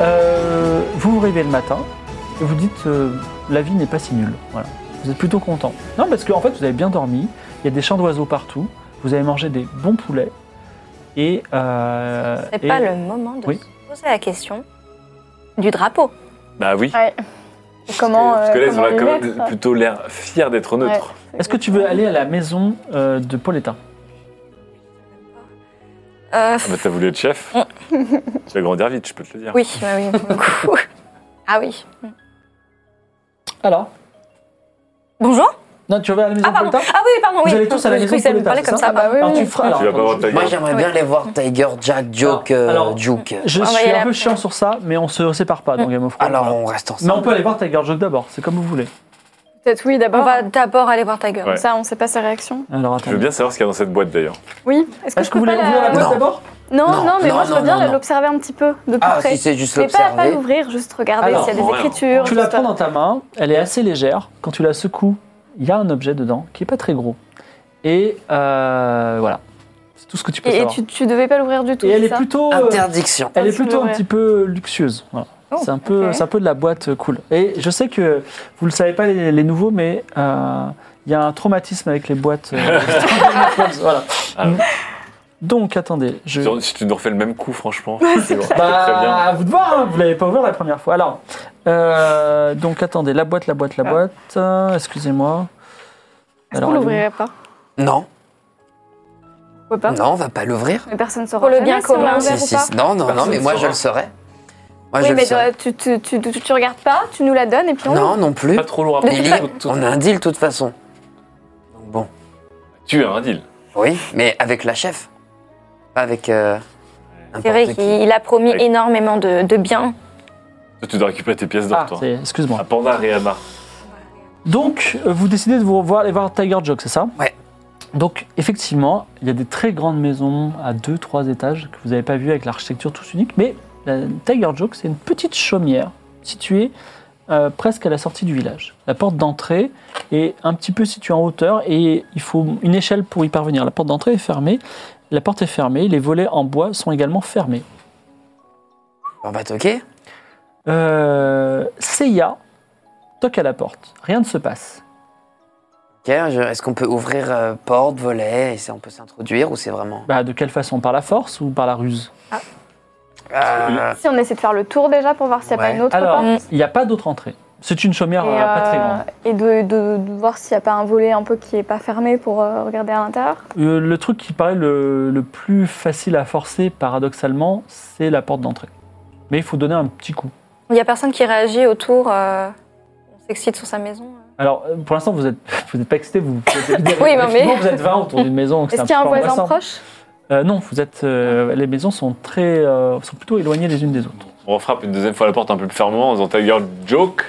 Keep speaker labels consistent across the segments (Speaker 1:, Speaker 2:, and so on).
Speaker 1: Euh, vous vous réveillez le matin et vous dites euh, la vie n'est pas si nulle. Voilà. Vous êtes plutôt content. Non, parce qu'en fait, vous avez bien dormi, il y a des chants d'oiseaux partout, vous avez mangé des bons poulets et. euh,
Speaker 2: C'est
Speaker 1: et-
Speaker 2: pas le moment de
Speaker 1: oui.
Speaker 2: se poser la question du drapeau.
Speaker 3: Bah oui.
Speaker 4: Ouais. Et Comment
Speaker 3: Parce que là,
Speaker 4: euh,
Speaker 3: ils ont
Speaker 4: Ah, comment
Speaker 3: la-
Speaker 4: les
Speaker 3: quand même
Speaker 4: mettre
Speaker 3: plutôt l'air fier d'être neutre.
Speaker 1: Est-ce que tu veux aller à la maison euh, de Pauletta
Speaker 2: Euh,
Speaker 3: Ah bah t'as voulu être chef
Speaker 4: Mm.
Speaker 3: Tu vas grandir vite, je peux te le dire.
Speaker 2: oui, bah oui, pour le coup. Ah oui.
Speaker 1: Alors
Speaker 2: Bonjour
Speaker 1: Non, tu veux aller à la maison
Speaker 2: Ah,
Speaker 1: de Pauletta
Speaker 2: pardon. Ah oui, pardon,
Speaker 1: Vous
Speaker 2: oui.
Speaker 1: allez tous à la
Speaker 2: Je
Speaker 1: maison de
Speaker 2: croyais que ça allait me
Speaker 1: Pauletta.
Speaker 2: parler comme
Speaker 1: c'est ça
Speaker 2: ça,
Speaker 4: Ah bah
Speaker 2: pardon.
Speaker 4: oui,
Speaker 1: Alors,
Speaker 4: oui.
Speaker 1: tu feras. alors,
Speaker 3: Tu vas pas voir
Speaker 1: attends,
Speaker 3: ta
Speaker 5: Moi,
Speaker 3: gueule.
Speaker 5: j'aimerais
Speaker 2: Ouais.
Speaker 5: bien les voir Tiger, Jack, Joke,
Speaker 1: Alors,
Speaker 5: euh,
Speaker 1: alors-
Speaker 5: Juke. euh.
Speaker 1: Je
Speaker 2: On va y
Speaker 1: suis
Speaker 2: aller
Speaker 1: un peu
Speaker 2: après.
Speaker 1: chiant sur ça, mais on se sépare pas dans Game of Thrones.
Speaker 5: Alors,
Speaker 1: Voilà.
Speaker 5: on reste ensemble.
Speaker 1: Mais on peut aller voir Tiger Joke d'abord, c'est comme vous voulez.
Speaker 4: Peut-être oui
Speaker 2: On
Speaker 4: d'abord.
Speaker 2: va d'abord aller voir ta gueule.
Speaker 3: Ouais.
Speaker 4: Ça, on sait pas ses réactions.
Speaker 1: Alors attends.
Speaker 3: Je veux bien savoir ce qu'il y a dans cette boîte d'ailleurs.
Speaker 4: Oui. Est-ce
Speaker 1: Est-ce que vous voulez
Speaker 4: pas
Speaker 1: ouvrir la boîte
Speaker 5: Non.
Speaker 1: d'abord
Speaker 4: Non,
Speaker 5: Non,
Speaker 4: non, mais
Speaker 5: non,
Speaker 4: moi je veux
Speaker 5: non, non,
Speaker 4: bien
Speaker 5: non.
Speaker 4: l'observer un petit peu de plus
Speaker 5: Ah,
Speaker 4: près.
Speaker 5: si c'est juste
Speaker 4: mais pas, pas
Speaker 5: l'observer.
Speaker 4: l'ouvrir, juste regarder
Speaker 1: Alors,
Speaker 4: s'il y a des
Speaker 3: ouais,
Speaker 4: écritures.
Speaker 1: Tu la
Speaker 4: juste-
Speaker 1: prends dans ta main, elle est assez légère. Quand tu la secoues, il y a un objet dedans qui est pas très gros. Et euh, voilà, c'est tout ce que tu peux
Speaker 4: Et, et
Speaker 1: savoir.
Speaker 4: tu, tu devais pas l'ouvrir du tout.
Speaker 1: Et elle
Speaker 4: c'est
Speaker 1: est
Speaker 4: ça
Speaker 1: plutôt, euh,
Speaker 5: Interdiction.
Speaker 1: elle est
Speaker 4: Enfin,
Speaker 1: plutôt un
Speaker 4: ouais.
Speaker 1: petit peu luxueuse. voilà.
Speaker 2: Oh,
Speaker 1: c'est un peu,
Speaker 4: ok.
Speaker 1: c'est un peu de la boîte euh, cool. Et je sais que vous le savez pas les, les nouveaux, mais euh, il y a un traumatisme avec les boîtes. euh, Game of Thrones, voilà.
Speaker 3: Ah.
Speaker 1: Donc attendez, je.
Speaker 3: Si- Si tu nous refais le même coup, franchement, c'est bon. Très
Speaker 1: Bah,
Speaker 3: bien.
Speaker 1: à vous de voir, hein, vous l'avez pas ouvert la première fois. Alors, euh, donc attendez, la boîte, la boîte, la
Speaker 4: Ah.
Speaker 1: boîte, euh, excusez-moi.
Speaker 4: Est-ce qu'on
Speaker 1: elle est où
Speaker 4: l'ouvrirait pas
Speaker 5: Non,
Speaker 4: Pourquoi pas
Speaker 5: non, on va pas l'ouvrir.
Speaker 4: Mais personne saura.
Speaker 2: Pour le
Speaker 4: jamais
Speaker 2: bien
Speaker 4: si on l'a
Speaker 2: commun.
Speaker 4: ouvert
Speaker 5: Si,
Speaker 4: ou
Speaker 5: si,
Speaker 4: pas.
Speaker 5: si. Non, non, non,
Speaker 3: Personne
Speaker 5: mais
Speaker 3: ne
Speaker 5: moi,
Speaker 3: saura.
Speaker 5: je le saurais. Moi,
Speaker 4: Oui,
Speaker 5: je le
Speaker 4: mais
Speaker 5: saurais.
Speaker 4: euh, tu, tu, tu, tu, tu regardes pas, tu nous la donnes et puis on.
Speaker 5: Non, non plus.
Speaker 3: Pas trop loin.
Speaker 5: Mais il- on a un deal, de toute façon. Donc, bon.
Speaker 3: Tu as un deal.
Speaker 5: Oui, mais avec la chef. Pas avec. euh,
Speaker 2: C'est
Speaker 5: n'importe
Speaker 2: vrai
Speaker 5: qui.
Speaker 2: qu'il a promis
Speaker 3: Avec-
Speaker 2: énormément de, de biens.
Speaker 3: Toi, Tu dois récupérer tes pièces
Speaker 1: Ah,
Speaker 3: d'or, toi.
Speaker 1: c'est- excuse-moi.
Speaker 3: À Pandar et Amar.
Speaker 1: Donc, euh, vous décidez de vous revoir, aller voir Tiger Joke, c'est ça
Speaker 5: Ouais.
Speaker 1: Donc, effectivement, il y a des très grandes maisons à 2-3 étages que vous n'avez pas vues avec l'architecture tous unique, mais la Tiger Joke, c'est une petite chaumière située euh, presque à la sortie du village. La porte d'entrée est un petit peu située en hauteur et il faut une échelle pour y parvenir. La porte d'entrée est fermée, la porte est fermée, les volets en bois sont également fermés.
Speaker 5: On va toquer.
Speaker 1: Euh, Seiya toque à la porte, rien ne se passe.
Speaker 5: Ok, je- est-ce qu'on peut ouvrir euh, porte, volet, et c'est- on peut s'introduire ou c'est vraiment.
Speaker 1: Bah, de quelle façon Par la force ou par la ruse
Speaker 4: Bah,
Speaker 5: Euh,
Speaker 4: Si on essaie de faire le tour déjà pour voir s'il n'y a
Speaker 5: Ouais.
Speaker 4: pas une autre
Speaker 1: Alors,
Speaker 4: porte.
Speaker 1: il n'y a pas d'autre entrée. C'est une chaumière euh,
Speaker 4: Et,
Speaker 1: pas très
Speaker 4: euh,
Speaker 1: grande.
Speaker 4: et de, de- de voir s'il n'y a pas un volet un peu qui est pas fermé pour euh, regarder à l'intérieur.
Speaker 1: Euh, le truc qui paraît le, le plus facile à forcer, paradoxalement, c'est la porte d'entrée. Mais il faut donner un petit coup.
Speaker 2: Il n'y a personne qui réagit autour. euh, on s'excite sur sa maison.
Speaker 1: Alors, euh, pour l'instant, vous n'êtes vous êtes pas excité, vous, vous êtes
Speaker 2: Oui, non, mais-
Speaker 1: Effectivement, vous êtes 20 autour d'une maison. donc c'est
Speaker 4: Est-ce qu'il y a
Speaker 1: petit
Speaker 4: un
Speaker 1: peu
Speaker 4: voisin
Speaker 1: angoissant.
Speaker 4: proche
Speaker 1: Euh, Non, vous êtes, euh, les maisons sont, très, euh, sont plutôt éloignées les unes des autres.
Speaker 3: On frappe une deuxième fois la porte un peu plus fermement en disant ta gueule joke,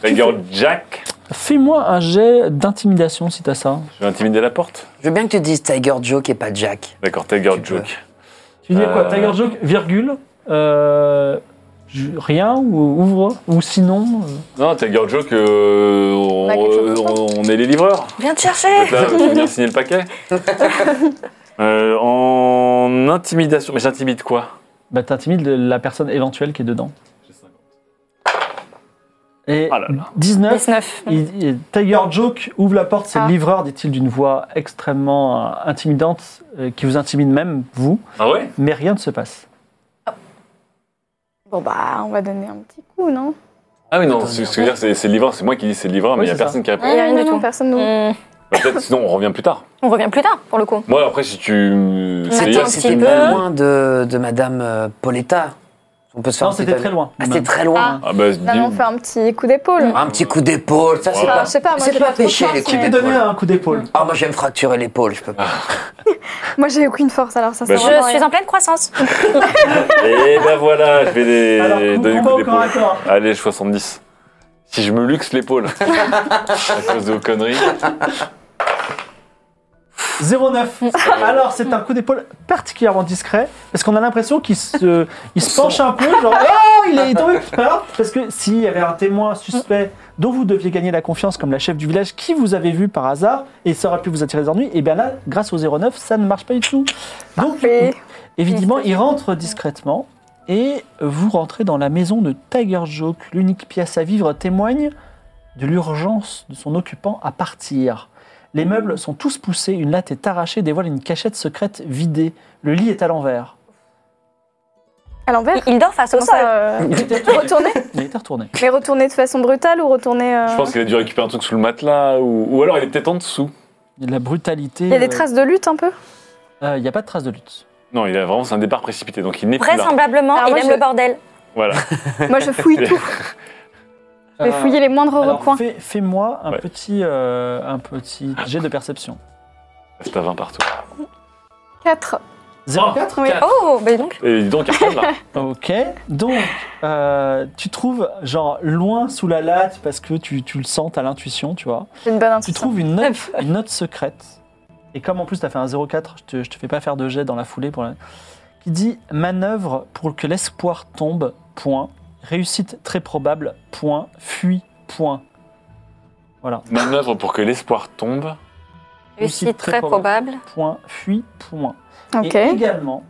Speaker 3: ta gueule jack.
Speaker 1: Fais-moi un jet d'intimidation si t'as ça.
Speaker 3: Je vais intimider la porte.
Speaker 5: je veux bien que tu dises Tiger Joke et pas Jack.
Speaker 3: D'accord, ta gueule
Speaker 5: Tu peux.
Speaker 3: joke.
Speaker 1: Tu dis quoi
Speaker 3: Euh,
Speaker 1: Tiger Joke, virgule, euh, je- rien ou ouvre ou sinon euh,
Speaker 3: Non, ta gueule joke, euh, on,
Speaker 4: On a quelque chose à
Speaker 3: on- on est les livreurs.
Speaker 2: Viens te
Speaker 3: Vous
Speaker 2: chercher
Speaker 3: êtes là, tu veux venir signer le paquet Euh, En intimidation. Mais j'intimide quoi
Speaker 1: bah, t'intimides de la personne éventuelle qui est dedans. Et
Speaker 3: Ah là là.
Speaker 1: 19,
Speaker 2: 19.
Speaker 1: il- il- Tiger Joke ouvre la porte, c'est
Speaker 4: Ah.
Speaker 1: le livreur, dit-il d'une voix extrêmement euh, intimidante, euh, qui vous intimide même, vous,
Speaker 3: Ah ouais
Speaker 1: mais rien ne se passe.
Speaker 4: Bon bah, on va donner un petit coup, non
Speaker 3: Ah oui, non, ce ce que je veux dire, c'est c'est le livreur, c'est moi qui dis c'est le livreur, mais
Speaker 1: Oui,
Speaker 3: il n'y a
Speaker 1: c'est ça.
Speaker 3: personne qui répond.
Speaker 4: Il y a
Speaker 2: Non,
Speaker 4: rien
Speaker 2: non,
Speaker 4: du
Speaker 2: non.
Speaker 4: tout, personne nous.
Speaker 2: Hmm,
Speaker 3: Bah, Peut-être, sinon on revient plus tard.
Speaker 2: On revient plus tard, pour le coup.
Speaker 3: Moi, après, si tu.
Speaker 2: Attends
Speaker 3: Seiya,
Speaker 2: un
Speaker 3: si
Speaker 2: petit
Speaker 3: tu-
Speaker 2: peu.
Speaker 5: pas loin de, de Madame euh, Pauletta. On peut se faire
Speaker 1: Non,
Speaker 5: un
Speaker 1: c'était
Speaker 5: petit
Speaker 1: très
Speaker 5: avis.
Speaker 1: loin.
Speaker 5: Ah, c'était très loin.
Speaker 3: Ah bah,
Speaker 4: Non, mais on
Speaker 3: dis-
Speaker 4: fait un petit coup d'épaule.
Speaker 2: Ah.
Speaker 5: Un petit coup d'épaule, ça c'est
Speaker 4: Enfin,
Speaker 5: pas.
Speaker 4: je sais pas, moi
Speaker 5: Mmh. c'est
Speaker 4: j'ai
Speaker 5: pas
Speaker 4: trop de
Speaker 5: péché,
Speaker 4: force,
Speaker 5: les coups
Speaker 4: mais-
Speaker 5: d'épaule.
Speaker 1: Donnez un coup d'épaule.
Speaker 5: Ah, moi j'aime fracturer l'épaule, je peux pas.
Speaker 4: Moi j'ai aucune force alors ça
Speaker 3: Bah,
Speaker 4: sert
Speaker 3: je-
Speaker 4: à
Speaker 2: Je
Speaker 4: rien.
Speaker 2: suis en pleine croissance.
Speaker 3: Et ben voilà, je vais les
Speaker 1: Alors,
Speaker 3: donner
Speaker 1: on
Speaker 3: le
Speaker 1: va
Speaker 3: coup
Speaker 1: encore à
Speaker 3: d'épaule.
Speaker 1: corps.
Speaker 3: Allez, 70. Si je me luxe l'épaule à cause de vos conneries.
Speaker 1: 09. Alors, c'est un coup d'épaule particulièrement discret, parce qu'on a l'impression qu'il se, il se penche un peu, genre, oh, il est tombé par Parce que s'il y avait un témoin suspect dont vous deviez gagner la confiance, comme la chef du village qui vous avait vu par hasard, et ça aurait pu vous attirer des ennuis, et bien là, grâce au 09, ça ne marche pas du tout. Donc,
Speaker 4: Parfait.
Speaker 1: évidemment, il rentre discrètement, et vous rentrez dans la maison de Tiger Joke. L'unique pièce à vivre témoigne de l'urgence de son occupant à partir. Les
Speaker 4: Mm.
Speaker 1: meubles sont tous poussés, une latte est arrachée, dévoile une cachette secrète vidée. Le lit est à l'envers.
Speaker 4: À l'envers
Speaker 2: Il- Il dort face au
Speaker 4: Comment
Speaker 2: sol.
Speaker 4: ça, euh,
Speaker 1: Il était retourné.
Speaker 4: Retourner
Speaker 1: Il était retourné.
Speaker 4: Mais retourner de façon brutale ou retourner. euh,
Speaker 3: Je pense qu'il a dû récupérer un truc sous le matelas ou, ou alors il est peut-être en dessous.
Speaker 1: Il y a de la brutalité.
Speaker 4: Il y a
Speaker 1: euh,
Speaker 4: des traces de lutte un peu
Speaker 1: euh, il n'y a pas de traces de lutte.
Speaker 3: Non, il a vraiment c'est un départ précipité, donc il n'est plus là.
Speaker 2: Vraisemblablement,
Speaker 4: Alors,
Speaker 2: il
Speaker 4: moi,
Speaker 2: aime
Speaker 4: je-
Speaker 2: le bordel.
Speaker 3: Voilà.
Speaker 4: Moi je fouille tout. Je vais
Speaker 3: Ah.
Speaker 1: Euh,
Speaker 4: fouiller les moindres
Speaker 1: alors,
Speaker 4: recoins.
Speaker 1: fais- Fais-moi un,
Speaker 3: Ouais.
Speaker 1: petit, euh, un petit jet de perception.
Speaker 3: C'est à 20 partout.
Speaker 4: 4.
Speaker 1: 04
Speaker 4: Oui.
Speaker 2: Oh, bah dis donc.
Speaker 3: Et dis donc, Arthur, là.
Speaker 1: Ok. Donc, euh, tu trouves, genre, loin sous la latte, parce que tu, tu le sens, t'as l'intuition, tu vois.
Speaker 4: J'ai une bonne
Speaker 1: Tu
Speaker 4: intuition.
Speaker 1: trouves une note, une note secrète. Et comme en plus tu as fait un 04, je te, je te fais pas faire de jet dans la foulée pour la... qui dit manœuvre pour que l'espoir tombe. Point. Réussite très probable. Point. Fuis. Point. Voilà.
Speaker 3: Manœuvre pour que l'espoir tombe.
Speaker 2: Réussite très probable.
Speaker 1: Point. Fuis. Point.
Speaker 4: Ok.
Speaker 1: Et également,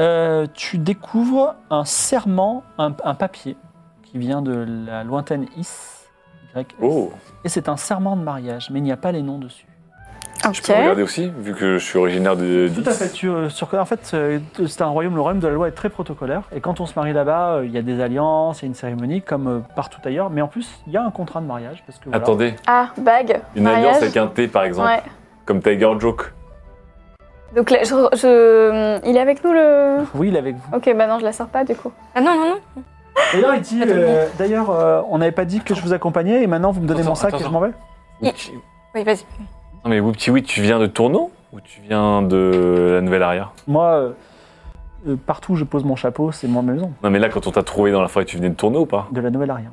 Speaker 1: euh, tu découvres un serment, un, un papier qui vient de la lointaine Is. YS.
Speaker 3: Oh.
Speaker 1: Et c'est un serment de mariage, mais il n'y a pas les noms dessus.
Speaker 3: Je peux
Speaker 4: Ok.
Speaker 3: regarder aussi, vu que je suis originaire de.
Speaker 1: Tout à fait. Tu, euh, sur- en fait, euh, c'est un royaume, le royaume de la loi est très protocolaire. Et quand on se marie là-bas, euh, il y a des alliances, il y a une cérémonie, comme euh, partout ailleurs. Mais en plus, il y a un contrat de mariage. Parce que, voilà.
Speaker 3: Attendez,
Speaker 4: Ah, bague.
Speaker 3: une alliance
Speaker 4: mariage.
Speaker 3: avec un T par exemple,
Speaker 4: Ouais.
Speaker 3: comme Tiger Joke.
Speaker 4: Donc là, je, je- il est avec nous le.
Speaker 1: Oui, il est avec vous.
Speaker 4: Ok, bah non, je la sors pas du coup.
Speaker 2: Ah non, non, non.
Speaker 1: D'ailleurs, il dit, euh, d'ailleurs, euh, on n'avait pas dit que je vous accompagnais et maintenant vous me donnez
Speaker 3: Attends,
Speaker 1: mon sac
Speaker 3: attends,
Speaker 1: et je m'en vais.
Speaker 2: Il- Oui, vas-y.
Speaker 3: Non mais Whoopty Wit, tu viens de Tourneau ou tu viens de la Nouvelle Aria
Speaker 1: Moi, euh, euh, partout où je pose mon chapeau, c'est moi ma maison,
Speaker 3: Non mais là, quand on t'a trouvé dans la forêt, tu venais de Tourneau ou pas
Speaker 1: de la nouvelle Aria.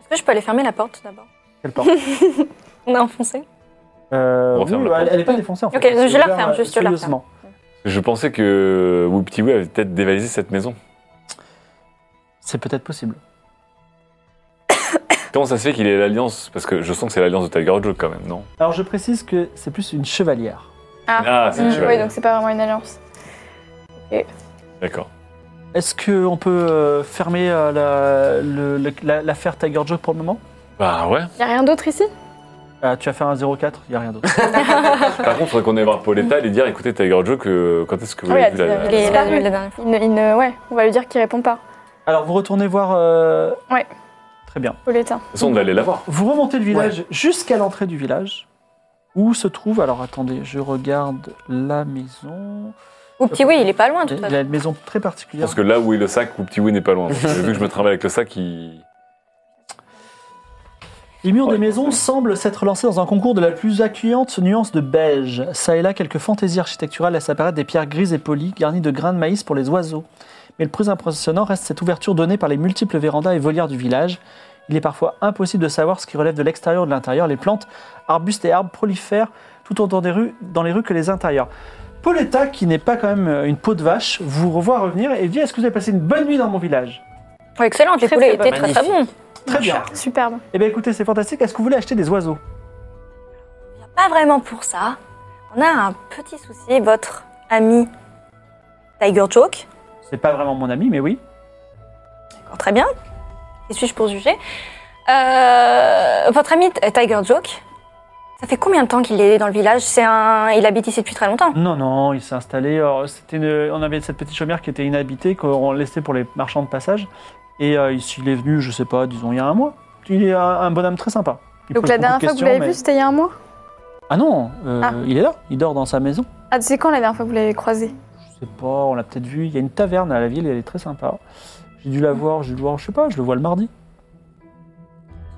Speaker 2: Est-ce que je peux aller fermer la porte d'abord
Speaker 1: Quelle porte
Speaker 2: On a enfoncé.
Speaker 1: Euh,
Speaker 3: On referme
Speaker 1: oui,
Speaker 3: la
Speaker 1: elle-
Speaker 3: porte.
Speaker 1: elle n'est pas défoncée en fait.
Speaker 2: Ok, je
Speaker 1: C'est
Speaker 2: la
Speaker 1: ouvert,
Speaker 2: referme,
Speaker 1: euh,
Speaker 2: juste je la referme.
Speaker 1: soigneusement.
Speaker 3: Je pensais que Whoopty Wit avait peut-être dévalisé cette maison.
Speaker 1: C'est peut-être possible.
Speaker 3: Comment ça se fait qu'il ait l'alliance Parce que je sens que c'est l'alliance de Tiger Joke quand même, non
Speaker 1: Alors, je précise que c'est plus une chevalière.
Speaker 3: Ah, c'est
Speaker 4: Mm,
Speaker 3: le chevalier.
Speaker 4: oui, donc c'est pas vraiment une alliance.
Speaker 3: D'accord.
Speaker 1: Est-ce qu'on peut euh, fermer euh, la- le- le- la- l'affaire Tiger Joke pour le moment
Speaker 3: Bah ouais.
Speaker 4: Y a rien d'autre ici
Speaker 1: Ah, Tu as fait un 04, il n'y a rien d'autre.
Speaker 3: Par contre, faudrait qu'on aille voir Pauletta et lui dire écoutez, Tiger Joke, euh, quand est-ce que vous
Speaker 4: Oui,
Speaker 3: avez vu
Speaker 4: elle
Speaker 3: la.
Speaker 4: dit-
Speaker 2: Et
Speaker 3: la-
Speaker 4: elle
Speaker 2: la,
Speaker 4: disparu.
Speaker 2: la dernière fois.
Speaker 4: il ne, il ne- Ouais, on va lui dire qu'il répond pas.
Speaker 1: Alors vous retournez voir... euh,
Speaker 4: Ouais.
Speaker 1: Très bien.
Speaker 4: Au latin.
Speaker 3: De toute façon, on va aller la voir.
Speaker 1: Vous remontez le village jusqu'à l'entrée du village, où se trouve... Alors attendez, je regarde la maison.
Speaker 2: Ou petit oui, il est pas loin de toute
Speaker 1: Il
Speaker 2: façon.
Speaker 1: a une maison très
Speaker 3: Je
Speaker 1: particulière.
Speaker 3: pense que là où est le sac, Whoopty Wit n'est pas loin. Parce que vu que je me travaille avec le sac, il.
Speaker 1: Les murs
Speaker 3: Ouais.
Speaker 1: des maisons semblent s'être lancés dans un concours de la plus accueillante nuance de beige. Ça et là, quelques fantaisies architecturales laissent apparaître des pierres grises et polies, garnies de grains de maïs pour les oiseaux. Mais le plus impressionnant reste cette ouverture donnée par les multiples vérandas et volières du village. Il est parfois impossible de savoir ce qui relève de l'extérieur ou de l'intérieur. Les plantes, arbustes et arbres prolifèrent tout autant des rues, dans les rues que les intérieurs. Pauletta, qui n'est pas quand même euh, une peau de vache, vous revoit revenir et dit Est-ce que vous avez passé une bonne nuit dans mon village
Speaker 2: Ouais, excellent, les
Speaker 4: Très,
Speaker 2: poulets
Speaker 4: très
Speaker 2: étaient très très bons.
Speaker 1: Très bien.
Speaker 4: Superbe.
Speaker 1: Eh bien écoutez, c'est fantastique. Est-ce que vous voulez acheter des oiseaux
Speaker 2: Pas vraiment pour ça. On a un petit souci. Votre ami Tiger Joke,
Speaker 1: C'est pas vraiment mon ami, mais oui.
Speaker 2: d'accord, très bien. Qui suis-je pour juger Euh, Votre ami T- Tiger Joke, ça fait combien de temps qu'il est dans le village C'est un, il habite ici depuis très longtemps.
Speaker 1: Non, non, il s'est installé. alors, c'était une- on avait cette petite chaumière qui était inhabitée, qu'on laissait pour les marchands de passage. Et euh, il il est venu, je sais pas, disons, il y a un mois. Il est un, un bonhomme très sympa. Il
Speaker 4: Donc
Speaker 1: pose
Speaker 4: la
Speaker 1: beaucoup de
Speaker 4: dernière fois que vous
Speaker 1: questions,
Speaker 4: l'avez
Speaker 1: mais-
Speaker 4: vu, c'était il y a un mois
Speaker 1: Ah non, euh,
Speaker 4: Ah.
Speaker 1: il est là, il dort dans sa maison.
Speaker 4: Ah, c'est quand la dernière fois que vous l'avez croisé
Speaker 1: Je sais sais pas, on l'a peut-être vu. Il y a une taverne à la ville et elle est très sympa. J'ai dû la voir, j'ai dû le voir, je sais pas, je le vois le mardi.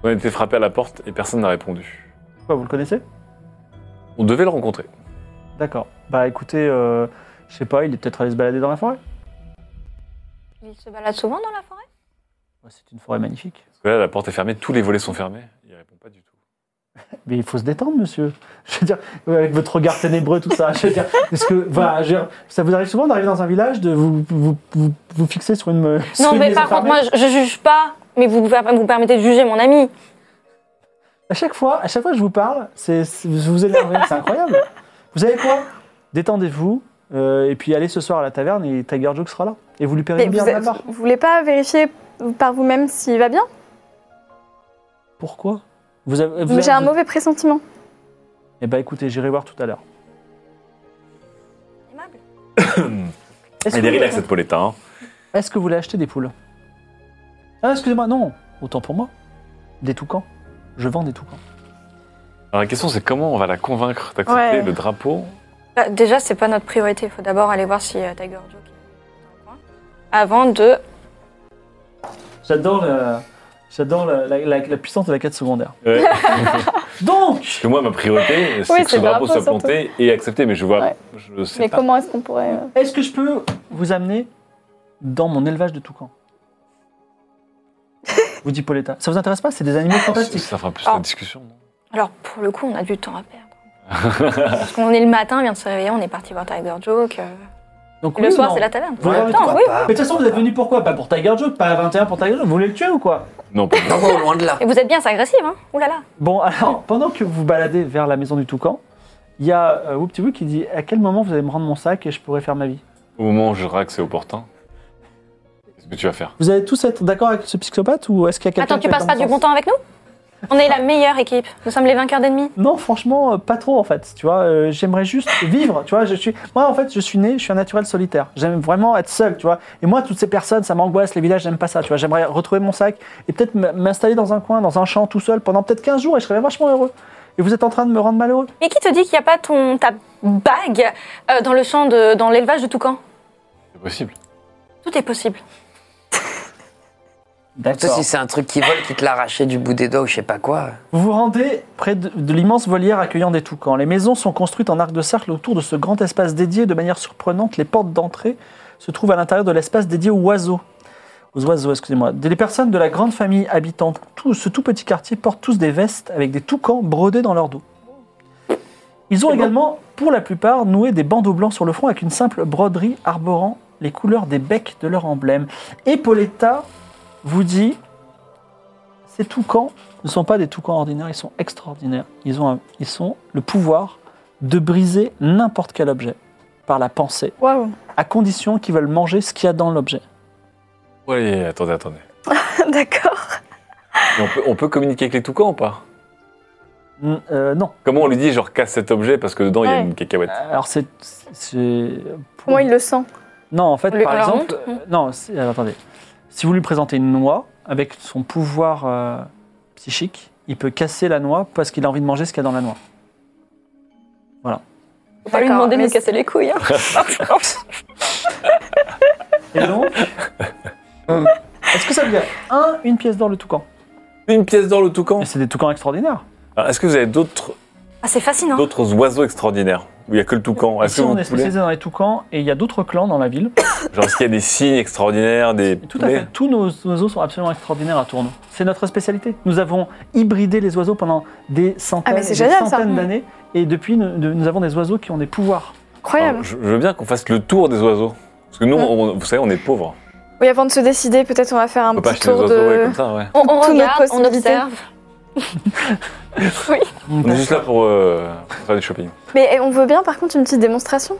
Speaker 3: On a été frappé à la porte et personne n'a répondu.
Speaker 1: Quoi, vous le connaissez
Speaker 3: On devait le rencontrer.
Speaker 1: D'accord. Bah écoutez, euh, je sais pas, il est peut-être allé se balader dans la forêt.
Speaker 2: Il se balade souvent dans la forêt
Speaker 1: Ouais, C'est une forêt magnifique.
Speaker 3: Parce que là, la porte est fermée, tous les volets sont fermés. Il répond pas du tout.
Speaker 1: Mais il faut se détendre, monsieur. Je veux dire, ouais, avec votre regard ténébreux, tout ça. Je veux dire, est-ce que, voilà, je veux dire, ça vous arrive souvent d'arriver dans un village, de vous, vous, vous, vous fixer sur une. sur
Speaker 2: Non,
Speaker 1: une
Speaker 2: mais
Speaker 1: maison
Speaker 2: par contre,
Speaker 1: fermée
Speaker 2: moi, je, je juge pas. Mais vous vous permettez de juger mon ami.
Speaker 1: À chaque fois, à chaque fois que je vous parle, c'est, c'est- vous vous énervez, c'est incroyable. Vous savez quoi Détendez-vous euh, et puis allez ce soir à la taverne et Tiger Joke sera là et vous lui paierez
Speaker 4: Mais
Speaker 1: une
Speaker 4: vous,
Speaker 1: bière de ma part.
Speaker 4: vous voulez pas vérifier par vous-même s'il va bien
Speaker 1: Pourquoi Vous avez. vous
Speaker 4: J'ai
Speaker 1: avez-
Speaker 4: un mauvais pressentiment.
Speaker 1: Eh ben écoutez, j'irai voir tout à l'heure.
Speaker 2: Aimable.
Speaker 1: Est-ce
Speaker 3: Elle
Speaker 1: que,
Speaker 3: est
Speaker 1: vous-
Speaker 3: relax, cette Pauletta. hein.
Speaker 1: est-ce que vous voulez acheter des poules Ah excusez-moi, non. Autant pour moi. Des toucans. Je vends des toucans.
Speaker 3: Alors, la question, c'est comment on va la convaincre d'accepter
Speaker 4: Ouais.
Speaker 3: le drapeau
Speaker 2: Bah, déjà, c'est pas notre priorité. Il faut d'abord aller voir si euh, Tiger Joke est dans le coin. Avant de.
Speaker 1: J'adore la, j'adore la, la- la- la puissance de la quête secondaire.
Speaker 3: Ouais.
Speaker 1: Donc,
Speaker 3: Parce que moi, ma priorité, c'est
Speaker 4: Oui,
Speaker 3: que
Speaker 4: c'est
Speaker 3: ce
Speaker 4: le
Speaker 3: drapeau
Speaker 4: drapeau,
Speaker 3: soit
Speaker 4: surtout.
Speaker 3: planté et accepté. Mais je vois,
Speaker 4: Ouais.
Speaker 3: je sais
Speaker 4: Mais
Speaker 3: pas.
Speaker 4: comment est-ce qu'on pourrait. euh,
Speaker 1: est-ce que je peux vous amener dans mon élevage de toucans Vous dit Pauletta. Ça vous intéresse pas C'est des animaux
Speaker 3: Ça,
Speaker 1: fantastiques.
Speaker 3: ça fera plus
Speaker 2: Ah.
Speaker 3: la discussion. non
Speaker 2: Alors, pour le coup, on a du temps à perdre. Parce qu'on est le matin, on vient de se réveiller, on est parti voir Tiger Joke. euh.
Speaker 1: Donc
Speaker 2: Le
Speaker 1: oui,
Speaker 2: soir,
Speaker 1: non.
Speaker 2: c'est la taverne.
Speaker 1: Vous
Speaker 5: Ouais,
Speaker 1: avez
Speaker 5: pourquoi
Speaker 1: le temps,
Speaker 2: oui.
Speaker 1: Mais
Speaker 5: pas,
Speaker 1: de toute façon, vous
Speaker 5: pourquoi
Speaker 1: êtes venu pourquoi Pas pour Tiger Joke, pas à 21 pour Tiger Joke. Vous voulez le tuer ou quoi
Speaker 3: Non, pas du
Speaker 5: pas.
Speaker 3: tout.
Speaker 5: Non, non, loin de là.
Speaker 2: Et vous êtes bien, c'est agressif, hein Ouh là là.
Speaker 1: Bon, alors, pendant que vous baladez vers la maison du toucan, il y a euh, Whoopty Woo qui dit À quel moment vous allez me rendre mon sac et je pourrai faire ma vie
Speaker 3: Au moment où je dirai que c'est opportun, qu'est-ce que tu vas faire
Speaker 1: Vous allez tous être d'accord avec ce psychopathe ou est-ce qu'il y a quelqu'un
Speaker 2: Attends,
Speaker 1: qui
Speaker 2: tu
Speaker 1: va
Speaker 2: passes
Speaker 1: être
Speaker 2: pas
Speaker 1: dans mon
Speaker 2: du
Speaker 1: sens
Speaker 2: bon temps avec nous On est la meilleure équipe. Nous sommes les vainqueurs d'ennemis.
Speaker 1: Non, franchement, euh, pas trop en fait. Tu vois, euh, j'aimerais juste vivre. Tu vois, je suis. Moi, en fait, je suis né, je suis un naturel solitaire. J'aime vraiment être seul. Tu vois. Et moi, toutes ces personnes, ça m'angoisse. Les villages, j'aime pas ça. Tu vois, j'aimerais retrouver mon sac et peut-être m- m'installer dans un coin, dans un champ, tout seul pendant peut-être 15 jours et je serais vachement heureux. Et vous êtes en train de me rendre malheureux.
Speaker 2: Mais qui te dit qu'il n'y a pas ton, ta bague euh, dans le champ, de, dans l'élevage de toucan
Speaker 3: C'est possible.
Speaker 2: Tout est possible.
Speaker 5: Toi,
Speaker 1: D'accord.
Speaker 5: si c'est un truc qui vole, qui te l'arrachait du bout des doigts ou je sais pas quoi.
Speaker 1: Vous vous rendez près de, de l'immense volière accueillant des toucans. Les maisons sont construites en arc de cercle autour de ce grand espace dédié. De manière surprenante, les portes d'entrée se trouvent à l'intérieur de l'espace dédié aux oiseaux. Aux oiseaux, excusez-moi. Des- Les personnes de la grande famille habitant tout, ce tout petit quartier portent tous des vestes avec des toucans brodés dans leur dos. Ils ont également, pour la plupart, noué des bandeaux blancs sur le front avec une simple broderie arborant les couleurs des becs de leur emblème. Et Pauletta vous dit ces toucans ne sont pas des toucans ordinaires, ils sont extraordinaires. Ils ont, un- ils sont le pouvoir de briser n'importe quel objet par la pensée,
Speaker 4: Waouh
Speaker 1: à condition qu'ils veulent manger ce qu'il y a dans l'objet.
Speaker 3: Ouais, attendez, attendez.
Speaker 4: D'accord.
Speaker 3: Et on, peut, on peut communiquer avec les toucans ou pas
Speaker 1: Mm, euh, non.
Speaker 3: Comment on lui dit, genre, casse cet objet parce que dedans, il y a
Speaker 4: Ouais.
Speaker 3: une cacahuète
Speaker 1: Alors c'est, c'est- pour-
Speaker 4: Comment il le sent
Speaker 1: non en fait
Speaker 2: On lui-
Speaker 1: par
Speaker 2: on leur
Speaker 1: exemple
Speaker 2: montre
Speaker 1: euh, non c'est- alors, attendez si vous lui présentez une noix avec son pouvoir euh, psychique, il peut casser la noix parce qu'il a envie de manger ce qu'il y a dans la noix.
Speaker 2: Faut
Speaker 4: pas lui demander de nous
Speaker 2: casser les couilles.
Speaker 4: hein.
Speaker 1: Et donc, euh, est-ce que ça veut dire un une pièce d'or le toucan Euh,
Speaker 3: Une pièce d'or, le toucan
Speaker 1: Mais c'est des toucans extraordinaires.
Speaker 3: Alors, Est-ce que vous avez d'autres
Speaker 2: Ah, c'est fascinant.
Speaker 3: d'autres oiseaux extraordinaires Où il n'y a que le toucan Est-ce
Speaker 1: Ici,
Speaker 3: que vous
Speaker 1: on est
Speaker 3: pouvez-
Speaker 1: spécialisé dans les toucans et il y a d'autres clans dans la ville.
Speaker 3: Genre, est-ce qu'il y a des signes extraordinaires des
Speaker 1: Et tout à fait, tous nos, nos oiseaux sont absolument extraordinaires à Tourneau. C'est notre spécialité. Nous avons hybridé les oiseaux pendant des centaines,
Speaker 4: Ah, mais c'est
Speaker 1: des
Speaker 4: génial, ça.
Speaker 1: centaines d'années et depuis, nous, de- nous avons des oiseaux qui ont des pouvoirs.
Speaker 4: Incroyable.
Speaker 3: Alors, je, je veux bien qu'on fasse le tour des oiseaux. Parce que nous, on- vous savez, on est pauvres.
Speaker 4: Oui, avant de se décider, peut-être on va faire un
Speaker 3: On peut pas acheter
Speaker 4: petit
Speaker 3: des
Speaker 4: tour
Speaker 3: oiseaux ouais,
Speaker 4: de.
Speaker 3: comme ça, ouais.
Speaker 2: On, on
Speaker 4: Toutes nos
Speaker 2: regarde, on
Speaker 4: possibilités.
Speaker 2: observe.
Speaker 3: On est juste là pour euh, faire du shopping.
Speaker 4: Mais eh, on veut bien, par contre, une petite démonstration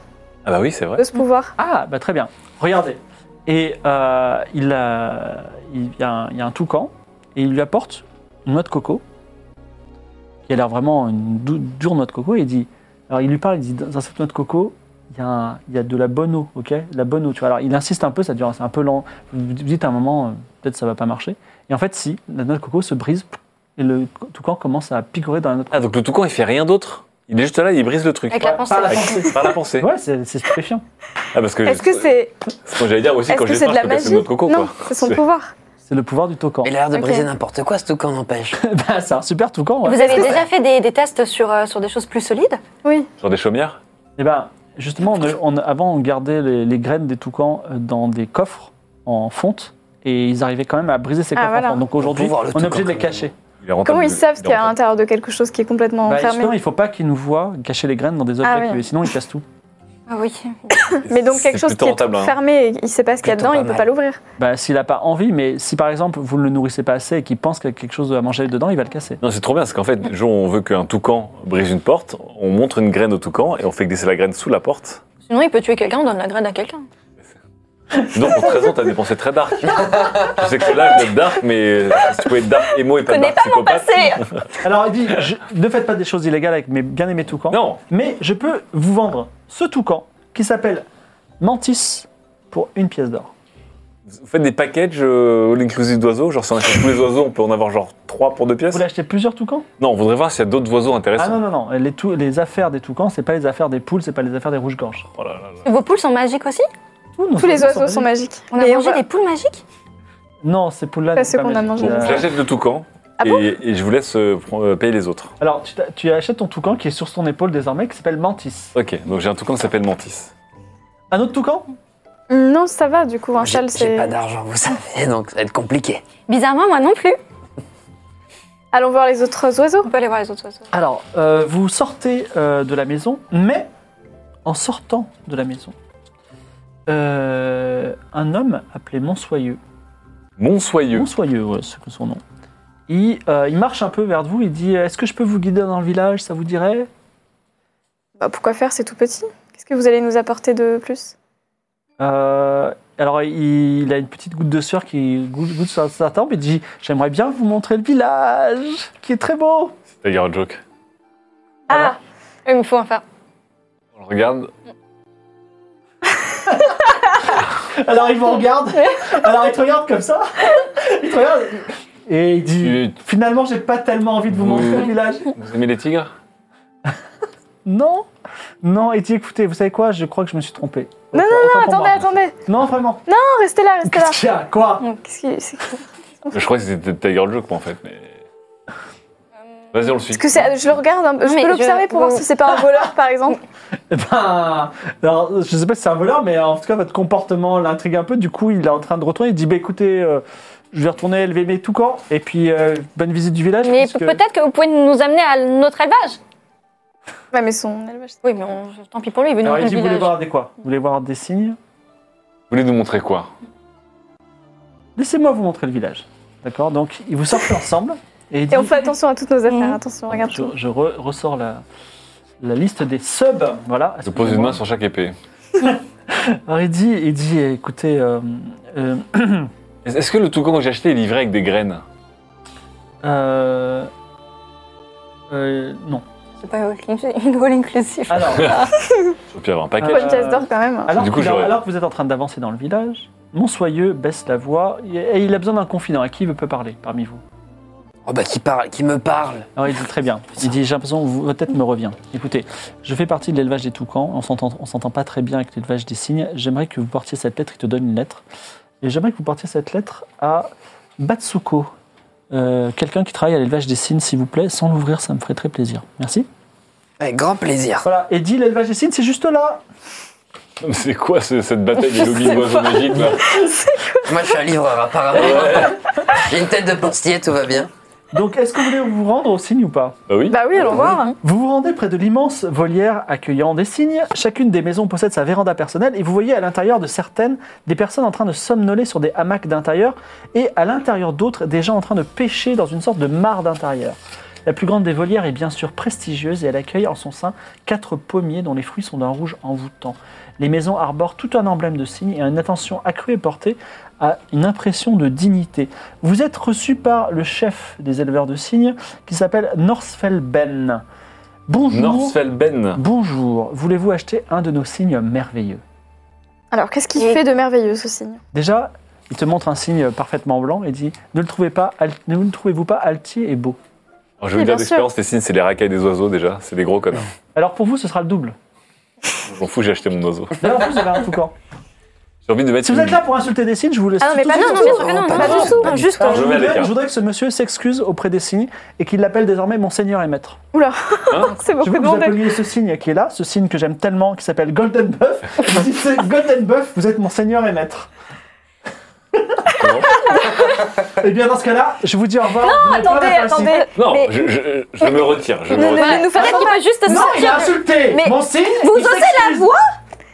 Speaker 3: Ah bah oui, c'est vrai.
Speaker 4: de ce pouvoir.
Speaker 1: Ah, bah très bien. Regardez. Et euh, il, a, il, y a un, il y a un toucan et il lui apporte une noix de coco qui a l'air vraiment une dou- dure noix de coco. Et il dit, alors il lui parle, il dit dans cette noix de coco, il y, a un- il y a de la bonne eau, ok, de la bonne eau. Tu vois, alors il insiste un peu, ça dure, c'est un peu lent. Vous vous dites à un moment, euh, peut-être ça va pas marcher. Et en fait, si la noix de coco se brise et le toucan commence à picorer dans la noix de coco.
Speaker 3: Ah, donc le toucan, il fait rien d'autre Il est juste là, il brise le truc.
Speaker 2: Avec la pensée.
Speaker 1: Par la
Speaker 3: Avec-
Speaker 1: pensée.
Speaker 3: Par la pensée.
Speaker 1: Ouais, c'est c'est stupéfiant.
Speaker 3: Ah, parce que.
Speaker 4: Est-ce que c'est
Speaker 3: ce que j'allais dire aussi
Speaker 4: est
Speaker 3: quand
Speaker 4: -ce
Speaker 3: j'ai
Speaker 4: que c'est
Speaker 3: faim,
Speaker 4: de
Speaker 3: je
Speaker 4: la
Speaker 3: peux casser
Speaker 4: magie
Speaker 3: une noix de coco,
Speaker 4: Non,
Speaker 3: quoi.
Speaker 4: c'est son
Speaker 3: C'est-
Speaker 4: pouvoir.
Speaker 1: C'est le pouvoir du tocan.
Speaker 5: Il a l'air de
Speaker 4: Ok.
Speaker 5: briser n'importe quoi, ce toucan n'empêche.
Speaker 1: bah, c'est un super toucan. Ouais.
Speaker 2: Vous avez déjà fait des, des tests sur, euh, sur des choses plus solides
Speaker 4: Oui.
Speaker 3: Genre des chaumières
Speaker 1: Eh ben, justement, on- on- avant, on gardait les, les graines des toucans euh, dans des coffres en fonte et ils arrivaient quand même à briser ces
Speaker 4: Ah,
Speaker 1: coffres en
Speaker 4: voilà.
Speaker 1: fonte. Donc aujourd'hui,
Speaker 5: Pour pouvoir le
Speaker 1: on est
Speaker 5: toucan,
Speaker 1: obligé de les
Speaker 5: quand
Speaker 1: cacher.
Speaker 3: Il est rentable,
Speaker 4: Comment ils
Speaker 3: il-
Speaker 4: savent
Speaker 3: il
Speaker 4: ce
Speaker 3: est
Speaker 4: qu'il y a à
Speaker 3: rentable.
Speaker 4: l'intérieur de quelque chose qui est complètement
Speaker 1: Bah,
Speaker 4: fermé
Speaker 1: justement, il faut pas qu'ils nous voient cacher les graines dans des objets,
Speaker 4: Ah, oui.
Speaker 1: curieux, sinon ils cassent tout.
Speaker 2: Ah oui.
Speaker 4: Mais donc
Speaker 3: C'est
Speaker 4: quelque chose qui
Speaker 3: plutôt
Speaker 4: est
Speaker 3: rentable, hein.
Speaker 4: fermé et il sait pas ce qu'il y a
Speaker 5: Plutôt
Speaker 4: dedans,
Speaker 5: pas
Speaker 4: il peut
Speaker 5: mal.
Speaker 4: pas l'ouvrir.
Speaker 1: Bah, s'il n'a pas envie, mais si par exemple vous ne le nourrissez pas assez et qu'il pense qu'il y a quelque chose à manger dedans, il va le casser.
Speaker 3: Non, c'est trop bien, parce qu'en fait, le jour où on veut qu'un toucan brise une porte, on montre une graine au toucan et on fait glisser la graine sous la porte.
Speaker 2: Sinon, il peut tuer quelqu'un, on donne la graine à quelqu'un.
Speaker 3: Non, pour 13 ans, t'as dépensé très dark. je sais que là, je vais être dark, mais si tu pouvais être dark, émo et pas
Speaker 2: Connais
Speaker 3: dark
Speaker 2: pas mon
Speaker 3: psychopathe.
Speaker 2: passé
Speaker 1: Alors il dit je- ne faites pas des choses illégales avec mes bien-aimés toucans,
Speaker 3: Non,
Speaker 1: mais je peux vous vendre ce toucan qui s'appelle Mantis pour une pièce d'or.
Speaker 3: vous faites des packages euh, all-inclusive d'oiseaux, genre si on achète tous les oiseaux, on peut en avoir genre 3 pour 2 pièces.
Speaker 1: Vous voulez acheter plusieurs toucans
Speaker 3: Non, on voudrait voir s'il y a d'autres oiseaux
Speaker 1: Ah non,
Speaker 3: intéressants.
Speaker 1: non, non. Les, tou- les affaires des toucans, c'est pas les affaires des poules, c'est pas les affaires des rouges-gorges.
Speaker 3: Oh là là là.
Speaker 2: Vos poules sont magiques aussi
Speaker 1: Tout, non,
Speaker 4: Tous les
Speaker 1: ça-
Speaker 4: oiseaux
Speaker 1: ça-
Speaker 4: sont magiques.
Speaker 2: On a
Speaker 4: Mais
Speaker 2: mangé
Speaker 4: va-
Speaker 2: des poules magiques
Speaker 1: Non, ces poules-là.
Speaker 4: Pas
Speaker 1: c'est
Speaker 4: ceux qu'on a
Speaker 1: magique.
Speaker 4: mangés.
Speaker 1: Euh,
Speaker 3: Bon, J'achète le toucan
Speaker 4: Ah
Speaker 3: et,
Speaker 4: bon
Speaker 3: et je vous laisse euh, pre- euh, payer les autres.
Speaker 1: Alors, tu, t'as- tu achètes ton toucan qui est sur son épaule désormais, qui s'appelle Mantis.
Speaker 3: Ok, donc j'ai un toucan qui s'appelle Mantis.
Speaker 1: Un autre toucan
Speaker 4: Non, ça va du coup, un
Speaker 5: J'ai
Speaker 4: châle
Speaker 5: j'ai
Speaker 4: c'est.
Speaker 5: pas d'argent, vous savez, donc ça va être compliqué.
Speaker 2: Bizarrement, moi non plus.
Speaker 4: Allons voir les autres oiseaux.
Speaker 2: On peut aller voir les autres oiseaux.
Speaker 1: Alors, euh, vous sortez euh, de la maison, mais en sortant de la maison, euh, un homme appelé Monsoyeux,
Speaker 3: Mon soyeux.
Speaker 1: Monsoyeux, ouais, c'est son nom, il, euh, il marche un peu vers vous, il dit Est-ce que je peux vous guider dans le village Ça vous dirait
Speaker 4: Bah, pourquoi faire C'est tout petit. Qu'est-ce que vous allez nous apporter de plus
Speaker 1: Euh, alors, il, il a une petite goutte de sueur qui goutte, goutte sur sa tempe et dit J'aimerais bien vous montrer le village, qui est très beau.
Speaker 3: T'as guère un joke.
Speaker 4: Ah,
Speaker 2: Il me faut enfin.
Speaker 3: On le regarde.
Speaker 1: Alors, il vous regarde, alors il te regarde comme ça, il te regarde et il dit
Speaker 3: Tu-
Speaker 1: Finalement, j'ai pas tellement envie de vous
Speaker 3: Oui.
Speaker 1: montrer le village.
Speaker 3: Vous aimez les tigres
Speaker 1: Non, non, il dit Écoutez, vous savez quoi Je crois que je me suis trompé.
Speaker 4: Non,
Speaker 1: Autant- autant pour
Speaker 4: attendez,
Speaker 1: moi.
Speaker 4: attendez.
Speaker 1: Non, vraiment.
Speaker 4: Non, restez là, restez là.
Speaker 1: Qu'est-ce qu'il y a Quoi
Speaker 4: Qu'est-ce qui- c'est-
Speaker 3: Je crois que c'était Tiger Joke, moi, en fait. Mais... Vas-y, on le suit.
Speaker 4: Est-ce que c'est- je le regarde, un peu- je
Speaker 2: Mais
Speaker 4: peux
Speaker 2: je-
Speaker 4: l'observer pour voir
Speaker 2: vous-
Speaker 4: si c'est pas un voleur par exemple.
Speaker 1: Eh Ben, alors, je sais pas si c'est un voleur, mais en tout cas, votre comportement l'intrigue un peu. Du coup, il est en train de retourner. Il dit, bah écoutez, euh, je vais retourner élever mes toucans. Et puis, euh, bonne visite du village.
Speaker 2: Mais
Speaker 1: puisque-
Speaker 2: peut-être que vous pouvez nous amener à notre élevage
Speaker 4: Ouais, mais son élevage.
Speaker 2: Oui, mais on- tant pis pour lui, il veut nous
Speaker 1: Alors, il
Speaker 2: amener
Speaker 1: dit,
Speaker 2: au
Speaker 1: vous voulez
Speaker 2: village.
Speaker 1: voir des quoi Vous voulez voir des signes
Speaker 3: Vous voulez nous montrer quoi
Speaker 1: Laissez-moi vous montrer le village. D'accord Donc, ils vous sortent ensemble. Et, il dit,
Speaker 4: Et on fait attention à toutes nos affaires,
Speaker 2: Mhm.
Speaker 4: attention, regarde
Speaker 1: je,
Speaker 4: tout.
Speaker 1: je re- ressors la, la liste des subs. Voilà.
Speaker 3: Je pose une main sur chaque épée.
Speaker 1: Alors, il dit, il dit écoutez, euh, euh,
Speaker 3: Est- Est-ce que le toucan que j'ai acheté est livré avec des graines
Speaker 1: euh, euh, non.
Speaker 2: C'est pas une all inclusive.
Speaker 1: Alors.
Speaker 3: Je peux avoir un paquet.
Speaker 4: Faut une pièce d'or quand même.
Speaker 1: Alors,
Speaker 3: Du coup,
Speaker 1: qu'il a-
Speaker 3: j'aurais-
Speaker 1: alors que vous êtes en train d'avancer dans le village, Monsoyeux baisse la voix et et il a besoin d'un confident. À qui il peut parler parmi vous
Speaker 5: Oh bah qui parle, qui me parle
Speaker 1: Alors il dit très bien. Il dit J'ai l'impression que vous- votre tête me revient. Écoutez, je fais partie de l'élevage des toucans. On s'entend on s'entend pas très bien avec l'élevage des cygnes. J'aimerais que vous portiez cette lettre. Il te donne une lettre. Et j'aimerais que vous portiez cette lettre à Batsuko. Euh, Quelqu'un qui travaille à l'élevage des cygnes, s'il vous plaît. Sans l'ouvrir, ça me ferait très plaisir. Merci.
Speaker 5: Avec grand plaisir.
Speaker 1: Voilà. Et dit l'élevage des cygnes, c'est juste là.
Speaker 3: Mais C'est quoi ce- cette bataille des lobbies d'oiseaux magiques là
Speaker 5: Moi je suis un livreur apparemment. J'ai une tête de postier, tout va bien.
Speaker 1: Donc, est-ce que vous voulez vous rendre au cygne ou pas
Speaker 3: Bah oui.
Speaker 4: Bah oui, allons voir.
Speaker 1: Vous vous rendez près de l'immense volière accueillant des cygnes. Chacune des maisons possède sa véranda personnelle et vous voyez à l'intérieur de certaines des personnes en train de somnoler sur des hamacs d'intérieur et à l'intérieur d'autres des gens en train de pêcher dans une sorte de mare d'intérieur. La plus grande des volières est bien sûr prestigieuse et elle accueille en son sein quatre pommiers dont les fruits sont d'un rouge envoûtant. Les maisons arborent tout un emblème de cygne et une attention accrue est portée à une impression de dignité. Vous êtes reçu par le chef des éleveurs de cygnes qui s'appelle Norsfeld Ben. Bonjour.
Speaker 3: Norsfelben.
Speaker 1: Bonjour. Voulez-vous acheter un de nos signes merveilleux
Speaker 4: Alors, qu'est-ce qu'il
Speaker 2: Et-
Speaker 4: fait de merveilleux ce signe
Speaker 1: Déjà, il te montre un signe parfaitement blanc et dit Ne le trouvez pas, al- ne le trouvez-vous pas altier et beau
Speaker 3: Alors, je vais vous
Speaker 4: Oui,
Speaker 3: dire
Speaker 4: bien
Speaker 3: d'expérience, les signes, c'est les racailles des oiseaux déjà. C'est des gros connards.
Speaker 1: Alors pour vous, ce sera le double.
Speaker 3: Je m'en fous, j'ai acheté mon oiseau.
Speaker 1: D'ailleurs, vous avez un toucan.
Speaker 3: J'ai envie de mettre
Speaker 1: Si vous
Speaker 3: une-
Speaker 1: êtes là pour insulter des signes, je vous laisse.
Speaker 2: Ah non, mais
Speaker 1: tout
Speaker 2: pas
Speaker 1: de
Speaker 2: non,
Speaker 1: suite.
Speaker 2: non, bien sûr que non,
Speaker 5: pas
Speaker 2: non,
Speaker 5: du
Speaker 2: non,
Speaker 4: tout.
Speaker 2: non, juste.
Speaker 1: Alors,
Speaker 2: euh,
Speaker 1: je,
Speaker 3: Je vais à
Speaker 1: voudrais,
Speaker 3: l'écart.
Speaker 1: je voudrais que ce monsieur s'excuse auprès des signes et qu'il l'appelle désormais Monseigneur et Maître.
Speaker 4: C'est
Speaker 1: Je
Speaker 4: beaucoup
Speaker 1: veux que vous
Speaker 4: demandé.
Speaker 1: appeliez ce signe qui est là, ce signe que j'aime tellement, qui s'appelle Golden Buff. Vous dites, c'est Golden Buff, vous êtes Monseigneur et Maître.
Speaker 3: Comment
Speaker 1: Eh bien, dans ce cas-là, je vous dis au revoir. Non,
Speaker 4: Attendez, attendez.
Speaker 3: Non,
Speaker 2: Mais-
Speaker 3: je, je- je me retire. Je me
Speaker 4: Ne- ne-
Speaker 3: retire.
Speaker 2: Voilà,
Speaker 4: nous faisons
Speaker 2: Peut-être qu'il peut juste
Speaker 1: Non, il a
Speaker 2: sortir.
Speaker 1: insulté
Speaker 2: Mais
Speaker 1: mon signe.
Speaker 2: Vous
Speaker 1: il
Speaker 2: osez la
Speaker 1: s'excuse.
Speaker 2: voix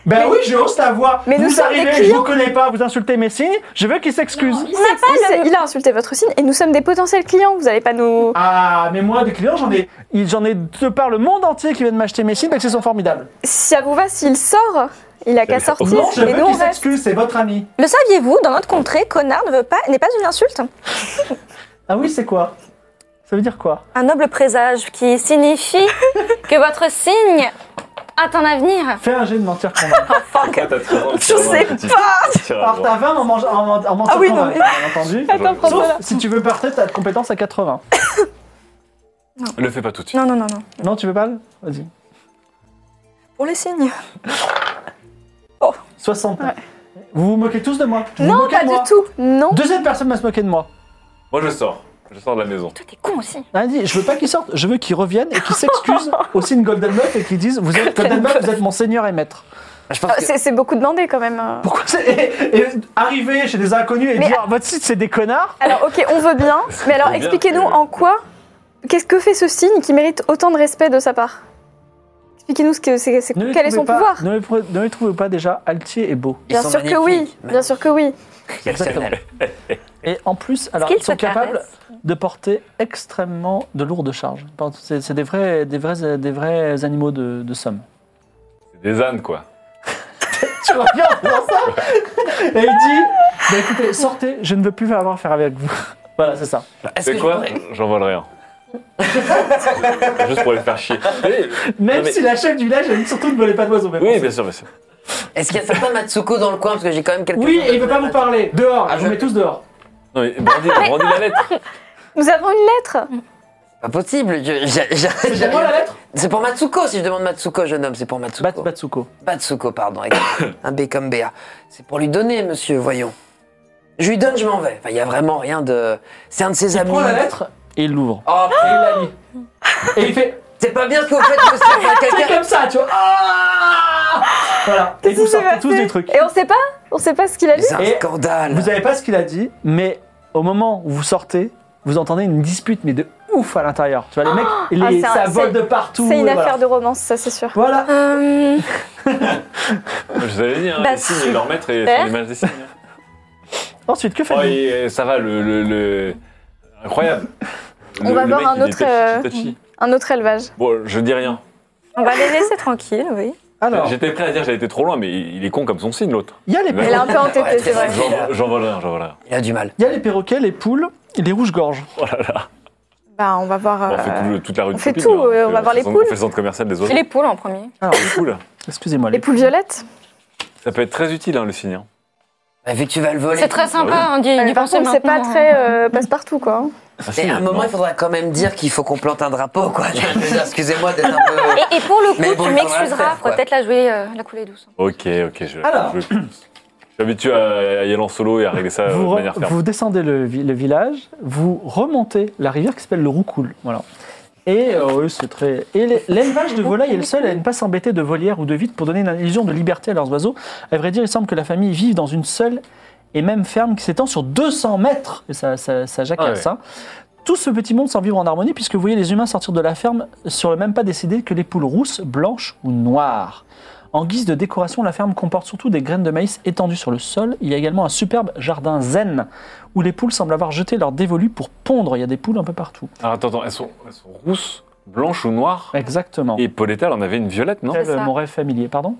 Speaker 1: Ben oui, je hausse la voix.
Speaker 4: Mais nous
Speaker 1: vous
Speaker 4: sommes des
Speaker 1: arrivez, je
Speaker 4: clients.
Speaker 1: vous connais pas, vous insultez mes signes, je veux qu'il s'excuse.
Speaker 4: Il, s'est- il s'est- il a insulté votre signe et nous sommes des potentiels clients. Vous n'allez pas nous.
Speaker 1: Ah, mais moi, des clients, j'en ai, ils- j'en ai de par le monde entier qui viennent m'acheter mes signes parce qu'ils sont formidables.
Speaker 4: Si ça vous va, s'il sort, il a qu'à
Speaker 3: Ça lui fait
Speaker 4: sortir.
Speaker 1: Non, je
Speaker 4: et
Speaker 1: veux
Speaker 4: nous, on
Speaker 1: qu'il
Speaker 4: reste.
Speaker 1: s'excuse, c'est votre ami.
Speaker 2: Le saviez-vous Dans notre contrée, connard ne veut pas, n'est pas une insulte.
Speaker 1: Ah oui, c'est quoi Ça veut dire quoi
Speaker 2: Un noble présage qui signifie que votre signe a un avenir.
Speaker 1: Fais un jet de mentir convaincre.
Speaker 3: Pourquoi t'as très envie de
Speaker 2: Je
Speaker 3: faire
Speaker 2: sais
Speaker 3: un petit-
Speaker 2: pas.
Speaker 3: Tire à
Speaker 1: Alors,
Speaker 3: droite.
Speaker 1: t'as 20 en, mange- en, en mentir
Speaker 4: Ah oui, non,
Speaker 1: convaincre,
Speaker 4: mais-
Speaker 1: bien entendu.
Speaker 4: Attends, prends
Speaker 1: Sauf
Speaker 4: voilà.
Speaker 1: si tu veux partir, t'as de compétence à 80.
Speaker 3: Le fais pas tout de suite.
Speaker 2: Non, non, non, non.
Speaker 1: Non, tu veux pas Vas-y.
Speaker 2: Pour les signes.
Speaker 1: 60.
Speaker 4: Ouais.
Speaker 1: Oh. Vous vous moquez tous de moi Vous vous
Speaker 4: Non,
Speaker 1: moquez
Speaker 4: pas
Speaker 1: de moi
Speaker 4: du tout. Non.
Speaker 1: Deuxième personne va se moquer de moi.
Speaker 3: Moi, je sors. Je sors de la maison.
Speaker 2: Toi, t'es con aussi.
Speaker 1: Elle a dit, je veux pas qu'il sorte, je veux qu'il revienne et qu'il s'excuse au signe Golden Buff et qu'il dise, vous êtes Golden Buff, vous êtes mon seigneur et maître.
Speaker 5: Je pense
Speaker 4: Euh,
Speaker 5: que-
Speaker 4: C'est c'est beaucoup demandé quand même. euh.
Speaker 1: Pourquoi c'est et- et arriver chez des inconnus et
Speaker 4: Mais-
Speaker 1: dire votre site c'est des connards
Speaker 4: Alors, ok, on veut bien. Mais alors,
Speaker 3: bien,
Speaker 4: expliquez-nous
Speaker 3: mais-
Speaker 4: en quoi. Qu'est-ce que fait ce signe qui mérite autant de respect de sa part Expliquez-nous ce que c'est. c'est-
Speaker 1: Ne les
Speaker 4: Quel est
Speaker 1: trouvez
Speaker 4: son
Speaker 1: pas-
Speaker 4: pouvoir
Speaker 1: Ne les, pre- ne les trouvez pas déjà altier et beau.
Speaker 5: Ils
Speaker 4: Bien
Speaker 5: sont
Speaker 4: sûr que oui.
Speaker 5: magnifiques.
Speaker 4: Bien sûr que oui.
Speaker 5: Exceptionnel.
Speaker 1: Et en plus, alors
Speaker 2: qu'ils
Speaker 1: ils sont
Speaker 2: se caressent
Speaker 1: capables de porter extrêmement de lourdes charges. Pardon, C'est c'est des vrais, des vrais, des vrais animaux de, de somme.
Speaker 3: C'est des ânes, quoi.
Speaker 1: tu reviens en faisant ça Et il dit, bah, écoutez, sortez, je ne veux plus avoir affaire avec vous. Voilà, c'est ça.
Speaker 5: Est-ce
Speaker 3: C'est
Speaker 5: que je
Speaker 3: quoi
Speaker 5: pourrais-
Speaker 3: J'en vole rien. Juste pour les faire chier. Mais-
Speaker 1: Même
Speaker 3: Non, mais-
Speaker 1: si la chef du village a dit surtout ne volez pas d'oiseaux. mais bon,
Speaker 3: Oui, bien sûr, bien sûr.
Speaker 5: Est-ce qu'il y a certains Matsuko dans le coin Parce que j'ai quand même quelques.
Speaker 1: Oui, et il veut pas vous parler. Dehors,
Speaker 5: Ah,
Speaker 1: je
Speaker 5: je-
Speaker 1: vous mets tous dehors.
Speaker 3: Non, mais brandis,
Speaker 4: Ah,
Speaker 3: brandis la lettre.
Speaker 4: Nous avons une lettre.
Speaker 5: Pas possible. je- j'ai- j'ai- j'ai-
Speaker 1: C'est moi la lettre
Speaker 5: C'est pour Matsuko si je demande Matsuko, jeune homme. C'est pour Matsuko.
Speaker 1: Bat- Batsuko.
Speaker 5: Matsuko, pardon. avec un B comme BA. C'est pour lui donner, monsieur, voyons. Je lui donne, je m'en vais. Enfin, il y a vraiment rien de. C'est un de ses amis.
Speaker 1: Prends la lettre et il l'ouvre.
Speaker 5: Oh,
Speaker 1: Et il la lit. Et il fait
Speaker 5: c'est pas bien ce que vous faites, monsieur. Il y a
Speaker 1: c'est
Speaker 5: quelqu'un-
Speaker 1: comme ça, tu vois. Ah voilà. Et
Speaker 4: Qu'est-ce
Speaker 1: vous
Speaker 4: qui s'est
Speaker 1: sortez tous
Speaker 4: passé
Speaker 1: des trucs.
Speaker 4: Et on sait pas On sait pas ce qu'il a
Speaker 5: Mais
Speaker 4: dit
Speaker 5: C'est un
Speaker 1: Et
Speaker 5: scandale.
Speaker 1: Vous savez pas ce qu'il a dit, mais au moment où vous sortez, vous entendez une dispute, mais de ouf à l'intérieur. Tu vois, les mecs, les-
Speaker 4: Ah, c'est un-
Speaker 1: ça vole
Speaker 4: c'est-
Speaker 1: de partout.
Speaker 4: C'est une
Speaker 1: et voilà.
Speaker 4: affaire de Ah. romance, ça c'est sûr.
Speaker 1: Voilà.
Speaker 2: Euh,
Speaker 3: Je vous avais dit, hein,
Speaker 2: Bah,
Speaker 3: les signes et leur maître et
Speaker 2: super.
Speaker 3: son image des signes. hein.
Speaker 1: Ensuite, que
Speaker 3: Oh,
Speaker 1: faites-vous
Speaker 3: et, euh, ça va, le. le- le- Incroyable.
Speaker 4: On
Speaker 3: Le-
Speaker 4: va
Speaker 3: le
Speaker 4: voir
Speaker 3: mec,
Speaker 4: un
Speaker 3: il est
Speaker 4: autre,
Speaker 3: touchy,
Speaker 4: euh,
Speaker 3: touchy.
Speaker 4: Un autre élevage.
Speaker 3: Bon, je dis rien.
Speaker 2: on va les laisser tranquilles, oui.
Speaker 1: Alors,
Speaker 3: J'étais prêt à dire que j'avais été trop loin, mais il est con comme son signe, l'autre.
Speaker 1: il y a les
Speaker 4: Elle
Speaker 1: perroquets.
Speaker 4: a un peu entêté,
Speaker 5: Ouais,
Speaker 4: Ah, c'est vrai.
Speaker 3: J'en j'en vole rien, j'en vole rien.
Speaker 5: Il a du mal.
Speaker 1: Il y a les perroquets, les poules et les rouges-gorges.
Speaker 4: Bah, on va voir.
Speaker 3: Bon, on
Speaker 4: euh,
Speaker 3: fait tout le- toute la rue
Speaker 4: on
Speaker 3: de hein,
Speaker 4: fait
Speaker 3: shopping,
Speaker 4: tout,
Speaker 3: là.
Speaker 4: euh, on
Speaker 3: fait-
Speaker 4: va voir
Speaker 3: fait
Speaker 4: les
Speaker 3: le centre-
Speaker 4: poules.
Speaker 3: On fait le centre commercial des
Speaker 2: Et
Speaker 3: oiseaux.
Speaker 2: les poules en premier.
Speaker 1: Alors,
Speaker 3: Les poules.
Speaker 1: excusez-moi,
Speaker 4: Les
Speaker 1: les
Speaker 4: poules violettes
Speaker 3: Ça peut être très utile, hein, le signe. hein.
Speaker 5: Bah, vu que tu vas le voler.
Speaker 2: C'est très sympa, hein, on dit.
Speaker 4: Mais Euh, Par contre, c'est
Speaker 2: hein.
Speaker 4: pas très euh, passe-partout, quoi.
Speaker 3: Ah, si,
Speaker 5: Mais à un
Speaker 3: non.
Speaker 5: moment, il faudra quand même dire qu'il faut qu'on plante un drapeau, quoi. Je veux dire, Excusez-moi d'être un peu.
Speaker 4: euh,
Speaker 2: Et, et pour le
Speaker 5: Mais
Speaker 2: coup,
Speaker 5: bon,
Speaker 2: tu
Speaker 5: il faudra le
Speaker 2: m'excuseras,
Speaker 5: faire,
Speaker 2: faut
Speaker 5: quoi.
Speaker 2: peut-être la jouer, euh, la couler douce.
Speaker 3: Ok, ok, je.
Speaker 1: Alors.
Speaker 3: je, je suis habitué à, à y aller en solo et à régler ça euh,
Speaker 1: vous,
Speaker 3: de manière
Speaker 1: re-
Speaker 3: ferme.
Speaker 1: vous descendez le, vi- le village, vous remontez la rivière qui s'appelle le Roucoul. Voilà. Et euh, oui, c'est très. Et les- l'élevage de volailles est le seul à ne pas s'embêter de volières ou de vides pour donner une illusion de liberté à leurs oiseaux. À vrai dire, il semble que la famille vive dans une seule et même ferme qui s'étend sur 200 mètres. Et ça, ça, ça jacasse. hein. Tout ce petit monde semble vivre en harmonie puisque vous voyez les humains sortir de la ferme sur le même pas décidé que les poules rousses, blanches ou noires. En guise de décoration, la ferme comporte surtout des graines de maïs étendues sur le sol. Il y a également un superbe jardin zen où les poules semblent avoir jeté leur dévolu pour pondre. Il y a des poules un peu partout.
Speaker 3: Alors, attends, attends, elles sont, elles sont rousses, blanches ou noires.
Speaker 1: Exactement.
Speaker 3: Et Pauletta, elle en avait une violette, non
Speaker 1: Rêve-
Speaker 2: C'est ça.
Speaker 1: mon rêve familier, pardon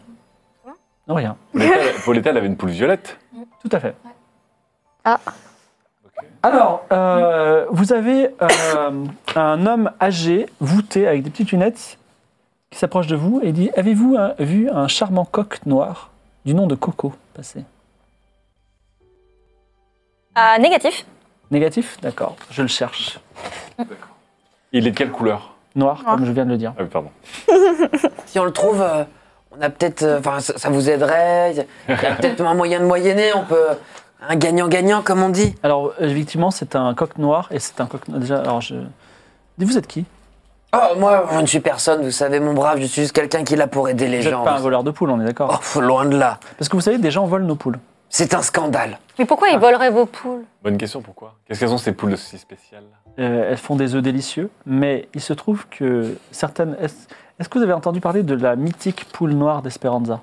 Speaker 2: Quoi
Speaker 1: Non, rien.
Speaker 3: Pauletta, elle- Pauletta, elle avait une poule violette.
Speaker 1: Tout à fait.
Speaker 4: Ah.
Speaker 1: Alors, euh, vous avez euh, un homme âgé, voûté, avec des petites lunettes, qui s'approche de vous et dit Avez-vous euh, vu un charmant coq noir du nom de Coco passer
Speaker 2: Ah, négatif.
Speaker 1: Négatif D'accord, je le cherche.
Speaker 3: Il est de quelle couleur
Speaker 1: Noir, comme je viens de le dire.
Speaker 3: Ah oui, pardon.
Speaker 5: Si on le trouve, euh, on a peut-être, euh, enfin, ça, ça vous aiderait. Il y a peut-être un moyen de moyenner. On peut un gagnant-gagnant, comme on dit.
Speaker 1: Alors, euh, effectivement, c'est un coq noir et c'est un coq noir. Déjà, alors je. Dis, vous êtes qui
Speaker 5: Oh, moi, je ne suis personne. Vous savez, mon brave, je suis juste quelqu'un qui est là pour aider les
Speaker 1: Vous n'êtes
Speaker 5: gens.
Speaker 1: pas un voleur de poules, on est d'accord
Speaker 5: Oh, pff, loin de là.
Speaker 1: Parce que vous savez, des gens volent nos poules.
Speaker 5: C'est un scandale.
Speaker 2: Mais pourquoi ils voleraient vos poules
Speaker 3: Bonne question, pourquoi Qu'est-ce qu'elles ont ces poules de si spéciales
Speaker 1: Euh, elles font des œufs délicieux, mais il se trouve que certaines. Est-ce est-ce que vous avez entendu parler de la mythique poule noire d'Esperanza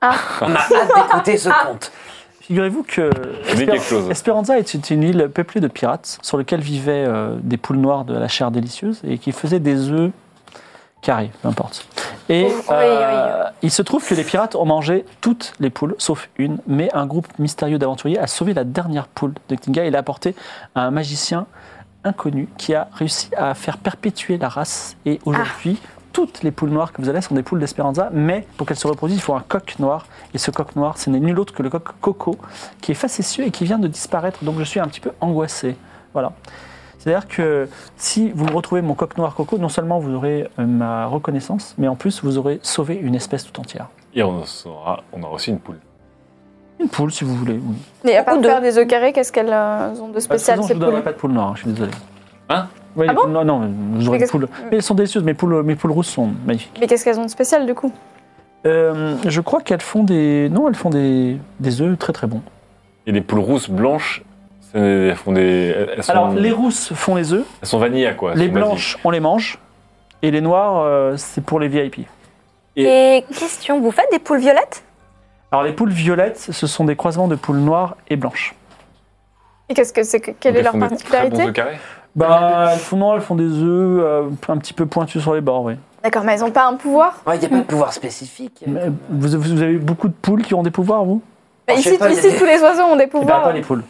Speaker 5: On a hâte d'écouter
Speaker 2: Ah.
Speaker 5: ce conte.
Speaker 1: Figurez-vous que
Speaker 3: dis quelque chose.
Speaker 1: Esperanza est une- une île peuplée de pirates sur laquelle vivaient euh, des poules noires de la chair délicieuse et qui faisaient des œufs carrés, peu importe. Et
Speaker 2: Oui,
Speaker 1: euh, il se trouve que les pirates ont mangé toutes les poules, sauf une, mais un groupe mystérieux d'aventuriers a sauvé la dernière poule de Ktinga et l'a apportée à un magicien inconnu qui a réussi à faire perpétuer la race. Et aujourd'hui,
Speaker 2: Ah.
Speaker 1: toutes les poules noires que vous avez sont des poules d'Espéranza, mais pour qu'elles se reproduisent, il faut un coq noir. Et ce coq noir, ce n'est nul autre que le coq coco, qui est facétieux et qui vient de disparaître. Donc je suis un petit peu angoissé. Voilà. C'est-à-dire que si vous retrouvez mon coq noir coco, non seulement vous aurez euh, ma reconnaissance, mais en plus vous aurez sauvé une espèce tout entière.
Speaker 3: Et on aura, on aura aussi une poule.
Speaker 1: Une poule, si vous voulez. Oui.
Speaker 4: Mais à part
Speaker 2: Ou deux.
Speaker 4: faire des œufs carrés, qu'est-ce qu'elles euh, ont de
Speaker 1: Parce que
Speaker 4: spécial
Speaker 1: sinon, je
Speaker 4: ces
Speaker 1: vous donnerai
Speaker 4: poules
Speaker 1: pas de poule noire, hein, je suis désolé.
Speaker 3: Hein
Speaker 1: Oui,
Speaker 4: Ah
Speaker 1: les
Speaker 4: bon
Speaker 1: poules noires, non, vous aurez
Speaker 4: Mais
Speaker 1: des poules. Mais elles sont délicieuses, mes poules, mes poules rousses sont magnifiques.
Speaker 4: Mais qu'est-ce qu'elles ont de spécial du coup
Speaker 1: Euh, je crois qu'elles font des. Non, elles font des, des œufs très très bons.
Speaker 3: Et les poules rousses blanches, c'est- elles font des. Elles sont,
Speaker 1: Alors, les rousses font les œufs,
Speaker 3: elles sont vanilla, quoi. elles
Speaker 1: les
Speaker 3: sont basiques.
Speaker 1: blanches, on les mange, et les noires, euh, c'est pour les VIP.
Speaker 2: Et question, vous faites des poules violettes
Speaker 1: Alors, les poules violettes, ce sont des croisements de poules noires et blanches.
Speaker 4: Et qu'est-ce que c'est que-
Speaker 3: Donc,
Speaker 4: Quelle est
Speaker 3: elles
Speaker 4: leur
Speaker 3: font des très bons
Speaker 4: particularité
Speaker 3: œufs carrés.
Speaker 1: Bah, elles font, non, elles font des œufs euh, un petit peu pointus sur les bords, oui.
Speaker 4: D'accord, mais elles n'ont pas un pouvoir
Speaker 5: Ouais, Il n'y a pas de pouvoir spécifique.
Speaker 1: Mais Vous, vous avez beaucoup de poules qui ont des pouvoirs, vous
Speaker 4: Bah,
Speaker 5: je sais
Speaker 4: Ici,
Speaker 5: pas, il y a
Speaker 4: ici,
Speaker 5: des-
Speaker 4: tous les oiseaux ont des
Speaker 1: Eh ben,
Speaker 4: pouvoirs.
Speaker 1: pas les poules.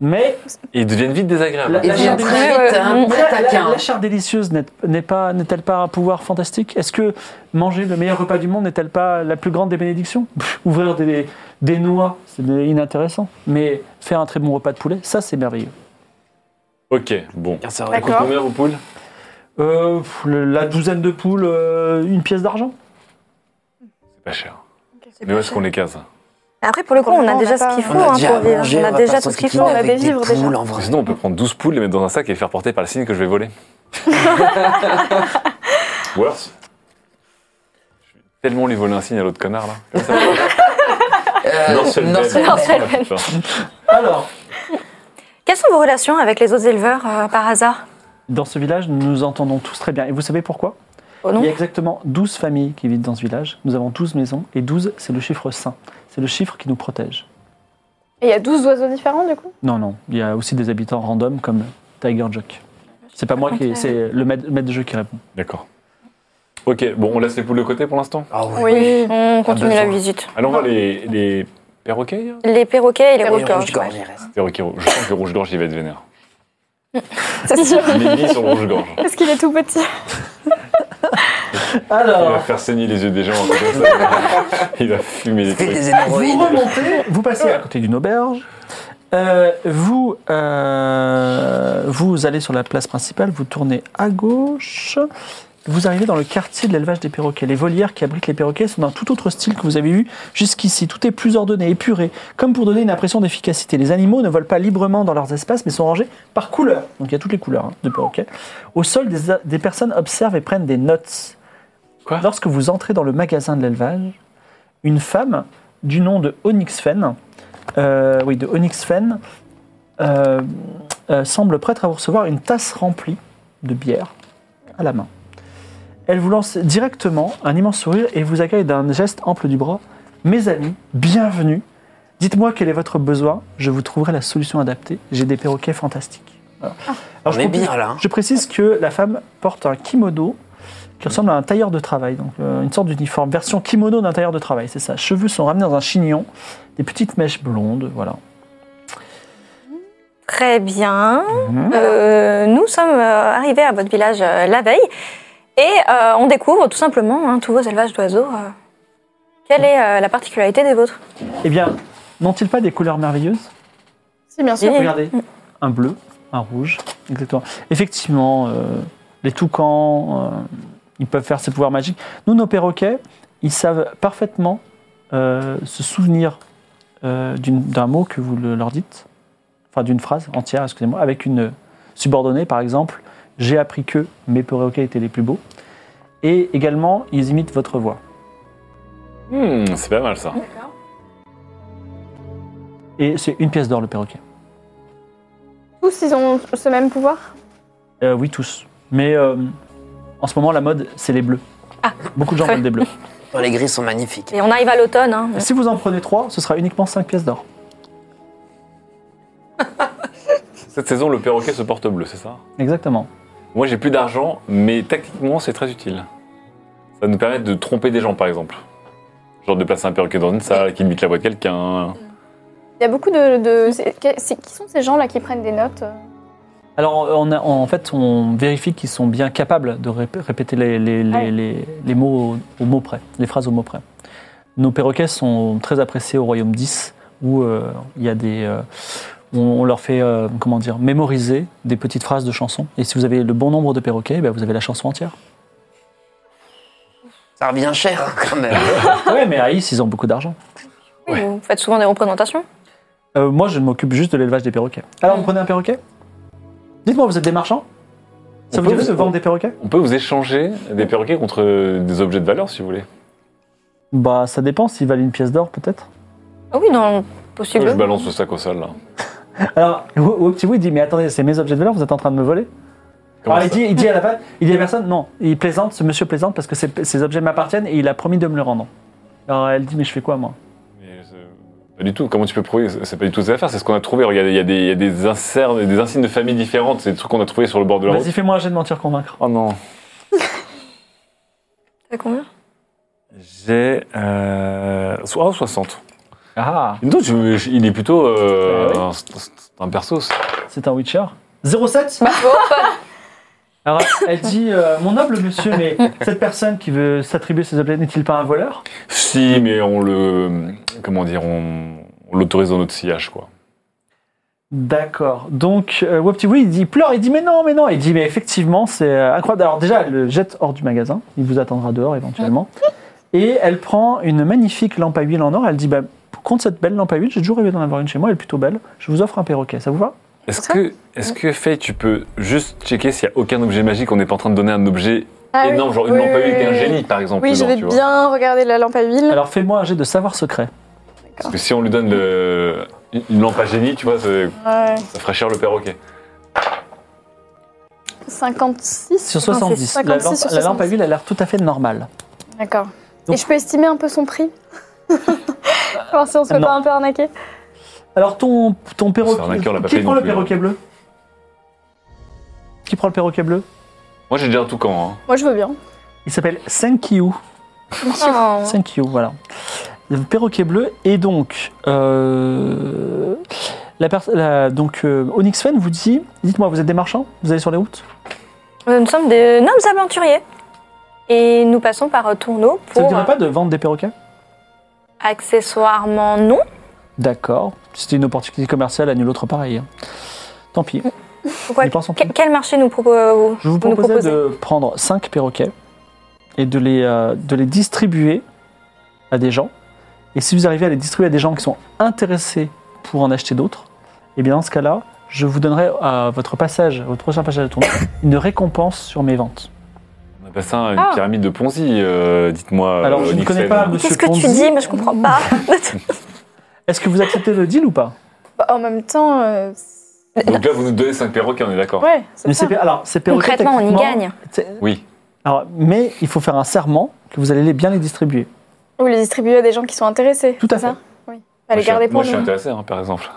Speaker 1: Mais
Speaker 3: Et ils deviennent vite désagréables.
Speaker 1: La-
Speaker 5: Et bien,
Speaker 1: la-
Speaker 5: très vite, hein,
Speaker 1: Mais
Speaker 5: très
Speaker 1: La, la-
Speaker 5: taquin.
Speaker 1: la chair délicieuse n'est- n'est pas- n'est-elle pas, un pouvoir fantastique Est-ce que manger le meilleur repas du monde n'est-elle pas la plus grande des bénédictions Pff, Ouvrir des, des noix, c'est inintéressant. Mais faire un très bon repas de poulet, ça c'est merveilleux.
Speaker 3: Ok, bon.
Speaker 5: Bien, ça
Speaker 2: Bah,
Speaker 5: aurait-
Speaker 3: Elles coûtent
Speaker 4: D'accord.
Speaker 3: combien vos poules
Speaker 1: Euh, pff, le- la douzaine de poules, euh, une pièce d'argent
Speaker 3: C'est pas cher. Mais où est-ce qu'on les case
Speaker 2: Après, pour le coup,
Speaker 4: Pour le
Speaker 2: on a
Speaker 4: moment, on
Speaker 2: déjà
Speaker 4: n'a pas-
Speaker 2: ce qu'il faut
Speaker 5: On a
Speaker 2: hein,
Speaker 5: déjà
Speaker 2: pour vivre.
Speaker 5: mangé,
Speaker 2: On a
Speaker 5: va
Speaker 2: déjà
Speaker 5: pas
Speaker 2: tout ce qu'il
Speaker 5: s'enquiquiner
Speaker 2: faut.
Speaker 4: on a
Speaker 5: avec
Speaker 4: des livres, déjà.
Speaker 5: poules, en vrai.
Speaker 3: Sinon, on peut prendre 12 poules, les mettre dans un sac et les faire porter par le signe que je vais voler. Worse. Je vais tellement lui voler un signe à l'autre connard, là. Comme ça.
Speaker 5: Euh,
Speaker 3: Non, c'est le
Speaker 5: non,
Speaker 3: bel.
Speaker 5: c'est le
Speaker 3: Oh,
Speaker 5: bel.
Speaker 3: la putain.
Speaker 1: Alors,
Speaker 2: Quelles sont vos relations avec les autres éleveurs euh, par hasard
Speaker 1: dans ce village, nous nous entendons tous très bien. Et vous savez pourquoi
Speaker 2: Oh
Speaker 1: Il y
Speaker 2: non
Speaker 1: a exactement 12 familles qui vivent dans ce village. Nous avons 12 maisons et 12, c'est le chiffre saint. C'est le chiffre qui nous protège.
Speaker 4: Et il y a 12 oiseaux différents du coup
Speaker 1: Non, non. Il y a aussi des habitants random comme Tiger Jock. C'est pas moi qui. C'est le maître, maître de jeu qui répond.
Speaker 3: D'accord. Ok, bon, on laisse les poules de côté pour l'instant.
Speaker 5: Ah oui.
Speaker 4: Oui.
Speaker 2: On continue la
Speaker 5: besoin.
Speaker 2: visite.
Speaker 3: Allons voir les, les perroquets. là
Speaker 2: Les perroquets et les
Speaker 4: Les
Speaker 5: Et
Speaker 2: rouges-gorges.
Speaker 5: rouge-gorge,
Speaker 2: ouais.
Speaker 5: il reste.
Speaker 3: Perroquets rouges. Je sens que le rouge-gorge, il va être vénère.
Speaker 4: C'est sûr.
Speaker 3: Mimi sur le rouge-gorge.
Speaker 4: Parce qu'il est tout petit.
Speaker 3: Il va
Speaker 1: Alors,
Speaker 3: faire saigner les yeux des gens. comme ça. Il va fumer des
Speaker 5: Il fait
Speaker 3: trucs.
Speaker 5: des
Speaker 1: vous
Speaker 5: hémorroïdes.
Speaker 1: remontez, vous passez à côté d'une auberge. Euh, vous, euh, vous allez sur la place principale, vous tournez à gauche. Vous arrivez dans le quartier de l'élevage des perroquets. Les volières qui abritent les perroquets sont d'un tout autre style que vous avez vu jusqu'ici. Tout est plus ordonné, épuré, comme pour donner une impression d'efficacité. Les animaux ne volent pas librement dans leurs espaces, mais sont rangés par couleur. Donc il y a toutes les couleurs hein, de perroquets. Au sol, des, des personnes observent et prennent des notes.
Speaker 3: Quoi
Speaker 1: Lorsque vous entrez dans le magasin de l'élevage, une femme du nom de Onyx Fen, euh, oui, de Onyx Fen, euh, euh, semble prête à vous recevoir une tasse remplie de bière à la main. Elle vous lance directement un immense sourire et vous accueille d'un geste ample du bras. Mes amis, bienvenue. Dites-moi quel est votre besoin, je vous trouverai la solution adaptée. J'ai des perroquets fantastiques. Voilà. Alors,
Speaker 5: On
Speaker 1: je
Speaker 5: est
Speaker 1: propose-
Speaker 5: bien là. hein.
Speaker 1: je précise que la femme porte un kimono qui ressemble à un tailleur de travail, donc euh, une sorte d'uniforme, version kimono d'un tailleur de travail, c'est ça. Cheveux sont ramenés dans un chignon, des petites mèches blondes, voilà.
Speaker 2: Très bien.
Speaker 1: Mhm.
Speaker 2: Euh, nous sommes euh, arrivés à votre village euh, la veille et euh, on découvre tout simplement hein, tous vos élevages d'oiseaux. euh. Quelle est euh, la particularité des vôtres
Speaker 1: Eh bien, n'ont-ils pas des couleurs merveilleuses
Speaker 4: Si, bien sûr.
Speaker 2: Oui.
Speaker 1: Regardez, un bleu, un rouge, exactement. Effectivement, euh, les toucans, euh, ils peuvent faire ces pouvoirs magiques. Nous, nos perroquets, ils savent parfaitement euh, se souvenir euh, d'une- d'un mot que vous le- leur dites, enfin d'une phrase entière, excusez-moi, avec une euh, subordonnée, par exemple, j'ai appris que mes perroquets étaient les plus beaux. Et également, ils imitent votre voix.
Speaker 3: Hmm, c'est pas mal ça.
Speaker 2: D'accord.
Speaker 1: Et c'est une pièce d'or, le perroquet.
Speaker 4: Tous, ils ont ce même pouvoir.
Speaker 1: Euh, oui, tous. Mais euh, en ce moment, la mode, c'est les bleus. Beaucoup de gens veulent des bleus.
Speaker 5: Dans les gris sont magnifiques.
Speaker 2: Et on arrive à l'automne. Hein.
Speaker 1: Si vous en prenez trois, ce sera uniquement 5 pièces d'or.
Speaker 3: Cette saison, le perroquet se porte bleu, c'est ça
Speaker 1: Exactement.
Speaker 3: Moi, j'ai plus d'argent, mais tactiquement, c'est très utile. Ça nous permet de tromper des gens, par exemple. Genre de placer un perroquet dans une salle, qui imite la voix de quelqu'un.
Speaker 4: Il y a beaucoup de. de- c'est- c'est- qui sont ces gens-là qui prennent des notes euh
Speaker 1: Alors, on a- en fait, on vérifie qu'ils sont bien capables de rép- répéter les, les- les-
Speaker 4: Ouais.
Speaker 1: les- les mots au, au mot près, les phrases au mot près. Nos perroquets sont très appréciés au royaume 10, où euh, il y a des, euh, on, on leur fait euh, comment dire, mémoriser des petites phrases de chansons. Et si vous avez le bon nombre de perroquets, eh ben, vous avez la chanson entière.
Speaker 5: Ça revient cher hein, quand même.
Speaker 1: oui, mais à Is, ils ont beaucoup d'argent.
Speaker 2: Oui, Vous faites souvent des représentations.
Speaker 1: Euh, moi, je m'occupe juste de l'élevage des perroquets. Alors, vous prenez un perroquet Dites-moi, vous êtes des marchands Ça
Speaker 3: On
Speaker 1: vous
Speaker 3: peut
Speaker 1: dit de
Speaker 3: vous-
Speaker 1: vendre des perroquets
Speaker 3: On peut vous échanger des perroquets contre euh, des objets de valeur, si vous voulez.
Speaker 1: Bah, ça dépend. S'ils valent une pièce d'or, peut-être
Speaker 2: Ah oui, non,
Speaker 3: Je
Speaker 2: possible.
Speaker 3: balance le sac au sol, là.
Speaker 1: Alors, Woptiwoo, il dit Mais attendez, c'est mes objets de valeur, vous êtes en train de me voler
Speaker 3: Comment
Speaker 1: Alors, il
Speaker 3: ça
Speaker 1: dit, il dit à la base, il dit à personne Non, il plaisante, ce monsieur plaisante parce que ces, ces objets m'appartiennent et il a promis de me le rendre. Alors, elle dit Mais je fais quoi, moi
Speaker 3: Mais, euh, Pas du tout. Comment tu peux prouver C'est pas du tout ces affaires. C'est ce qu'on a trouvé. Regardez, il y a des, il y a des inserts, des insignes de familles différentes. C'est des trucs qu'on a trouvé sur le bord de la
Speaker 1: Vas-y,
Speaker 3: route.
Speaker 1: fais-moi un jet de mentir convaincre.
Speaker 3: Oh non.
Speaker 2: T'as combien
Speaker 3: J'ai euh, so- oh, 60.
Speaker 1: Ah
Speaker 3: Dis donc, tu- je- il est plutôt euh,
Speaker 1: Ah ouais.
Speaker 3: un, c'est un perso. ça.
Speaker 1: C'est un Witcher 07 Alors, elle dit euh, Mon noble monsieur, mais cette personne qui veut s'attribuer ces objets n'est-il pas un voleur
Speaker 3: Si, mais on le comment dire, on, on l'autorise dans notre sillage quoi.
Speaker 1: D'accord. Donc, euh, Woptiwoo, il dit, il pleure, il dit, mais non, mais non. Il dit, mais effectivement, c'est euh, incroyable. Alors, déjà, elle le jette hors du magasin. Il vous attendra dehors, éventuellement. Et elle prend une magnifique lampe à huile en or. Elle dit, bah, contre cette belle lampe à huile, j'ai toujours rêvé d'en avoir une chez moi. Elle est plutôt belle. Je vous offre un perroquet. Ça vous va
Speaker 3: Est-ce que est-ce que Faye, tu peux juste checker s'il y a aucun objet magique On n'est pas en train de donner un objet
Speaker 4: Ah oui.
Speaker 3: énorme, genre une
Speaker 4: Oui,
Speaker 3: lampe à
Speaker 4: oui,
Speaker 3: huile
Speaker 4: oui,
Speaker 3: et un
Speaker 4: oui.
Speaker 3: génie par exemple.
Speaker 4: Oui, je
Speaker 3: dedans,
Speaker 4: vais
Speaker 3: tu vois.
Speaker 4: bien regarder la lampe à huile.
Speaker 1: Alors, fais-moi un jet de savoir secret.
Speaker 3: Parce que si on lui donne le- une- une lampe à génie, tu vois, ça,
Speaker 4: Ouais.
Speaker 3: ça ferait cher le perroquet.
Speaker 4: 56
Speaker 1: Sur
Speaker 2: c'est
Speaker 1: 70. la, lampe,
Speaker 4: 56 sur
Speaker 1: la lampe à
Speaker 4: 70.
Speaker 1: huile a l'air tout à fait normale.
Speaker 4: D'accord.
Speaker 1: Donc-
Speaker 4: Et je peux estimer un peu son prix Voir si on se fait
Speaker 1: Non.
Speaker 4: pas un peu arnaquer.
Speaker 1: Alors, ton, ton
Speaker 3: C'est
Speaker 1: perroquet.
Speaker 3: arnaqueur, on l'a pas
Speaker 1: Qui
Speaker 3: payé
Speaker 1: prend
Speaker 3: non
Speaker 1: le
Speaker 3: plus, hein.
Speaker 1: perroquet bleu Qui prend le perroquet bleu
Speaker 3: Moi j'ai déjà un toucan. Hein.
Speaker 4: Moi, je veux bien.
Speaker 1: Il s'appelle Senkiu.
Speaker 2: Oh.
Speaker 1: 5 you, voilà. Le perroquet bleu. Et donc, euh, la pers- la- donc euh, Onyx Fen vous dit Dites-moi, vous êtes des marchands Vous allez sur les routes
Speaker 2: Nous sommes des nobles aventuriers. Et nous passons par euh, Tourneau
Speaker 1: Ça ne vous
Speaker 2: pour. euh,
Speaker 1: dirait pas de vendre des perroquets
Speaker 2: Accessoirement, non.
Speaker 1: D'accord. C'était une opportunité commerciale à nul autre pareil. hein. Tant pis.
Speaker 2: Pourquoi
Speaker 1: N'y pensons
Speaker 2: que-
Speaker 1: plus.
Speaker 2: Quel marché nous propose
Speaker 1: Je vous
Speaker 2: Vous nous
Speaker 1: proposais
Speaker 2: proposez.
Speaker 1: de prendre 5 perroquets et de les, euh, de les distribuer à des gens. Et si vous arrivez à les distribuer à des gens qui sont intéressés pour en acheter d'autres, eh bien dans ce cas-là, je vous donnerai à votre passage, à votre prochain passage à tournoi, une récompense sur mes ventes.
Speaker 3: On appelle ça une
Speaker 2: Ah.
Speaker 3: pyramide de Ponzi, euh, dites-moi.
Speaker 1: Alors
Speaker 3: euh,
Speaker 1: je ne
Speaker 3: Nixon.
Speaker 1: connais pas Monsieur
Speaker 2: Qu'est-ce que tu
Speaker 1: Ponzi.
Speaker 2: dis Mais je comprends pas.
Speaker 1: Est-ce que vous acceptez le deal ou pas
Speaker 4: Bah, en même temps, euh,
Speaker 3: Donc là, vous nous donnez 5 perroquets, on est d'accord
Speaker 4: ouais, c'est
Speaker 1: Mais c'est-
Speaker 4: ça.
Speaker 1: Alors c'est perroquets.
Speaker 2: Concrètement, on y
Speaker 1: techniquement,
Speaker 2: gagne.
Speaker 1: c'est-
Speaker 3: Oui.
Speaker 1: Alors, mais il faut faire un serment que vous allez les- bien les distribuer.
Speaker 4: Ou les distribuer à des gens qui sont intéressés.
Speaker 1: Tout à
Speaker 4: c'est
Speaker 1: fait.
Speaker 4: ça Oui.
Speaker 3: Moi,
Speaker 4: Pas les
Speaker 3: je suis-
Speaker 4: garder pour
Speaker 3: Moi, je suis
Speaker 4: nous.
Speaker 3: intéressé, hein, par exemple.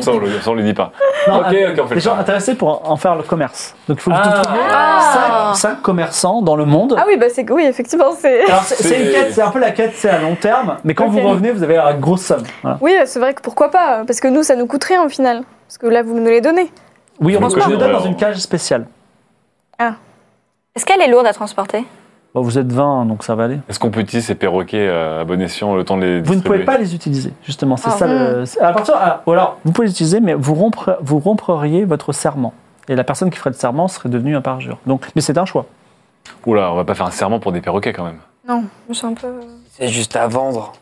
Speaker 3: ça, on le, ça, on le dit pas.
Speaker 1: Non,
Speaker 3: ok,
Speaker 1: un-
Speaker 3: ok, on fait
Speaker 1: Les
Speaker 3: le
Speaker 1: gens
Speaker 3: ça.
Speaker 1: intéressés pour en faire le commerce. Donc il faut que vous
Speaker 3: Ah.
Speaker 1: trouviez
Speaker 2: Ah.
Speaker 1: 5, commerçants dans le monde.
Speaker 4: Ah oui, bah c'est oui, effectivement, c'est.
Speaker 1: Alors c'est- c'est une
Speaker 3: C'est-
Speaker 1: quête, c'est un peu la quête, c'est à long terme, mais quand
Speaker 4: Ok.
Speaker 1: vous revenez, vous avez une grosse somme. Voilà.
Speaker 4: Oui, c'est vrai que pourquoi pas hein, Parce que nous, ça nous coûte rien au final. Parce que là, vous nous les donnez.
Speaker 3: Ah,
Speaker 1: Oui,
Speaker 3: Je
Speaker 1: on
Speaker 3: pense
Speaker 1: je
Speaker 3: que
Speaker 1: vous
Speaker 3: je-
Speaker 1: donne dans
Speaker 3: alors-
Speaker 1: une cage spéciale.
Speaker 2: Est-ce qu'elle est lourde à transporter
Speaker 1: Bon, vous êtes 20, donc ça va aller.
Speaker 3: Est-ce qu'on peut utiliser ces perroquets euh, à bon escient le temps de les
Speaker 1: Vous ne pouvez
Speaker 3: distribuer
Speaker 1: pas les utiliser, justement. C'est
Speaker 2: Ah.
Speaker 1: ça. le- c'est- à partir, ah, ou alors, vous pouvez les utiliser, mais vous, rompre, vous rompreriez votre serment. Et la personne qui ferait le serment serait devenue un parjure. Donc, mais c'est un choix.
Speaker 3: Oula, on va pas faire un serment pour des perroquets quand même.
Speaker 4: Non.
Speaker 2: Je me sens un peu. euh,
Speaker 5: C'est juste à vendre.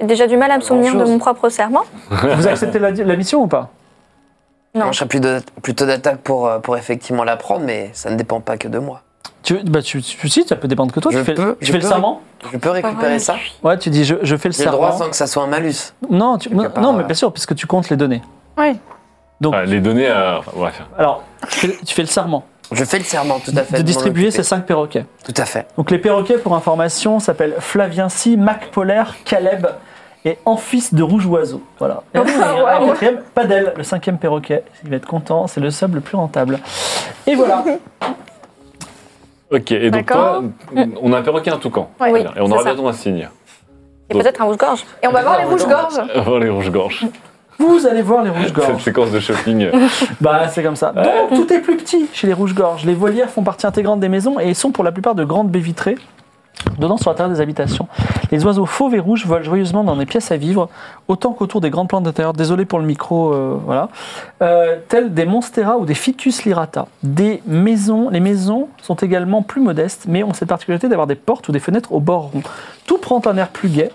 Speaker 2: J'ai déjà du mal à me souvenir de
Speaker 5: Grand-chose.
Speaker 2: mon propre serment.
Speaker 1: Vous acceptez la, la mission ou pas
Speaker 2: Non.
Speaker 5: Moi, je serais plus de- plutôt d'attaque pour, euh, pour effectivement la prendre, mais ça ne dépend pas que de moi.
Speaker 1: tu, bah, tu, tu- si, ça peut dépendre que toi.
Speaker 5: Je
Speaker 1: tu fais,
Speaker 5: peux,
Speaker 1: tu
Speaker 5: je
Speaker 1: fais le
Speaker 5: peux.
Speaker 1: serment
Speaker 5: Je peux récupérer ça
Speaker 1: Ouais, tu dis je, je fais le
Speaker 5: J'ai le droit
Speaker 1: serment.
Speaker 5: sans que ça soit un malus.
Speaker 1: Non, tu- non,
Speaker 5: part,
Speaker 1: non, mais
Speaker 5: euh,
Speaker 1: bien sûr, puisque tu comptes les données.
Speaker 4: Oui.
Speaker 3: Ah, les données à. enfin, bref.
Speaker 1: Alors, tu fais, tu fais le serment
Speaker 5: Je fais le serment, tout à fait.
Speaker 1: de
Speaker 5: m'en
Speaker 1: distribuer
Speaker 5: occuper.
Speaker 1: ces cinq perroquets.
Speaker 5: Tout à fait.
Speaker 1: Donc les perroquets, pour information, s'appellent Flaviency, Mac Polaire, Caleb et Amphis de Rouge Oiseau. Voilà. Et après, il y en a un
Speaker 4: Wow.
Speaker 1: quatrième, Padel, le cinquième perroquet. Il va être content, c'est le sub le plus rentable. Et voilà.
Speaker 3: Ok, et donc toi,
Speaker 4: D'accord.
Speaker 3: on a un perroquet et un toucan.
Speaker 4: Ouais.
Speaker 3: Très bien. et on
Speaker 2: c'est
Speaker 3: aura
Speaker 2: ça.
Speaker 3: bientôt un signe.
Speaker 2: Et peut-être un rouge-gorge.
Speaker 4: Et on
Speaker 3: bah,
Speaker 4: va voir les rouges-gorges.
Speaker 3: Oh, les rouges-gorges.
Speaker 1: Vous allez voir les
Speaker 3: Cette
Speaker 1: rouges-gorges.
Speaker 3: séquence de shopping.
Speaker 1: Bah, c'est comme ça. Donc, tout est plus petit chez les rouges-gorges. Les volières font partie intégrante des maisons et sont pour la plupart de grandes baies vitrées donnant sur la terre des habitations. Les oiseaux fauves et rouges volent joyeusement dans les pièces à vivre, autant qu'autour des grandes plantes d'intérieur. Désolé pour le micro, euh, voilà. Euh, tels des monstera ou des ficus lirata. Des maisons, les maisons sont également plus modestes, mais ont cette particularité d'avoir des portes ou des fenêtres au bord rond. Tout prend un air plus gai.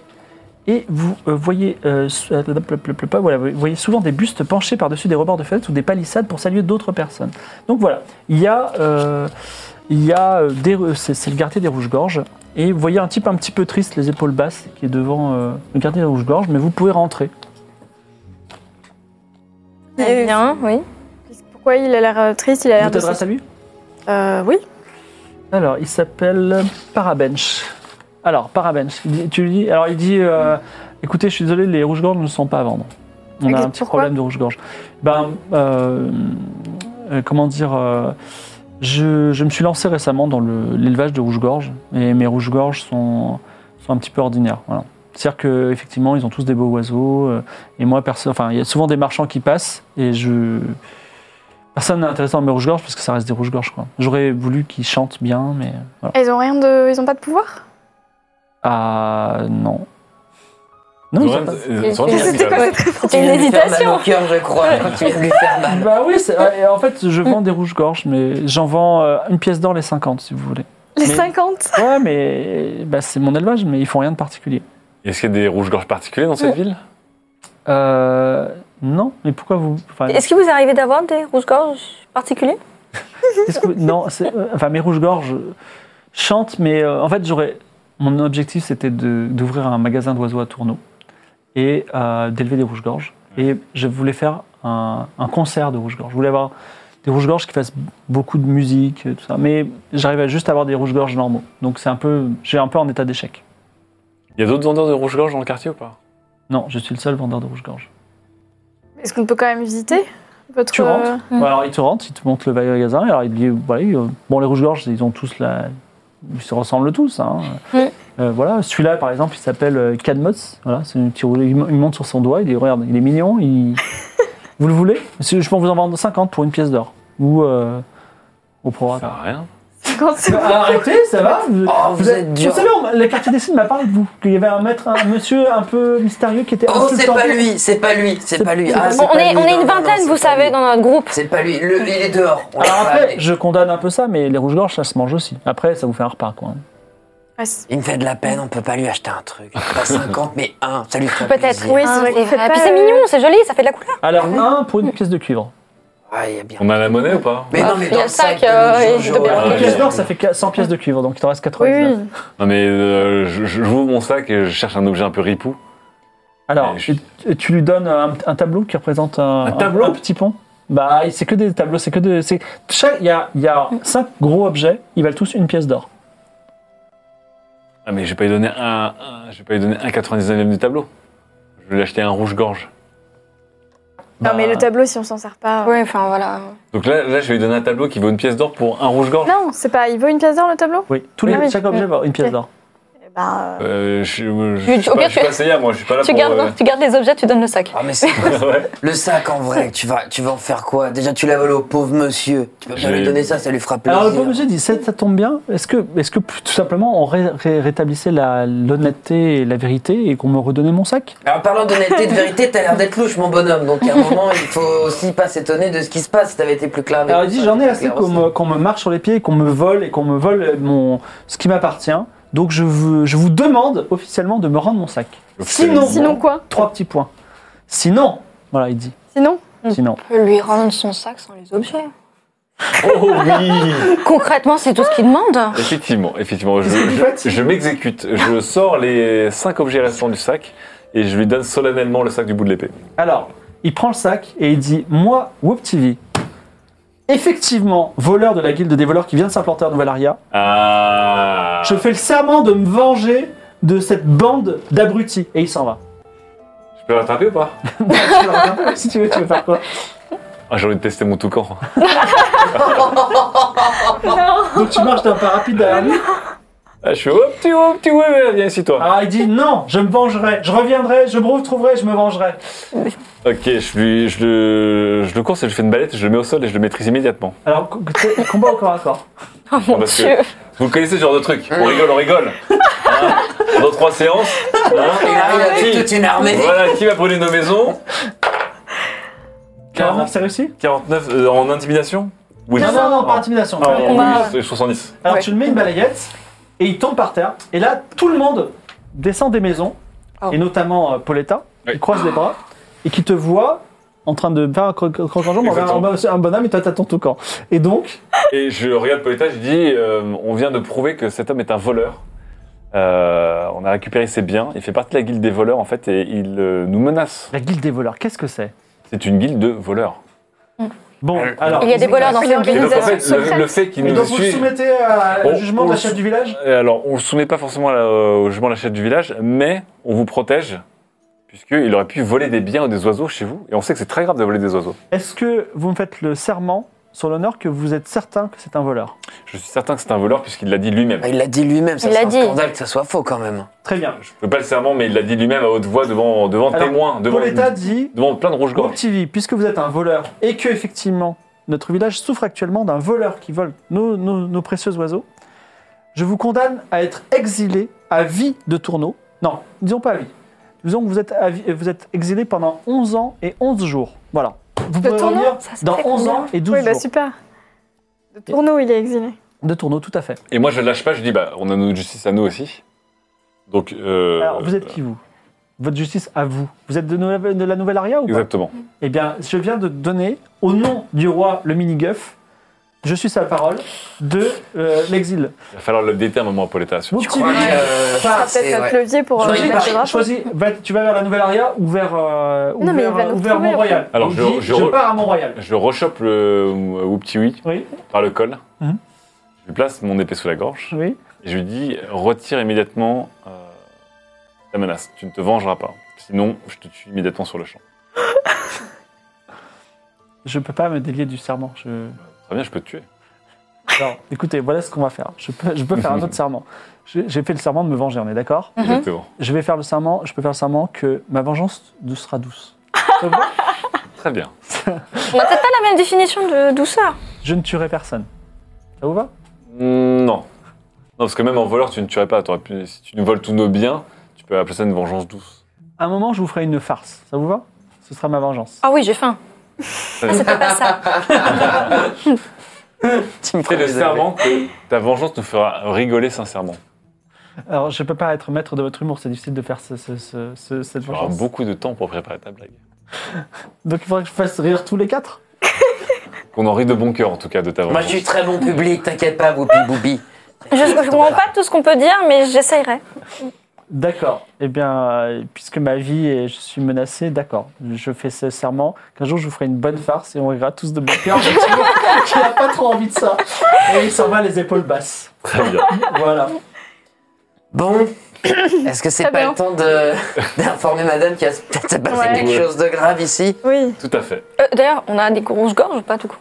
Speaker 1: Et vous euh, voyez, euh, sou- euh, plop, plop, plop, voilà, vous voyez souvent des bustes penchés par-dessus des rebords de fenêtres ou des palissades pour saluer d'autres personnes. Donc voilà, il y a, euh, il y a euh, des, euh, c'est c'est le quartier des Rouges-Gorges. Et vous voyez un type un petit peu triste, les épaules basses, qui est devant euh, le quartier des Rouges-Gorges, mais vous pouvez rentrer.
Speaker 4: Et-
Speaker 2: Eh Bien, oui.
Speaker 4: Pourquoi il a l'air euh, triste Il a
Speaker 1: Vous
Speaker 4: l'air de.
Speaker 1: t'adressez à lui
Speaker 4: Euh, oui.
Speaker 1: Alors, il s'appelle Parabench. Alors, Parabench, il dit- tu lui dis, alors il dit, euh, écoutez, je suis désolé, les rouges-gorges ne sont pas à vendre. On
Speaker 4: Ok,
Speaker 1: a un petit
Speaker 4: pourquoi
Speaker 1: problème de rouge-gorge. Ben, euh, euh, comment dire, euh, je, je me suis lancé récemment dans le- l'élevage de rouge-gorge et mes rouges-gorges sont, sont un petit peu ordinaires. Voilà. C'est-à-dire qu'effectivement, ils ont tous des beaux oiseaux euh, et moi, perso, enfin, il y a souvent des marchands qui passent et je. Personne n'est intéressé dans mes rouges-gorges parce que ça reste des rouges-gorges. quoi. J'aurais voulu qu'ils chantent bien, mais voilà.
Speaker 4: Et Ils ont rien de. Ils ont pas de pouvoir
Speaker 1: Ah non. Non, ils ont pas-
Speaker 3: Zoran- Zoran-
Speaker 4: C'était quoi cette
Speaker 2: C'était une hésitation.
Speaker 5: Tu viens de lui faire mal au cœur, je crois. tu viens de lui faire mal.
Speaker 1: Bah oui, c'est- ouais, en fait, je vends des rouges-gorges, mais j'en vends euh, une pièce d'or les 50, si vous voulez.
Speaker 4: Les
Speaker 1: Mais-
Speaker 4: 50
Speaker 1: Ouais, mais bah, c'est mon élevage, mais ils font rien de particulier.
Speaker 3: Est-ce qu'il y a des rouges-gorges particuliers dans cette ville
Speaker 1: Euh, non, mais pourquoi vous... enfin,
Speaker 2: Est-ce que vous arrivez d'avoir des rouges-gorges particuliers
Speaker 1: qu'est-ce que vous- non, c'est- euh, enfin, mes rouges-gorges chantent, mais euh, en fait, j'aurais... Mon objectif, c'était de- d'ouvrir un magasin d'oiseaux à Tourneau et euh, d'élever des rouges-gorges. Et je voulais faire un, un concert de rouges-gorges. Je voulais avoir des rouges-gorges qui fassent beaucoup de musique, euh, tout ça. Mais j'arrive à juste à avoir des rouges-gorges normaux. Donc c'est un peu, j'ai un peu en état d'échec.
Speaker 3: Il y a d'autres vendeurs de rouges-gorges dans le quartier ou pas
Speaker 1: Non, je suis le seul vendeur de rouges-gorges.
Speaker 4: Est-ce qu'on peut quand même visiter votre.
Speaker 1: Tu rentres
Speaker 4: euh,
Speaker 2: Mm.
Speaker 1: Bon, alors il te rentre, il te montre le magasin, et alors il te dit, voilà, il- bon les rouges-gorges, ils ont tous la... Ils se ressemblent tous. hein.
Speaker 2: Mm.
Speaker 1: Euh, voilà, celui-là par exemple, il s'appelle euh, Cadmos. Voilà, c'est un petit rouge- il mo- il monte sur son doigt, il dit, regarde, il est mignon, il... vous le voulez Je peux vous en vendre 50 pour une pièce d'or. Ou euh, au
Speaker 3: Ça
Speaker 1: prorata.
Speaker 3: sert à rien.
Speaker 4: 50 c'est
Speaker 5: Ah,
Speaker 4: bon.
Speaker 1: Ah, Arrêtez, ça va vous,
Speaker 5: Oh, vous êtes dur.
Speaker 1: Vous savez, on m'a- le quartier des signes m'a parlé de vous. Qu'il y avait un maître, un monsieur un peu mystérieux qui était.
Speaker 5: Oh, c'est
Speaker 1: insultant.
Speaker 5: pas lui, c'est pas lui, c'est pas lui. Ah, c'est
Speaker 2: Bon, on
Speaker 5: pas
Speaker 2: est,
Speaker 5: lui,
Speaker 2: on est
Speaker 5: non,
Speaker 2: une
Speaker 5: non, non,
Speaker 2: vingtaine,
Speaker 5: c'est
Speaker 2: vous
Speaker 5: pas
Speaker 2: savez,
Speaker 5: lui.
Speaker 2: dans notre groupe.
Speaker 5: C'est pas lui, Le- il est dehors. On
Speaker 1: Alors
Speaker 5: l'a pas
Speaker 1: Ah, après,
Speaker 5: appelé.
Speaker 1: je condamne un peu ça, mais les rouges-gorges, ça se mange aussi. Après, ça vous fait un repas, quoi.
Speaker 4: Ouais, c'est-
Speaker 5: Il me fait de la peine, on peut pas lui acheter un truc. Pas 50, mais un. Ça lui ferait
Speaker 2: Peut-être.
Speaker 5: plaisir.
Speaker 4: Oui, c'est
Speaker 2: Ah,
Speaker 4: vrai qu'on fait
Speaker 2: vrai. Puis
Speaker 4: pas,
Speaker 2: c'est
Speaker 4: euh,
Speaker 2: mignon, c'est joli, ça fait de la couleur.
Speaker 1: Alors, un pour une pièce de cuivre.
Speaker 5: Ah, il y a bien.
Speaker 3: On a la monnaie ou pas
Speaker 5: Mais
Speaker 2: Ah,
Speaker 5: non, mais
Speaker 2: il y a
Speaker 5: dans le
Speaker 2: ça que,
Speaker 5: sac, de
Speaker 2: euh,
Speaker 5: Jojo,
Speaker 2: de
Speaker 5: euh,
Speaker 1: Une
Speaker 3: Ouais.
Speaker 1: pièce d'or, Ah, ça fait qu- 100 pièces de cuivre, donc il t'en reste
Speaker 4: Oui,
Speaker 1: 99.
Speaker 4: oui.
Speaker 3: Non mais euh, je- je- j'ouvre mon sac et je cherche un objet un peu ripou.
Speaker 1: Alors,
Speaker 3: Ouais, je-
Speaker 1: tu- tu lui donnes un, un tableau qui représente un,
Speaker 3: Un tableau
Speaker 1: petit pont. Bah, c'est que des tableaux, c'est que des. c'est- chaque- Il y a, il y a cinq gros objets, ils valent tous une pièce d'or.
Speaker 3: Ah mais j'ai pas lui donné un, un- j'ai pas lui donné un 99 du tableau. Je vais lui acheter un rouge-gorge.
Speaker 1: Bah,
Speaker 4: Non, mais le tableau, si on s'en sert pas.
Speaker 2: Oui, enfin voilà.
Speaker 3: Donc là, là, je vais lui donner un tableau qui vaut une pièce d'or pour un rouge-gorge.
Speaker 4: Non, c'est pas. Il vaut une pièce d'or le tableau
Speaker 1: Oui, tous les,
Speaker 4: Ah oui.
Speaker 1: chaque objet va une pièce
Speaker 4: Ok.
Speaker 1: d'or.
Speaker 4: Eh ben, euh,
Speaker 3: Euh, je, je- je
Speaker 2: Tu-
Speaker 3: suis
Speaker 2: au
Speaker 3: pas,
Speaker 2: pire,
Speaker 3: je suis
Speaker 2: tu-
Speaker 3: pas Seiya, moi, je suis pas là
Speaker 2: Tu
Speaker 3: pour...
Speaker 2: gardes,
Speaker 3: euh,
Speaker 2: tu gardes les objets, tu donnes le sac.
Speaker 5: Ah, mais c'est
Speaker 3: ouais.
Speaker 5: le sac en vrai. Tu vas, tu vas en faire quoi Déjà, tu l'as volé au pauvre monsieur. Tu peux pas
Speaker 3: J'ai-
Speaker 5: lui donner ça, ça lui fera plaisir.
Speaker 1: Alors, le pauvre monsieur dit ça, ça tombe bien. Est-ce que, est que tout simplement on ré- ré- rétablissait la- l'honnêteté et la vérité et qu'on me redonnait mon sac
Speaker 5: Alors, parlant d'honnêteté, de vérité, t'as l'air d'être louche, mon bonhomme. Donc, à un moment, il faut aussi pas s'étonner de ce qui se passe. Si t'avais été plus clair. avec
Speaker 1: Alors il
Speaker 5: tout
Speaker 1: dit
Speaker 5: Ah ça,
Speaker 1: J'en ai
Speaker 5: t'étais
Speaker 1: assez
Speaker 5: clair
Speaker 1: qu'on
Speaker 5: aussi.
Speaker 1: me, qu'on me marche sur les pieds, qu'on me vole et qu'on me vole mon, euh, ce qui m'appartient. Donc je, veux- je vous demande officiellement de me rendre mon sac. Sinon-
Speaker 4: Sinon quoi
Speaker 1: Trois petits points. Sinon, voilà, il dit.
Speaker 4: Sinon
Speaker 1: Sinon.
Speaker 2: On peut lui rendre son sac sans les objets.
Speaker 3: Oh oui
Speaker 2: Concrètement, c'est tout ce qu'il demande.
Speaker 3: Effectivement, effectivement. Je,
Speaker 1: Qu'est-ce que vous faites
Speaker 3: je, je m'exécute. Je sors les cinq objets restants du sac et je lui donne solennellement le sac du bout de l'épée.
Speaker 1: Alors, il prend le sac et il dit Moi, Whoop TV, effectivement, voleur de la guilde des voleurs qui vient de s'implanter à Nouvelle-Aria,
Speaker 3: Ah
Speaker 1: je fais le serment de me venger de cette bande d'abrutis. Et il s'en va.
Speaker 3: Je peux l'attraper ou pas
Speaker 1: Tu le rattrapes si tu veux, tu veux faire quoi
Speaker 3: ah, J'ai envie de tester mon toucan.
Speaker 1: Donc tu marches d'un pas rapide derrière lui.
Speaker 3: Ah, je suis hop, tu hop, tu hop, viens ici toi.
Speaker 1: Alors Ah, il dit Non, je me vengerai, je reviendrai, je me retrouverai, je me vengerai.
Speaker 3: Ok, je, lui, je, le, je le course et je fais une balette, je le mets au sol et je le maîtrise immédiatement.
Speaker 1: Alors, co- co- combat au corps à corps.
Speaker 2: Oh mon
Speaker 3: Ah, parce que-
Speaker 2: dieu.
Speaker 3: Vous connaissez ce genre de truc On rigole, on rigole. Hein Dans trois séances. hein
Speaker 5: Il
Speaker 1: Ah
Speaker 5: arrive avec
Speaker 3: Qui-
Speaker 5: toute une armée.
Speaker 3: Voilà, qui va brûler nos maisons
Speaker 1: 49, c'est réussi
Speaker 3: 49 euh, en intimidation Oui, Ah.
Speaker 1: Non, non, non, pas intimidation. pas intimidation.
Speaker 2: combat.
Speaker 3: oui, 70.
Speaker 1: Alors
Speaker 2: Ouais.
Speaker 1: tu le mets une balayette et il tombe par terre. Et là, tout le monde descend des maisons,
Speaker 2: Oh.
Speaker 1: et notamment euh, Pauletta,
Speaker 3: Oui.
Speaker 1: qui croise les bras et qui te voit en train de faire un cro- cro- croche en jambe envers
Speaker 3: Exactement.
Speaker 1: un, un bonhomme et toi t'attends ton camp. Et donc,
Speaker 3: Et je regarde Pauletta, je dis euh, on vient de prouver que cet homme est un voleur. Euh, on a récupéré ses biens. Il fait partie de la guilde des voleurs en fait et il euh, nous menace.
Speaker 1: la guilde des voleurs, qu'est-ce que c'est
Speaker 3: C'est une guilde de voleurs.
Speaker 1: Bon,
Speaker 3: Ah
Speaker 5: Euh,
Speaker 1: alors...
Speaker 2: Il y a des voleurs dans cette
Speaker 3: Et donc en
Speaker 2: organisation.
Speaker 3: fait, le, le fait qu'il
Speaker 1: Et
Speaker 3: nous
Speaker 1: donc vous le
Speaker 3: suive.
Speaker 1: soumettez à- au
Speaker 3: On-
Speaker 1: jugement
Speaker 3: on
Speaker 1: de la
Speaker 3: le
Speaker 1: chef
Speaker 3: sou-
Speaker 1: du village
Speaker 3: Et Euh, Alors, on ne soumet pas forcément à la- euh, au jugement de la chef du village, mais on vous protège, puisqu'il aurait pu voler des biens ou des oiseaux chez vous. Et on sait que c'est très grave de voler des oiseaux.
Speaker 1: Est-ce que vous me faites le serment sur l'honneur que vous êtes certain que c'est un voleur
Speaker 3: Je suis certain que c'est un voleur, puisqu'il l'a dit lui-même.
Speaker 5: Bah, Il l'a dit lui-même, ça
Speaker 2: Il
Speaker 5: c'est
Speaker 2: l'a
Speaker 5: un
Speaker 2: dit.
Speaker 5: scandale que ça soit faux quand même.
Speaker 1: Très bien.
Speaker 3: Je ne fais pas le serment, mais il l'a dit lui-même à haute voix devant, devant
Speaker 1: Alors,
Speaker 3: témoins, devant,
Speaker 1: Pauletta dit
Speaker 3: devant plein de rouges
Speaker 1: Groupe
Speaker 3: gorges.
Speaker 1: TV, puisque vous êtes un voleur et que effectivement notre village souffre actuellement d'un voleur qui vole nos, nos- nos précieux oiseaux, je vous condamne à être exilé à vie de tourneau. Non, disons pas à vie. Disons que vous êtes, à vie- euh, vous êtes exilé pendant 11 ans et 11 jours. Voilà. Vous pouvez
Speaker 4: Tourneau
Speaker 1: revenir
Speaker 2: Ça se
Speaker 1: dans
Speaker 2: fait
Speaker 1: 11
Speaker 2: combien
Speaker 1: ans et 12
Speaker 4: Oui, bah
Speaker 1: jours.
Speaker 4: super. Le tourneau, il est exilé.
Speaker 2: Ah,
Speaker 1: De tourneau, tout à fait.
Speaker 3: Et moi, je ne lâche pas, je dis, bah, on a notre justice à nous aussi. Donc, euh,
Speaker 1: Alors, vous êtes qui, vous Votre justice à vous. Vous êtes de, nou- de la Nouvelle-Aria ou pas
Speaker 3: Exactement.
Speaker 1: Eh bien, je viens de donner, au nom du roi, le mini-guff, je suis sa parole, de euh, l'exil.
Speaker 3: Il va falloir le déter un moment à Pauletta.
Speaker 1: Mon
Speaker 3: assurément.
Speaker 1: petit
Speaker 5: Ouais,
Speaker 1: Lily,
Speaker 5: euh,
Speaker 4: Ça sera
Speaker 1: Ah,
Speaker 4: peut-être
Speaker 5: c'est-
Speaker 4: notre
Speaker 5: ouais.
Speaker 4: levier pour euh,
Speaker 5: Choisis
Speaker 1: choisis,
Speaker 4: battre le
Speaker 1: par-
Speaker 4: drapeau.
Speaker 1: choisis- va- tu vas vers la nouvelle aria ou vers, euh, ou
Speaker 4: Non, mais il
Speaker 1: vers,
Speaker 4: va nous
Speaker 1: ou vers
Speaker 4: retrouver,
Speaker 1: Mont-Royal
Speaker 3: Alors,
Speaker 1: Il
Speaker 3: je-
Speaker 1: dit,
Speaker 3: je-
Speaker 1: pars à Mont-Royal.
Speaker 3: Je rechoppe le Whoopty-Wee
Speaker 1: Oui,
Speaker 3: par le col.
Speaker 1: Mhm.
Speaker 3: Je lui place mon épée sous la gorge.
Speaker 1: oui.
Speaker 3: Et je lui dis, retire immédiatement euh, ta menace. Tu ne te vengeras pas. Sinon, je te tue immédiatement sur le champ.
Speaker 1: Je peux pas me délier du serment. Je...
Speaker 3: Très bien, je peux te tuer.
Speaker 1: Alors, écoutez, voilà ce qu'on va faire. Je peux, je peux faire un autre serment. Je- J'ai fait le serment de me venger, on est d'accord
Speaker 2: Mhm.
Speaker 3: Exactement.
Speaker 1: Je vais faire le serment, je peux faire le serment que ma vengeance nous sera douce.
Speaker 3: Très bien.
Speaker 2: On n'a peut-être pas la même définition de douceur.
Speaker 1: Je ne tuerai personne. Ça vous va
Speaker 3: Mm, Non. Non, parce que même en voleur, tu ne tuerais pas. T'aurais pu- si tu nous voles tous nos biens, tu peux appeler ça une vengeance douce.
Speaker 1: À un moment, je vous ferai une farce. Ça vous va Ce sera ma vengeance.
Speaker 2: Ah oui, j'ai faim. Ah, c'était pas ça.
Speaker 3: Fais le serment que ta vengeance nous fera rigoler sincèrement.
Speaker 1: Alors, je peux pas être maître de votre humour, c'est difficile de faire ce- ce- ce- ce- cette
Speaker 3: Tu auras
Speaker 1: vengeance.
Speaker 3: beaucoup de temps pour préparer ta blague.
Speaker 1: Donc, il faudrait que je fasse rire tous les quatre
Speaker 3: Qu'on en rit de bon cœur, en tout cas, de ta vengeance.
Speaker 5: Moi je suis très bon public, t'inquiète pas, Whoopi Booby.
Speaker 2: Je je comprends pas tout ce qu'on peut dire, mais j'essayerai.
Speaker 1: D'accord. Eh bien, euh, puisque ma vie et je suis menacée, d'accord. Je fais ce serment qu'un jour je vous ferai une bonne farce et on rira tous de bon cœur. Mais tu vois, Tu n'as pas trop envie de ça. Et il s'en va les épaules basses.
Speaker 3: Très bien.
Speaker 1: Voilà.
Speaker 5: Bon, est-ce que c'est
Speaker 4: Très
Speaker 5: pas
Speaker 4: bien.
Speaker 5: le temps de- d'informer madame qu'il va se- peut-être se passer
Speaker 4: Ouais.
Speaker 5: quelque chose de grave ici
Speaker 4: Oui.
Speaker 3: Tout à fait.
Speaker 2: Euh, D'ailleurs, on a des rouges-gorges ou pas du coup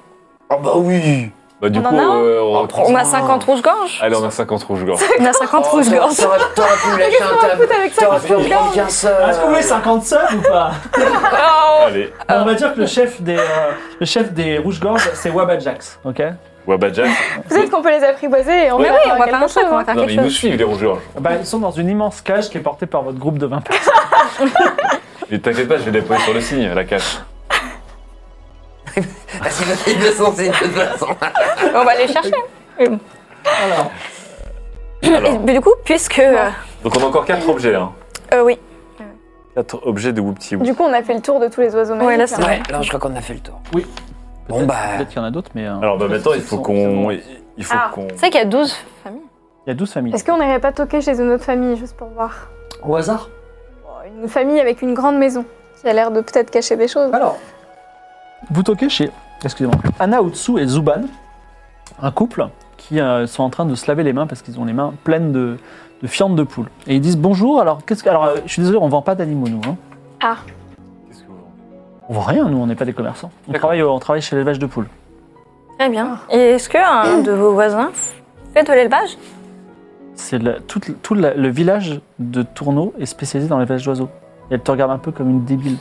Speaker 5: Oh bah oui
Speaker 3: Bah, du
Speaker 2: On en
Speaker 3: coup,
Speaker 2: a un
Speaker 3: euh, on
Speaker 5: On prend-
Speaker 2: On a
Speaker 5: Ah.
Speaker 2: 50 rouges-gorges
Speaker 3: Allez, on a 50 rouges gorges.
Speaker 2: On a 50
Speaker 5: Oh, t'aurais
Speaker 2: rouges-gorges.
Speaker 5: t'aurais- t'aurais pu lâcher un tab. T'aurais pu en prendre qu'un seul.
Speaker 1: Euh,
Speaker 3: Ah,
Speaker 1: Est-ce que vous voulez 50 seuls ou pas
Speaker 2: Oh.
Speaker 3: Allez,
Speaker 1: On va dire que le chef des, euh, le chef des rouges-gorges, c'est Wabajax. Ok
Speaker 3: Wabajack.
Speaker 4: Peut-être qu'on peut les apprivoiser et on
Speaker 3: Ouais.
Speaker 4: va
Speaker 2: Mais oui, on va faire un truc, on va faire
Speaker 3: Non, mais
Speaker 2: quelque
Speaker 3: ils nous
Speaker 2: chose.
Speaker 3: suivent, les rouges gorges.
Speaker 1: bah, Ils sont dans une immense cage qui est portée par votre groupe de 20 personnes.
Speaker 3: Et t'inquiète pas, je vais les poser sur le signe, la cache.
Speaker 5: Vas-y, vas-y, de toute façon, c'est de toute façon.
Speaker 2: On va les chercher.
Speaker 1: Alors,
Speaker 2: Et-
Speaker 3: alors.
Speaker 2: mais du coup, puisque. euh,
Speaker 3: Donc on a encore quatre objets. Hein.
Speaker 2: euh, oui.
Speaker 3: Quatre objets de Whoopty Whoop.
Speaker 4: Du coup, on a fait le tour de tous les oiseaux
Speaker 2: Ouais, là,
Speaker 4: magiques.
Speaker 2: c'est-
Speaker 4: hein.
Speaker 5: Ouais, là, je crois qu'on a fait le tour.
Speaker 1: Oui.
Speaker 5: Bon,
Speaker 1: Peut-être-
Speaker 5: bah.
Speaker 1: Peut-être qu'il y en a d'autres, mais. euh,
Speaker 3: Alors bah, maintenant il
Speaker 1: c'est-
Speaker 3: faut
Speaker 1: c'est-
Speaker 3: qu'on.
Speaker 1: c'est-
Speaker 3: Il faut
Speaker 4: Ah.
Speaker 3: qu'on.
Speaker 2: C'est vrai qu'il y a 12 familles.
Speaker 1: Il y a 12 familles.
Speaker 4: Est-ce qu'on n'irait pas toquer chez une autre famille, juste pour voir
Speaker 1: Au hasard
Speaker 4: Bon, Une famille avec une grande maison, qui a l'air de peut-être cacher des choses.
Speaker 1: Alors, vous toquez chez, excusez-moi, Anna Otsu et Zuban, un couple qui euh, sont en train de se laver les mains parce qu'ils ont les mains pleines de, de fientes de poule. Et ils disent bonjour. Alors, qu'est-ce que, alors, euh, je suis désolé, on vend pas d'animaux nous. Hein.
Speaker 3: Qu'est-ce que vous-
Speaker 1: On vend rien, nous, on n'est pas des commerçants. On
Speaker 3: D'accord.
Speaker 1: travaille, au- on travaille chez l'élevage de poules.
Speaker 2: Très bien. Et est-ce qu'un de vos voisins fait de l'élevage
Speaker 1: C'est le- tout, le- tout le- le village de Tourneau est spécialisé dans l'élevage d'oiseaux. Et elle te regarde un peu comme une débile.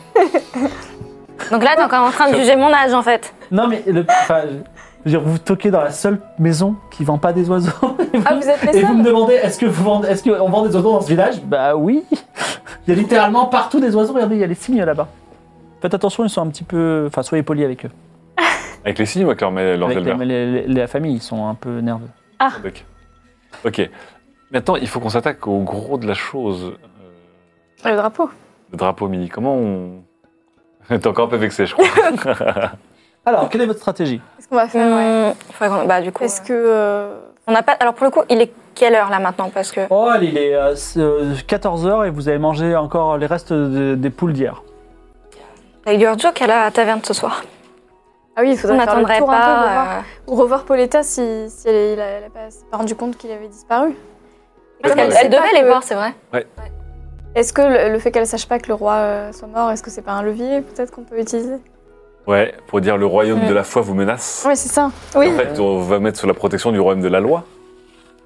Speaker 2: Donc là, t'es encore en train de juger mon âge en fait.
Speaker 1: Non mais, le, enfin, je veux dire, vous toquez dans la seule maison qui vend pas des oiseaux.
Speaker 4: Ah, vous êtes les
Speaker 1: Et vous
Speaker 4: seuls
Speaker 1: me demandez, est-ce que vous vendez, est-ce qu'on vend des oiseaux dans ce village Bah oui. Il y a littéralement partout des oiseaux. Regardez, il y a les cygnes là-bas. Faites attention, ils sont un petit peu. Enfin, soyez polis avec eux.
Speaker 3: Avec les signes ou avec leur, leur
Speaker 1: avec les-
Speaker 3: éleveur
Speaker 1: les- les- la famille, ils sont un peu nerveux.
Speaker 3: Ok. Ok. Maintenant, il faut qu'on s'attaque au gros de la chose. Euh,
Speaker 4: Le drapeau.
Speaker 3: Le drapeau mini. Comment on. T'es encore un peu vexé, je crois.
Speaker 1: Alors, quelle est votre stratégie
Speaker 4: Qu'est-ce qu'on va faire ouais.
Speaker 2: Hum, faudrait qu'on- Bah, du coup.
Speaker 4: Euh, Est-ce que. euh,
Speaker 2: On n'a pas. Alors pour le coup, il est quelle heure là maintenant Parce que.
Speaker 1: Oh, il est 14h et vous avez mangé encore les restes de- des poules d'hier.
Speaker 2: Tiger Joe, elle a à la taverne ce soir.
Speaker 4: Ah oui, il
Speaker 2: On
Speaker 4: faudrait faire le
Speaker 2: n'attendrait
Speaker 4: tour un peu pour voir-
Speaker 2: pas. euh,
Speaker 4: ou revoir Pauletta si, si elle, est- il a- elle a pas s'est pas rendu compte qu'il avait disparu.
Speaker 2: Parce
Speaker 3: Comme
Speaker 2: qu'elle
Speaker 3: on
Speaker 2: elle
Speaker 4: sait
Speaker 2: devait
Speaker 4: pas
Speaker 2: les
Speaker 4: que-
Speaker 2: voir, c'est vrai.
Speaker 4: Est-ce que le, le fait qu'elle sache pas que le roi euh, soit mort, est-ce que c'est pas un levier peut-être qu'on peut utiliser
Speaker 3: ouais, pour dire le royaume
Speaker 2: Ouais.
Speaker 3: de la foi vous menace.
Speaker 4: Oui, c'est ça. Oui.
Speaker 3: En fait, on va mettre sous la protection du royaume de la loi.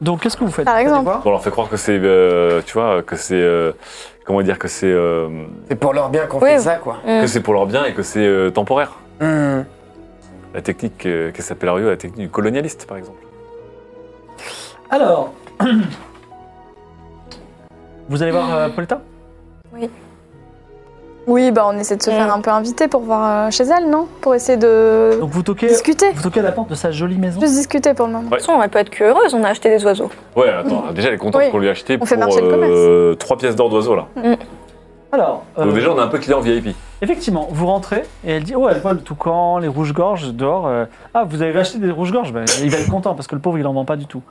Speaker 1: Donc, qu'est-ce que vous faites
Speaker 4: Par
Speaker 1: Vous allez
Speaker 4: exemple.
Speaker 1: voir
Speaker 3: On leur fait croire que c'est. euh, tu vois, que c'est. euh, comment dire Que c'est. euh,
Speaker 5: C'est pour leur bien qu'on
Speaker 2: Oui.
Speaker 5: fait ça, quoi.
Speaker 3: que c'est pour leur bien et que c'est euh, temporaire.
Speaker 5: Hmm.
Speaker 3: La technique euh, qui s'appelle Ario, la technique du colonialiste, par exemple.
Speaker 1: Alors. vous allez voir euh, Pauletta
Speaker 4: Oui, bah on essaie de se
Speaker 2: Mm.
Speaker 4: faire un peu inviter pour voir euh, chez elle, non Pour essayer de
Speaker 1: Donc, vous toquez,
Speaker 4: discuter.
Speaker 1: vous toquez à la porte de sa jolie maison.
Speaker 4: Juste discuter pour le moment.
Speaker 2: De toute façon, elle peut être que heureuse, on a acheté des oiseaux.
Speaker 3: Ouais, attends, déjà, elle est contente
Speaker 4: Oui.
Speaker 3: qu'on lui ait acheté
Speaker 4: On
Speaker 3: pour
Speaker 4: fait marcher le
Speaker 3: euh, trois pièces d'or d'oiseau, là.
Speaker 1: Alors. euh,
Speaker 3: Donc, déjà, on a un peu client VIP.
Speaker 1: Effectivement, vous rentrez et elle dit Oh, elle voit le toucan, les rouges-gorges dehors. euh, ah, vous avez acheté des rouges-gorges Ben, Il va être content parce que le pauvre, il en vend pas du tout.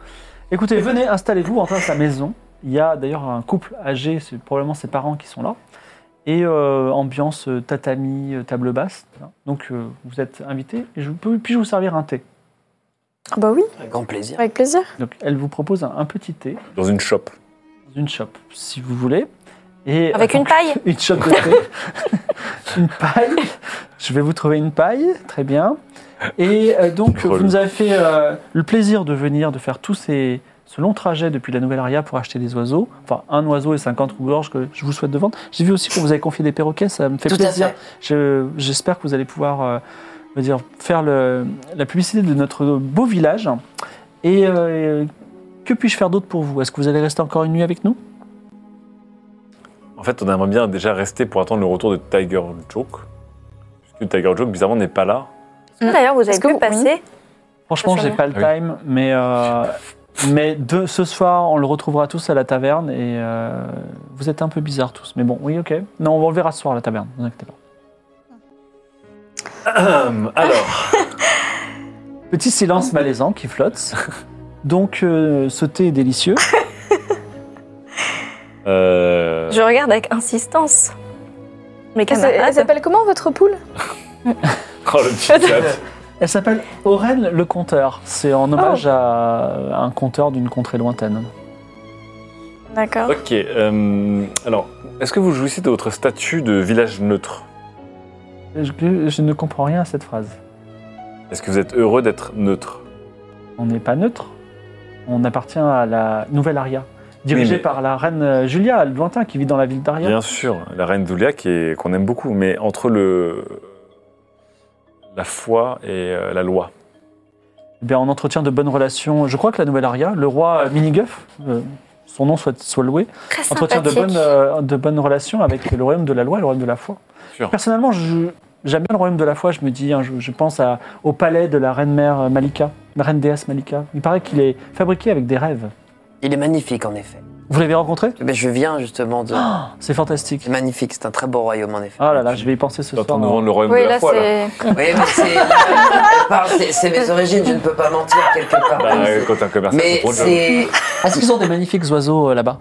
Speaker 1: Écoutez, venez, installez-vous, rentrez à sa maison. Il y a d'ailleurs un couple âgé, c'est probablement ses parents qui sont là. Et euh, ambiance euh, tatami, euh, table basse. hein. Donc euh, vous êtes invité et je peux, puis-je vous servir un thé
Speaker 4: Ah bah oui,
Speaker 5: Avec grand plaisir.
Speaker 4: avec plaisir.
Speaker 1: Donc elle vous propose un, un petit thé
Speaker 3: Dans une shop.
Speaker 1: dans une chope, si vous voulez. Et
Speaker 2: Avec une paille
Speaker 1: Une chope de thé. une paille. Je vais vous trouver une paille. Très bien. Et euh, donc,
Speaker 3: Drôle.
Speaker 1: vous nous avez fait euh, le plaisir de venir, de faire tout ces, ce long trajet depuis la Nouvelle-Aria pour acheter des oiseaux. Enfin, un oiseau et 50 rouges-gorges que je vous souhaite de vendre. J'ai vu aussi que vous avez confié des perroquets. Ça me fait
Speaker 5: Tout à
Speaker 1: plaisir.
Speaker 5: fait.
Speaker 1: Je- J'espère que vous allez pouvoir euh, je veux dire, faire le- la publicité de notre beau village. Et euh, que puis-je faire d'autre pour vous Est-ce que vous allez rester encore une nuit avec nous
Speaker 3: En fait, on aimerait bien déjà rester pour attendre le retour de Tiger Joke. Puisque Tiger Joke, bizarrement, n'est pas là.
Speaker 2: D'ailleurs, vous avez
Speaker 4: Est-ce que
Speaker 2: pu
Speaker 4: vous-
Speaker 2: passer.
Speaker 1: Franchement,
Speaker 2: Ça
Speaker 1: j'ai
Speaker 2: va.
Speaker 1: pas le
Speaker 3: Ah
Speaker 1: time, mais, euh, mais de, ce soir, on le retrouvera tous à la taverne et euh, vous êtes un peu bizarres tous. Mais bon, oui, ok. Non, on le verra ce soir à la taverne, ne vous inquiétez pas.
Speaker 3: Alors,
Speaker 1: Petit silence malaisant qui flotte. Donc, euh, ce thé est délicieux.
Speaker 3: euh,
Speaker 2: Je regarde avec insistance. Mes
Speaker 4: Elle s'appelle- elle
Speaker 2: camarades.
Speaker 4: s'appelle comment votre poule
Speaker 3: oh, le petit chat.
Speaker 1: Elle s'appelle Oren le Conteur. C'est en hommage
Speaker 2: Oh.
Speaker 1: à, à un conteur d'une contrée lointaine.
Speaker 4: D'accord.
Speaker 3: Ok, euh, alors, est-ce que vous jouissez de votre statut de village neutre
Speaker 1: Je, je ne comprends rien à cette phrase.
Speaker 3: Est-ce que vous êtes heureux d'être neutre
Speaker 1: On n'est pas neutre. On appartient à la nouvelle Aria, dirigée
Speaker 3: mais-
Speaker 1: par la reine euh, Julia, le lointain, qui vit dans la ville d'Aria.
Speaker 3: Bien sûr, la reine Doulia qui est- qu'on aime beaucoup, mais entre le la foi et euh, la loi.
Speaker 1: Eh bien, on entretient de bonnes relations. Je crois que la nouvelle aria, le roi euh, Miniguff, euh, son nom soit, soit loué,
Speaker 2: Très
Speaker 1: entretient de
Speaker 2: sympathique.
Speaker 1: bonnes, euh, de bonnes relations avec le royaume de la loi et le royaume de la foi.
Speaker 3: Sûr.
Speaker 1: Personnellement, je- j'aime bien le royaume de la foi. Je me dis, hein, je, je pense à- au palais de la reine mère euh, Malika, la reine déesse Malika. Il paraît qu'il est fabriqué avec des rêves.
Speaker 5: Il est magnifique, en effet.
Speaker 1: Vous l'avez rencontré
Speaker 5: Mais je viens justement de.
Speaker 4: Oh.
Speaker 1: C'est fantastique.
Speaker 5: C'est magnifique, c'est un très beau royaume, en effet.
Speaker 1: Ah là là, je vais y penser ce
Speaker 3: Quand on
Speaker 1: soir. hein.
Speaker 3: nous vend le royaume
Speaker 2: Oui,
Speaker 3: de la
Speaker 2: là,
Speaker 3: foi, là.
Speaker 2: c'est.
Speaker 5: Oui, mais c'est. elle parle, c'est- C'est mes origines, je ne peux pas mentir quelque part.
Speaker 3: Bah, euh, quand t'es un commerçant, c'est
Speaker 5: mais
Speaker 3: trop de job.
Speaker 5: c'est.
Speaker 1: Est-ce qu'ils ont des magnifiques oiseaux euh, là-bas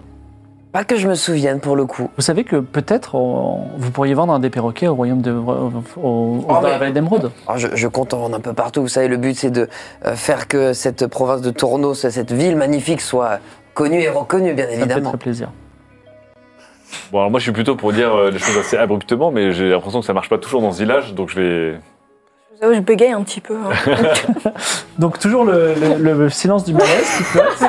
Speaker 5: Pas que je me souvienne pour le coup.
Speaker 1: Vous savez que peut-être on- vous pourriez vendre un des perroquets au royaume de au- au- dans
Speaker 5: Ah, mais-
Speaker 1: la vallée d'Emeraude.
Speaker 5: Alors, je, je compte en vendre un peu partout. Vous savez, le but, c'est de euh, faire que cette province de Tourneau, ce- cette ville magnifique, soit connue et reconnue, bien
Speaker 1: Ça me fait
Speaker 5: évidemment.
Speaker 1: très plaisir.
Speaker 3: Bon, alors moi, je suis plutôt pour dire euh, les choses assez abruptement, mais j'ai l'impression que ça marche pas toujours dans ce village, donc je vais.
Speaker 2: Je vous avoue, je bégaye un petit peu. hein.
Speaker 1: Donc toujours le, le- le silence du malaise qui flotte.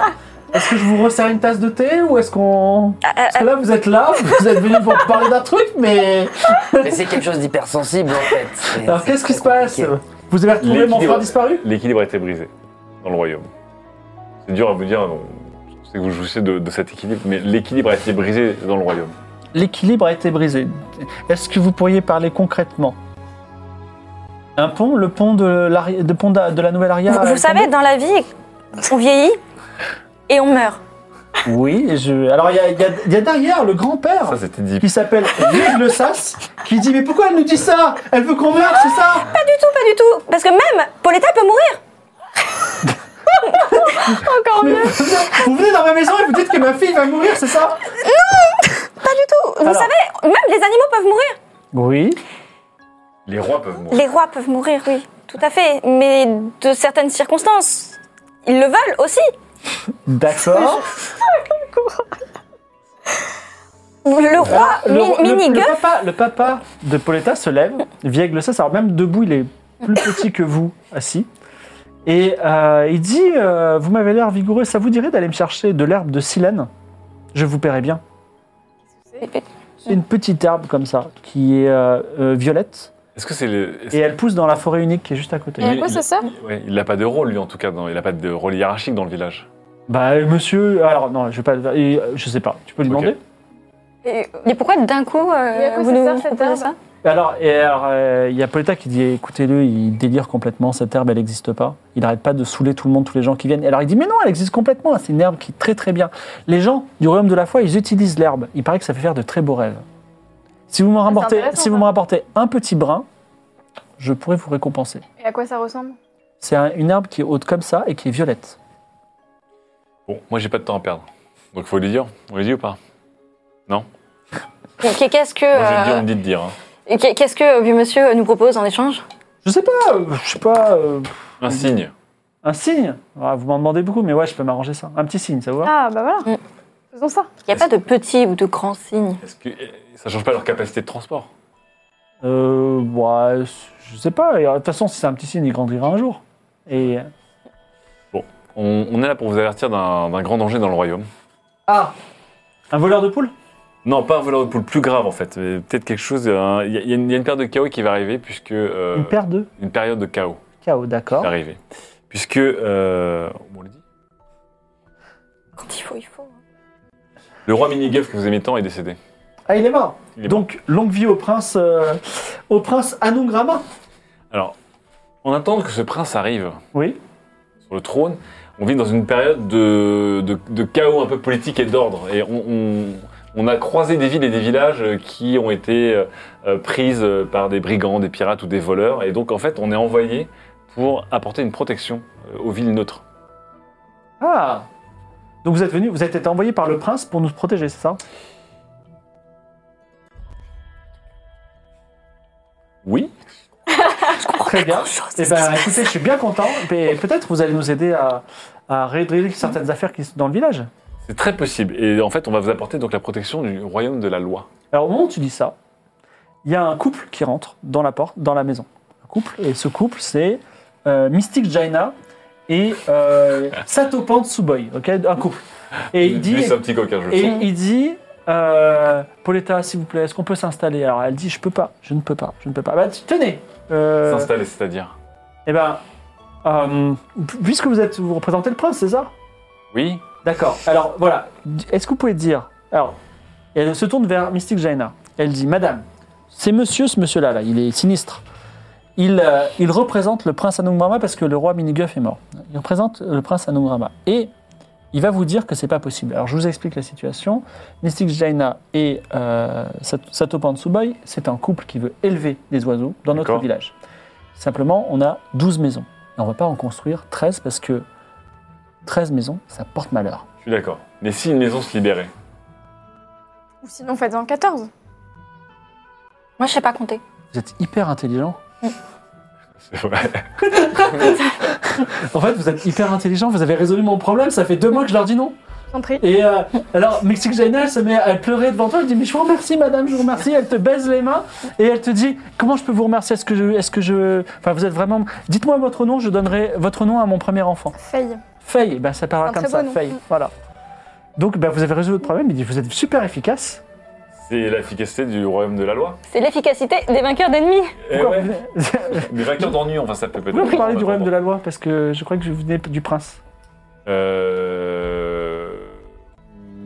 Speaker 1: Est-ce que je vous resserre une tasse de thé ou est-ce qu'on... Parce que là, vous êtes là, vous êtes venu pour parler d'un truc, mais...
Speaker 5: Mais c'est quelque chose d'hypersensible, en fait. C'est-
Speaker 1: Alors
Speaker 5: c'est
Speaker 1: qu'est-ce qui
Speaker 5: très
Speaker 1: se passe
Speaker 5: compliqué.
Speaker 1: Vous avez retrouvé mon frère
Speaker 3: L'équilibre-
Speaker 1: disparu
Speaker 3: L'équilibre a été brisé dans le royaume. C'est dur à vous dire, on- je sais que vous jouissez de, de cet équilibre, mais l'équilibre a été brisé dans le royaume.
Speaker 1: L'équilibre a été brisé. Est-ce que vous pourriez parler concrètement Un pont Le pont de, l'arri- de, pont d'a- de la nouvelle aria
Speaker 2: Vous, vous savez, dans la vie, on vieillit et on meurt.
Speaker 1: Oui, je... alors il y a, il y a- il y a derrière le grand-père.
Speaker 3: Ça, c'était dit.
Speaker 1: qui s'appelle Yves Le Sas, qui dit Mais pourquoi elle nous dit ça Elle veut qu'on meure, c'est ça
Speaker 2: Pas du tout, parce que même Pauletta peut mourir.
Speaker 4: Encore
Speaker 1: Mais
Speaker 4: mieux.
Speaker 1: vous, venez, vous venez dans ma maison et vous dites que ma fille va mourir, c'est ça
Speaker 2: Vous
Speaker 1: Alors.
Speaker 2: savez, même les animaux peuvent mourir.
Speaker 1: Oui.
Speaker 3: Les rois peuvent mourir.
Speaker 2: Les rois peuvent mourir, oui, tout à fait, mais de certaines circonstances. Ils le veulent aussi.
Speaker 1: D'accord.
Speaker 2: Le roi
Speaker 1: Le,
Speaker 2: Euh, mi-
Speaker 1: le- le
Speaker 2: mini-gueux,
Speaker 1: papa, le papa de Pauletta se lève, vieille le Sas, alors même debout, il est plus petit que vous, assis. Et euh, il dit euh, Vous m'avez l'air vigoureux, ça vous dirait d'aller me chercher de l'herbe de silène Je vous paierai bien. C'est une petite herbe comme ça, qui est euh, euh, violette,
Speaker 3: Est-ce que c'est le. est-ce-
Speaker 1: et elle pousse dans la forêt unique qui est juste à côté.
Speaker 4: Et à quoi ça sert
Speaker 3: Ouais, il n'a pas de rôle, lui, en tout cas. dans- il n'a pas de rôle hiérarchique dans le village.
Speaker 1: Bah, euh, monsieur. Alors, non, je vais pas. et, euh, Je sais pas. Tu peux lui
Speaker 3: Ok.
Speaker 1: demander.
Speaker 2: Mais pourquoi d'un coup euh,
Speaker 4: Mais à quoi
Speaker 2: vous
Speaker 4: ça
Speaker 2: nous
Speaker 4: sert, cette
Speaker 2: proposez
Speaker 4: herbe
Speaker 2: ça
Speaker 1: Alors, et alors, euh, il y a Poletta qui dit écoutez-le, il délire complètement. Cette herbe, elle n'existe pas. Il n'arrête pas de saouler tout le monde, tous les gens qui viennent. Alors, il dit mais non, elle existe complètement. C'est une herbe qui est très très bien. Les gens du royaume de la foi, ils utilisent l'herbe. Il paraît que ça fait faire de très beaux rêves. Si vous me rapportez,
Speaker 4: Ah, intéressant,
Speaker 1: si vous
Speaker 4: ça.
Speaker 1: me rapportez un petit brin, je pourrais vous récompenser.
Speaker 4: Et à quoi ça ressemble
Speaker 1: C'est un- une herbe qui est haute comme ça et qui est violette.
Speaker 3: Bon, moi, j'ai pas de temps à perdre. Donc, faut lui dire. On lui dit ou pas
Speaker 2: Qu- Qu'est-ce que,
Speaker 3: Moi, je dis, on me
Speaker 2: euh,
Speaker 3: dit de dire. hein.
Speaker 2: qu- qu'est-ce que euh, vieux monsieur nous propose en échange
Speaker 1: Je sais pas, euh, je sais pas. euh,
Speaker 3: Un signe.
Speaker 1: un signe Ah, Vous m'en demandez beaucoup, mais ouais, je peux m'arranger ça. Un petit signe, ça vous va
Speaker 4: Ah, bah voilà.
Speaker 2: Mm.
Speaker 4: Faisons ça.
Speaker 2: Il n'y a pas de petits ou de grands signes.
Speaker 3: Est-ce que euh, ça change pas leur capacité de transport
Speaker 1: Euh, ouais, je sais pas. Et, euh, De toute façon, si c'est un petit signe, il grandira un jour. Et euh,
Speaker 3: on, on est là pour vous avertir d'un d'un grand danger dans le royaume.
Speaker 1: un voleur de poule
Speaker 3: Non, pas un voleur de poule, plus grave en fait. Mais Peut-être quelque chose. un- Il y, a- il y a une- il y a une période de chaos qui va arriver, puisque. euh,
Speaker 1: Une Oh. paire de
Speaker 3: une période de chaos
Speaker 1: chaos,
Speaker 3: qui
Speaker 1: d'accord.
Speaker 3: va arriver. Puisque. euh, on le dit
Speaker 2: Quand il faut, il faut.
Speaker 3: Le roi Minigueuf que vous aimez tant est décédé.
Speaker 1: Ah, il est mort.
Speaker 3: Il est
Speaker 1: Donc longue vie au prince, euh, au prince Anungrama.
Speaker 3: Alors, en attendant que ce prince arrive
Speaker 1: Oui.
Speaker 3: sur le trône, on vit dans une période de, de- de chaos un peu politique et d'ordre. Et on, on- on a croisé des villes et des villages qui ont été euh, euh, prises par des brigands, des pirates ou des voleurs. Et donc, en fait, on est envoyé pour apporter une protection euh, aux villes neutres.
Speaker 1: Ah. Donc vous êtes venu, vous êtes été envoyé par le prince pour nous protéger, c'est ça
Speaker 3: Oui
Speaker 1: Très bien. Eh ben, écoutez, je suis bien content. Et peut-être vous allez nous aider à, à redresser certaines affaires qui sont dans le village.
Speaker 3: c'est très possible. Et en fait, on va vous apporter donc la protection du royaume de la loi.
Speaker 1: Alors au moment où tu dis ça, il y a un couple qui rentre dans la porte, dans la maison. Un couple, et ce couple, c'est euh, Mystic Jaina et euh, Satopan Tsuboy, ok Un couple. Et il dit,
Speaker 3: Lui, c'est un petit coquin, je le
Speaker 1: et
Speaker 3: sens.
Speaker 1: il dit euh, Pauletta, s'il vous plaît, est-ce qu'on peut s'installer Alors elle dit, je peux pas, je ne peux pas, je ne peux pas. Bah tu- tenez euh,
Speaker 3: S'installer, c'est-à-dire.
Speaker 1: Eh ben, euh, puisque vous êtes, vous représentez le prince, c'est ça
Speaker 3: Oui
Speaker 1: D'accord. Alors voilà. Est-ce que vous pouvez dire Alors, elle se tourne vers Mystique Jaina. Elle dit Madame, c'est monsieur, ce monsieur-là, là, il est sinistre. Il, euh, il représente le prince Anungrama parce que le roi Miniguff est mort. Il représente le prince Anungrama. Et il va vous dire que c'est pas possible. Alors je vous explique la situation. Mystic Jaina et euh, Sat- Satopan Tsuboy, c'est un couple qui veut élever des oiseaux dans notre
Speaker 3: D'accord.
Speaker 1: village. Simplement, on a 12 maisons. Et on va pas en construire 13 parce que 13 maisons, ça porte malheur.
Speaker 3: Je suis d'accord. Mais si une maison se libérait,
Speaker 4: Ou sinon, faites-en 14.
Speaker 2: Moi, je sais pas compter.
Speaker 1: Vous êtes hyper intelligent.
Speaker 3: c'est vrai.
Speaker 1: En fait, vous êtes hyper intelligent, vous avez résolu mon problème, ça fait deux mois que je leur dis non.
Speaker 4: J'en prie.
Speaker 1: Et euh, alors, Mexique Jaina, elle se met à pleurer devant toi. Elle dit Mais je vous remercie, madame, je vous remercie. Elle te baise les mains et elle te dit Comment je peux vous remercier Est-ce que je. Est-ce que je... Enfin, vous êtes vraiment. Dites-moi votre nom, je donnerai votre nom à mon premier enfant.
Speaker 4: Faye.
Speaker 1: Faye, ben, ça parlera
Speaker 4: Un
Speaker 1: comme
Speaker 4: très
Speaker 1: ça,
Speaker 4: beau nom.
Speaker 1: Faye. Voilà. Donc, ben, vous avez résolu votre problème. Il dit Vous êtes super efficace.
Speaker 3: C'est l'efficacité du royaume de la loi.
Speaker 2: C'est l'efficacité des vainqueurs d'ennemis.
Speaker 3: Eh
Speaker 1: Pourquoi
Speaker 3: ouais.
Speaker 1: vous...
Speaker 3: Des vainqueurs d'ennui, enfin ça peut peut-être.
Speaker 1: Pourquoi vous parlez du royaume de la loi Parce que je crois que je venais du prince.
Speaker 3: Euh...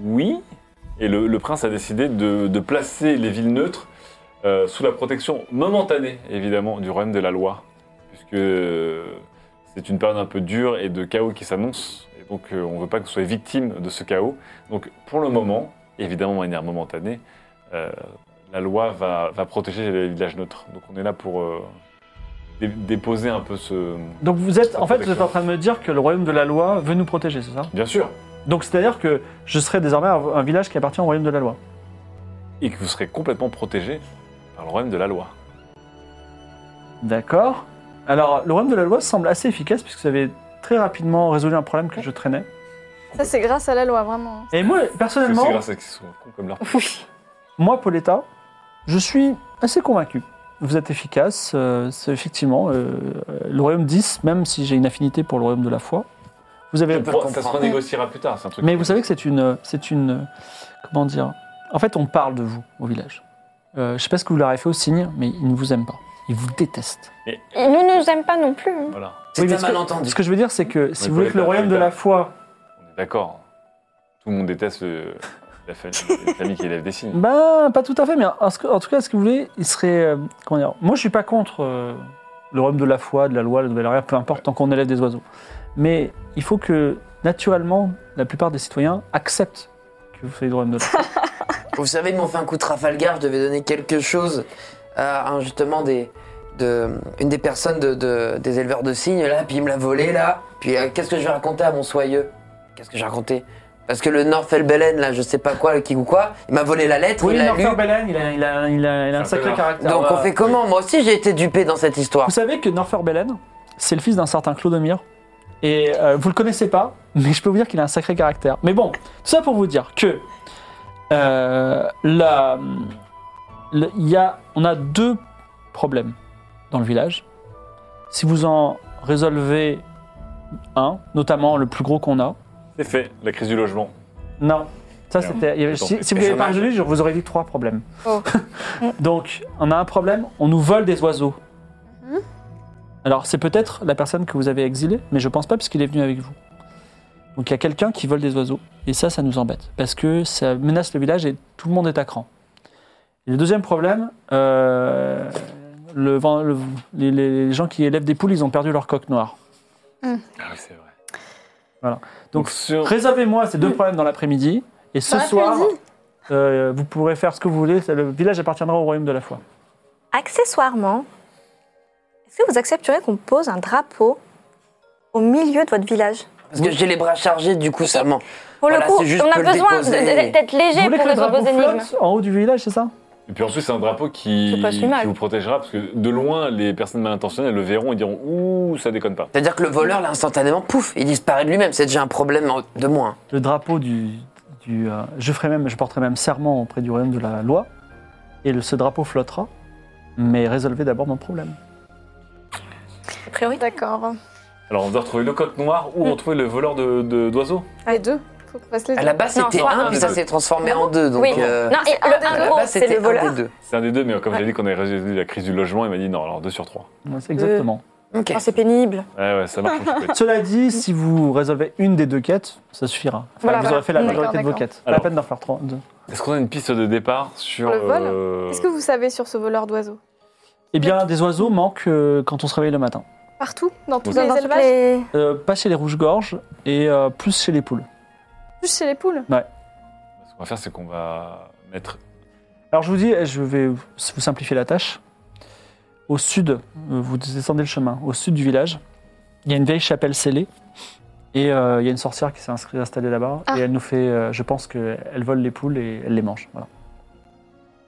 Speaker 3: Oui. Et le, le prince a décidé de, de placer les villes neutres euh, sous la protection momentanée, évidemment, du royaume de la loi. Puisque euh, c'est une période un peu dure et de chaos qui s'annonce. Et donc euh, on ne veut pas que vous soyez victime de ce chaos. Donc pour le moment, évidemment, de manière momentanée, euh, la loi va, va protéger les villages neutres. Donc on est là pour euh, dé- déposer un peu ce...
Speaker 1: Donc, vous êtes.
Speaker 3: Ça
Speaker 1: En fait, vous êtes
Speaker 3: protection.
Speaker 1: en train de me dire que le royaume de la loi veut nous protéger, c'est ça
Speaker 3: Bien sûr.
Speaker 1: Donc, c'est-à-dire que je serai désormais un un village qui appartient au royaume de la loi.
Speaker 3: et que vous serez complètement protégé par le royaume de la loi.
Speaker 1: D'accord. Alors, le royaume de la loi semble assez efficace puisque vous avez très rapidement résolu un problème que je traînais.
Speaker 4: Ça, c'est grâce à la loi, vraiment.
Speaker 1: Et moi,
Speaker 3: Parce que
Speaker 1: personnellement,
Speaker 3: c'est grâce à qu'ils sont cons comme leur
Speaker 2: Oui.
Speaker 1: moi, Pauletta, je suis assez convaincu. Vous êtes efficace, euh, c'est effectivement euh, euh, le royaume 10, même si j'ai une affinité pour le royaume de la foi. Vous avez,
Speaker 3: Ça se renégociera plus tard, c'est un truc.
Speaker 1: mais vous savez que c'est une, c'est une, comment dire En fait, on parle de vous au village. Euh, je sais pas ce que vous leur avez fait au signe, mais ils ne vous aiment pas. Ils vous détestent.
Speaker 2: Ils ne nous aiment pas non plus. hein.
Speaker 3: euh, Voilà,
Speaker 5: C'est
Speaker 1: Oui, mais
Speaker 5: un
Speaker 1: ce que-
Speaker 5: malentendu.
Speaker 1: Ce que je veux dire, c'est que si
Speaker 3: Oui,
Speaker 1: vous voulez
Speaker 3: faut
Speaker 1: que le
Speaker 3: les
Speaker 1: royaume de
Speaker 3: faire,
Speaker 1: la foi
Speaker 3: on est d'accord. Tout le monde déteste euh, la famille, la famille qui élève des signes.
Speaker 1: Ben, pas tout à fait, mais en, ce que- en tout cas, ce que vous voulez, il serait. euh, comment dire Moi, je suis pas contre euh, le royaume de la foi, de la loi, de la nouvelle arrière, peu importe, tant qu'on élève des oiseaux. Mais il faut que, naturellement, la plupart des citoyens acceptent que vous soyez le royaume de la foi.
Speaker 5: Vous savez, mon fin coup de Trafalgar, je devais donner quelque chose à un, justement des, de, une des personnes de, de- des éleveurs de cygnes, là, puis il me l'a volé, là. Puis euh, qu'est-ce que je vais raconter à mon soyeux Qu'est-ce que j'ai raconté Parce que le Norfelbelen, là, je sais pas quoi, le qui ou quoi, il m'a volé la lettre, il l'a lu.
Speaker 1: Northumberland, il a, il a- il a- il a un
Speaker 3: C'est un
Speaker 1: sacré
Speaker 3: peu
Speaker 1: caractère.
Speaker 5: Donc on fait comment Moi aussi, j'ai été dupé dans cette histoire.
Speaker 1: Vous savez que Northumberland, c'est le fils d'un certain Clodomir. Et euh, vous le connaissez pas, mais je peux vous dire qu'il a un sacré caractère. Mais bon, tout ça pour vous dire que euh, la- le- il y a, on a deux problèmes dans le village. Si vous en résolvez un, notamment le plus gros qu'on a,
Speaker 3: C'est fait, la crise du logement.
Speaker 1: non. Ça,
Speaker 3: Merde.
Speaker 1: c'était. il y avait-
Speaker 3: Attends,
Speaker 1: Si,
Speaker 3: mais
Speaker 1: si vous
Speaker 5: c'est
Speaker 1: n'avez pas
Speaker 5: dommage.
Speaker 1: résolu, je vous aurais dit trois problèmes.
Speaker 2: Oh.
Speaker 1: Donc, on a un problème, on nous vole des oiseaux.
Speaker 4: Mhm.
Speaker 1: Alors, c'est peut-être la personne que vous avez exilée, mais je pense pas, puisqu'il est venu avec vous. Donc, il y a quelqu'un qui vole des oiseaux. Et ça, ça nous embête. Parce que ça menace le village et tout le monde est à cran. Et le deuxième problème, euh, le vent- le- les, les gens qui élèvent des poules, ils ont perdu leur coque noire.
Speaker 3: Ah oui, c'est vrai.
Speaker 1: Voilà.
Speaker 3: Donc,
Speaker 1: Donc,
Speaker 3: sur.
Speaker 1: Résolvez-moi ces deux problèmes dans l'après-midi. Et ce
Speaker 4: Dans
Speaker 1: soir,
Speaker 4: l'après-midi
Speaker 1: euh, vous pourrez faire ce que vous voulez. Le village appartiendra au royaume de la foi.
Speaker 2: Accessoirement, est-ce que vous accepterez qu'on pose un drapeau au milieu de votre village
Speaker 5: Parce que j'ai les bras chargés, du coup, seulement.
Speaker 2: Pour
Speaker 5: Voilà,
Speaker 2: le coup,
Speaker 5: c'est juste
Speaker 2: on a
Speaker 5: que le
Speaker 2: besoin de-
Speaker 5: déposer.
Speaker 2: de- d'être
Speaker 1: Vous
Speaker 2: léger
Speaker 1: voulez
Speaker 2: pour
Speaker 1: que le
Speaker 2: résoudre
Speaker 1: drapeau
Speaker 2: vos énigmes.
Speaker 1: flotte en haut du village, c'est ça
Speaker 3: Et puis ensuite, c'est un drapeau qui,
Speaker 2: C'est pas si mal.
Speaker 3: qui vous protégera parce que de loin, les personnes mal intentionnées elles le verront et diront Ouh, ça déconne pas.
Speaker 5: C'est-à-dire que le voleur, là, instantanément, pouf, il disparaît de lui-même. C'est déjà un problème en- de moins.
Speaker 1: Le drapeau du. du, euh, je, ferai même, je porterai même serment auprès du royaume de la loi. Et le- ce drapeau flottera. Mais résolvez d'abord mon problème.
Speaker 2: A priori,
Speaker 4: D'accord.
Speaker 3: Alors, on doit retrouver le coq noir
Speaker 1: Mm.
Speaker 3: ou retrouver le voleur d'oiseaux. De, d'oiseaux.
Speaker 4: Les deux. Faut qu'on fasse les
Speaker 5: À
Speaker 4: deux.
Speaker 5: la base,
Speaker 2: Non,
Speaker 5: c'était
Speaker 2: soit
Speaker 5: un,
Speaker 3: un
Speaker 5: puis
Speaker 3: des
Speaker 5: ça
Speaker 3: deux.
Speaker 5: s'est transformé en deux. Donc,
Speaker 2: oui.
Speaker 5: euh,
Speaker 2: non, et le
Speaker 5: à
Speaker 2: un
Speaker 5: la
Speaker 2: gros,
Speaker 5: base,
Speaker 2: c'est le
Speaker 5: c'était un
Speaker 2: voleur.
Speaker 5: des deux.
Speaker 3: c'est un des deux, mais comme j'ai dit qu'on avait résolu la crise du logement, il m'a dit non, alors 2 sur 3.
Speaker 1: Ouais, c'est exactement.
Speaker 5: Ok.
Speaker 2: Oh, c'est pénible.
Speaker 3: Ouais, ouais, ça marche. je peux être.
Speaker 1: Cela dit, si vous résolvez une des deux quêtes, ça suffira. Enfin,
Speaker 2: Voilà,
Speaker 1: vous
Speaker 2: voilà.
Speaker 1: aurez fait la
Speaker 4: D'accord,
Speaker 1: majorité de vos
Speaker 4: d'accord.
Speaker 1: quêtes. Pas la
Speaker 3: Alors.
Speaker 1: peine d'en faire trois. deux.
Speaker 3: Est-ce qu'on a une piste de départ sur.
Speaker 4: Sur le vol
Speaker 3: euh,
Speaker 4: Qu'est-ce que vous savez sur ce voleur d'oiseaux
Speaker 1: Eh bien, des oiseaux manquent euh, quand on se réveille le matin.
Speaker 4: Partout Dans tous
Speaker 3: Vous
Speaker 4: les
Speaker 2: Dans toutes
Speaker 4: élevages
Speaker 2: les-
Speaker 1: Euh, pas chez les rouges-gorges et euh, plus chez les poules.
Speaker 4: plus chez les poules.
Speaker 3: Ce qu'on va faire, c'est qu'on va mettre.
Speaker 1: Alors je vous dis, je vais vous simplifier la tâche. Au sud, euh, vous descendez le chemin, au sud du village, il y a une vieille chapelle scellée. Et euh, il y a une sorcière qui s'est inscrite, installée là-bas.
Speaker 4: Ah.
Speaker 1: Et elle nous fait, euh, je pense qu'elle vole les poules et elle les mange. Voilà.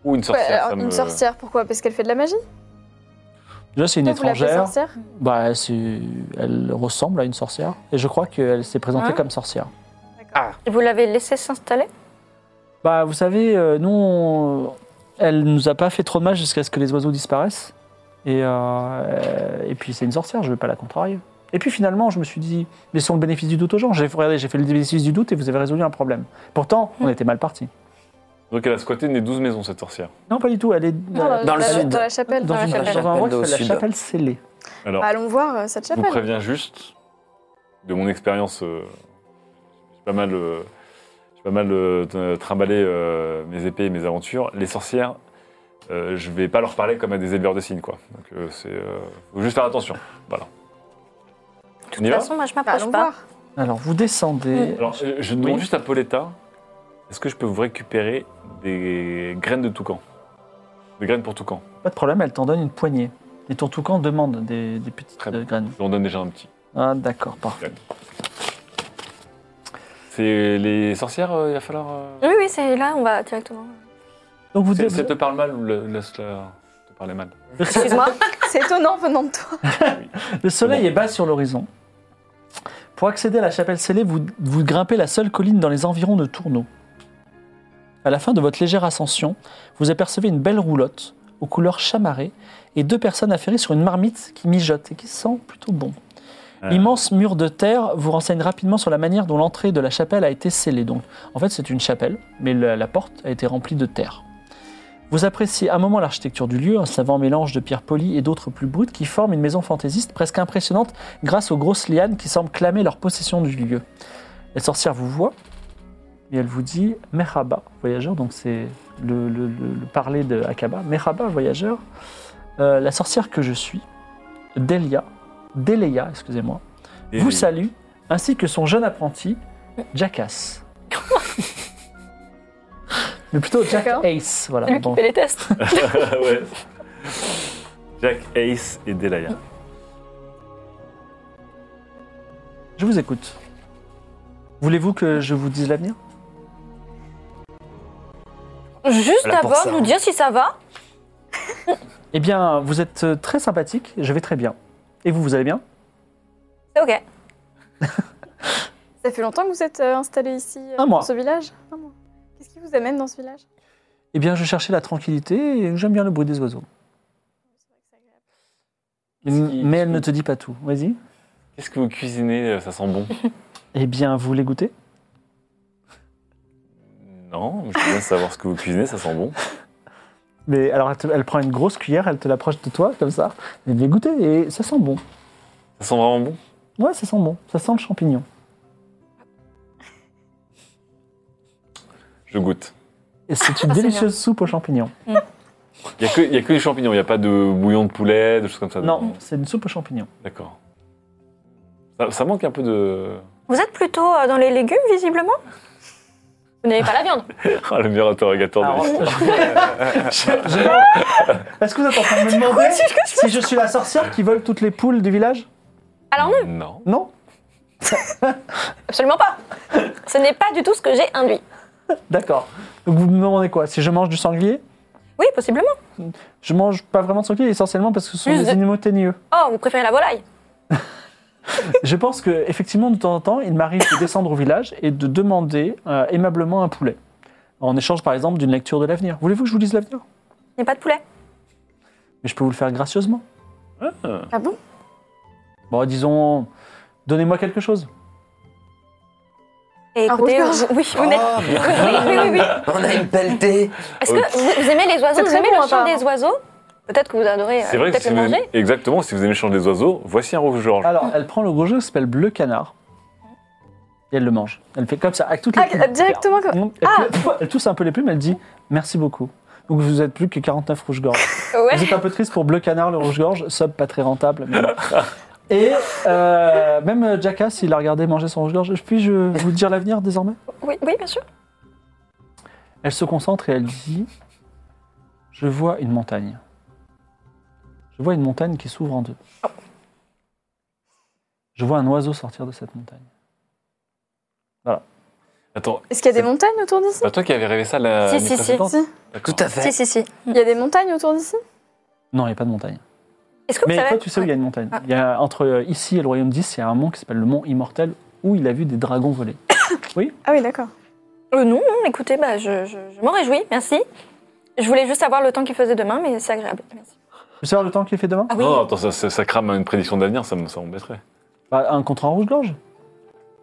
Speaker 3: Ou une sorcière.
Speaker 4: Ouais, alors,
Speaker 3: ça
Speaker 4: une
Speaker 1: euh,
Speaker 3: me-
Speaker 4: sorcière, pourquoi Parce qu'elle fait de la magie
Speaker 1: Déjà, c'est une
Speaker 4: Vous l'appelez
Speaker 1: étrangère.
Speaker 4: sorcière
Speaker 1: Bah, c'est- elle ressemble à une sorcière. Et je crois qu'elle s'est présentée
Speaker 4: Ah.
Speaker 2: Hein
Speaker 1: comme sorcière.
Speaker 2: Et Vous l'avez laissé s'installer
Speaker 1: Bah, vous savez, euh, nous, on- elle nous a pas fait trop de mal jusqu'à ce que les oiseaux disparaissent. Et, euh, et puis, c'est une sorcière, je vais pas la contrarier. Et puis finalement, je me suis dit, laissons le bénéfice du doute aux gens. J'ai regardez, j'ai fait le bénéfice du doute et vous avez résolu un problème. Pourtant,
Speaker 3: Hmm.
Speaker 1: on était mal parti.
Speaker 3: Donc elle a squatté une des 12 maisons, cette sorcière.
Speaker 1: Non, pas du tout. Elle est
Speaker 4: Non,
Speaker 1: dans,
Speaker 5: Dans le
Speaker 4: la-
Speaker 5: sud.
Speaker 4: Dans la chapelle.
Speaker 1: dans
Speaker 2: la
Speaker 1: une-
Speaker 2: chapelle.
Speaker 1: dans un endroit qui
Speaker 5: Au
Speaker 1: s'appelle la
Speaker 5: sud.
Speaker 1: chapelle scellée.
Speaker 3: Alors,
Speaker 4: Bah, allons voir euh, cette
Speaker 3: je vous
Speaker 4: chapelle.
Speaker 3: préviens juste de mon expérience. euh, j'ai pas mal, euh, j'ai pas mal euh, t- trimballé euh, mes épées et mes aventures. Les sorcières, euh, je vais pas leur parler comme à des éleveurs de signes, quoi. Donc euh, c'est, euh, faut juste faire attention. Voilà.
Speaker 2: De
Speaker 3: On y
Speaker 2: toute
Speaker 3: va
Speaker 2: façon, moi, je
Speaker 4: Bah,
Speaker 2: m'approche
Speaker 4: allons
Speaker 2: pas.
Speaker 4: voir.
Speaker 1: Alors, vous descendez.
Speaker 3: Alors, euh, je demande juste à Pauletta, est-ce que je peux vous récupérer des graines de toucan Des graines pour toucan.
Speaker 1: Pas de problème, elle t'en donne une poignée. Et ton toucan demande des, des petites
Speaker 3: Très bien.
Speaker 1: euh, graines.
Speaker 3: Je leur donne déjà un petit.
Speaker 1: Ah, d'accord, parfait.
Speaker 3: C'est les sorcières, euh, il va falloir... euh,
Speaker 2: Oui, oui, c'est là, on va directement.
Speaker 1: Donc, vous,
Speaker 3: C'est-
Speaker 1: devez-
Speaker 3: Ça te parle mal ou le- laisse-la te parler mal
Speaker 2: Excuse-moi.
Speaker 4: C'est étonnant venant de toi.
Speaker 1: Le soleil
Speaker 3: Bon.
Speaker 1: est bas sur l'horizon. Pour accéder à la chapelle scellée, vous, vous grimpez la seule colline dans les environs de Tourneau. À la fin de votre légère ascension, vous apercevez une belle roulotte aux couleurs chamarrées et deux personnes affairées sur une marmite qui mijote et qui sent plutôt bon.
Speaker 3: Ah.
Speaker 1: L'immense mur de terre vous renseigne rapidement sur la manière dont l'entrée de la chapelle a été scellée. Donc, en fait, c'est une chapelle, mais la, la porte a été remplie de terre. Vous appréciez un moment l'architecture du lieu, un savant mélange de pierres polies et d'autres plus brutes qui forment une maison fantaisiste presque impressionnante grâce aux grosses lianes qui semblent clamer leur possession du lieu. La sorcière vous voit et elle vous dit Merhaba, voyageur, donc c'est le, le- le- le parler de Akaba. Merhaba, voyageur, euh, la sorcière que je suis, Delia, Deleia, excusez-moi,
Speaker 3: Et-
Speaker 1: vous salue, ainsi que son jeune apprenti, Jackass. Mais plutôt Jack
Speaker 4: D'accord.
Speaker 1: Ace, voilà.
Speaker 2: C'est lui
Speaker 1: Bon.
Speaker 2: qui fait les tests.
Speaker 3: Ah Ouais. Jack, Ace et Delaya.
Speaker 1: Je vous écoute. Voulez-vous que je vous dise l'avenir
Speaker 2: Juste
Speaker 5: Voilà pour
Speaker 2: d'abord,
Speaker 5: ça.
Speaker 2: nous dire si ça va.
Speaker 1: Eh bien, vous êtes euh, très sympathique, je vais très bien. Et vous, vous allez bien
Speaker 2: C'est ok.
Speaker 4: Ça fait longtemps que vous êtes euh, installé ici, euh,
Speaker 1: Un mois.
Speaker 4: dans ce village Un mois. Qu'est-ce qui vous amène dans ce village
Speaker 1: Eh bien, je cherchais la tranquillité et j'aime bien le bruit des oiseaux. Mais
Speaker 3: qui-
Speaker 1: elle
Speaker 3: qu'est-ce
Speaker 1: ne
Speaker 3: qui-
Speaker 1: te dit pas tout. Vas-y.
Speaker 3: Qu'est-ce que vous cuisinez euh, Ça sent bon.
Speaker 1: Eh bien, vous voulez goûter
Speaker 3: Non, mais je veux bien savoir ce que vous cuisinez, ça sent bon.
Speaker 1: Mais alors, elle, te- elle prend une grosse cuillère, elle te l'approche de toi, comme ça. Elle dit goûter et ça sent bon.
Speaker 3: Ça sent vraiment bon.
Speaker 1: Ouais, ça sent bon. Ça sent le champignon.
Speaker 3: Je goûte.
Speaker 1: Et c'est une
Speaker 2: Ah, Seigneur.
Speaker 1: délicieuse soupe aux champignons.
Speaker 3: Il n'y a, que- il y a que les champignons, il n'y a pas de bouillon de poulet, de choses comme ça.
Speaker 1: Non, c'est une soupe aux champignons.
Speaker 3: D'accord. Ça, ça manque un peu de.
Speaker 2: Vous êtes plutôt euh, dans les légumes, visiblement Vous n'aimez pas la viande
Speaker 3: Ah, le meilleur interrogateur de
Speaker 1: Alors,
Speaker 3: l'histoire.
Speaker 1: je- je- Est-ce que vous êtes en train de me demander si je suis la sorcière qui vole toutes les poules du village
Speaker 2: Alors non,
Speaker 3: Non.
Speaker 1: Non
Speaker 2: absolument pas. Ce n'est pas du tout ce que j'ai induit.
Speaker 1: D'accord. Donc vous me demandez quoi Si je mange du sanglier
Speaker 2: Oui, possiblement.
Speaker 1: Je mange pas vraiment de sanglier essentiellement parce que ce sont
Speaker 2: Plus
Speaker 1: des
Speaker 2: de-
Speaker 1: animaux ténueux.
Speaker 2: Oh, vous préférez la volaille
Speaker 1: Je pense que effectivement de temps en temps, il m'arrive de descendre au village et de demander euh, aimablement un poulet. En échange par exemple d'une lecture de l'avenir. Voulez-vous que je vous lise l'avenir
Speaker 2: Il n'y a pas de poulet.
Speaker 1: Mais je peux vous le faire gracieusement.
Speaker 4: Ah bon
Speaker 1: Bon, disons, donnez-moi quelque chose.
Speaker 2: Et
Speaker 4: Un
Speaker 2: écoutez,
Speaker 4: rouge-gorge.
Speaker 2: vous- oui, vous n'êtes-
Speaker 5: Oh, bien.
Speaker 2: oui, oui, oui.
Speaker 5: On a une pelletée.
Speaker 2: Est-ce que vous, vous aimez les
Speaker 4: C'est
Speaker 2: oiseaux Vous
Speaker 4: très
Speaker 2: aimez
Speaker 4: bon,
Speaker 2: le chant
Speaker 4: apparemment.
Speaker 2: des oiseaux Peut-être que vous adorez
Speaker 3: C'est vrai
Speaker 2: euh,
Speaker 3: que
Speaker 2: peut-être
Speaker 3: si
Speaker 2: le
Speaker 3: vous
Speaker 2: manger.
Speaker 3: aimez, exactement, si vous aimez le chant des oiseaux, voici un rouge gorge.
Speaker 1: Alors, elle prend le gros jeu qui s'appelle Bleu Canard. Et elle le mange. Elle fait comme ça, avec toutes les
Speaker 4: Ah,
Speaker 1: plumes.
Speaker 4: directement comme-
Speaker 1: Elle, elle tousse un peu les plumes, elle dit merci beaucoup. Donc vous êtes plus que 49 rouges-gorges.
Speaker 2: Ouais.
Speaker 1: Vous êtes un peu triste pour Bleu Canard, le rouge-gorge, sub pas très rentable. Mais... Et euh, même Jackass, il a regardé manger son rouge-gorge. Puis-je vous dire l'avenir désormais
Speaker 2: Oui, oui, bien sûr.
Speaker 1: Elle se concentre et elle dit Je vois une montagne. Je vois une montagne qui s'ouvre en deux. Je vois un oiseau sortir de cette montagne.
Speaker 3: Attends,
Speaker 4: Est-ce qu'il y a des montagnes autour d'ici
Speaker 3: c'est pas toi qui avais rêvé ça la
Speaker 2: si,
Speaker 3: nuit
Speaker 2: si, si.
Speaker 3: précédente
Speaker 4: Si.
Speaker 3: D'accord.
Speaker 5: Tout à fait.
Speaker 2: Si, si, si.
Speaker 4: Il y a des montagnes autour d'ici
Speaker 1: Non, il n'y a pas de montagne.
Speaker 2: Est-ce que vous
Speaker 1: Mais
Speaker 2: savez
Speaker 1: toi, tu sais où il y a une montagne.
Speaker 4: Ah.
Speaker 1: Il y a, entre euh, ici et le royaume 10, il y a un mont qui s'appelle le mont Immortel où il a vu des dragons voler.
Speaker 4: Ah oui, d'accord.
Speaker 2: Euh, non, non, écoutez, bah, je, je- je m'en réjouis, merci. Je voulais juste savoir le temps qu'il faisait demain, mais c'est agréable. Merci.
Speaker 1: Tu sais le temps qu'il fait demain
Speaker 2: Ah oui,
Speaker 3: Non, attends, ça, ça- ça crame une prédiction d'avenir, ça me- ça m'embêterait.
Speaker 1: Bah, Un contrat en rouge-gorge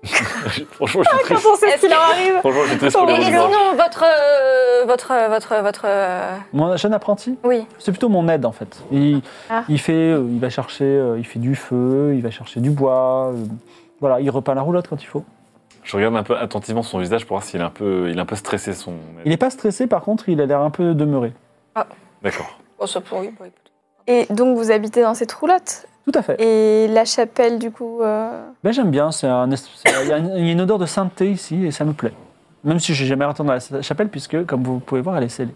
Speaker 3: Franchement, je suis
Speaker 4: Quand
Speaker 3: triste.
Speaker 4: on sait ce qu'il leur arrive
Speaker 3: Franchement, je suis triste pour
Speaker 4: Et-
Speaker 3: les
Speaker 2: Et, et
Speaker 3: rouges-gorges.
Speaker 2: sinon, votre, euh, votre, euh, votre, votre, euh,
Speaker 1: Mon jeune apprenti
Speaker 2: oui.
Speaker 1: C'est plutôt mon aide en fait. Il,
Speaker 4: Ah.
Speaker 1: il fait, euh, il va chercher, euh, il fait du feu, il va chercher du bois. euh, voilà, il repeint la roulotte quand il faut.
Speaker 3: Je regarde un peu attentivement son visage pour voir s'il est un peu, il est un peu stressé son.
Speaker 1: Il n'est pas stressé, par contre, il a l'air un peu demeuré.
Speaker 3: D'accord.
Speaker 2: Bon, Oh, ça pour, oui, bon, écoute.
Speaker 4: Et donc, vous habitez dans cette roulotte.
Speaker 1: Tout à fait.
Speaker 4: Et la chapelle, du coup. euh,
Speaker 1: Ben, j'aime bien. C'est un, es- c'est- il y, a une- il y a une odeur de sainteté ici et ça me plaît. Même si j'ai jamais rentré dans la sa- chapelle, puisque comme vous pouvez voir, elle est scellée.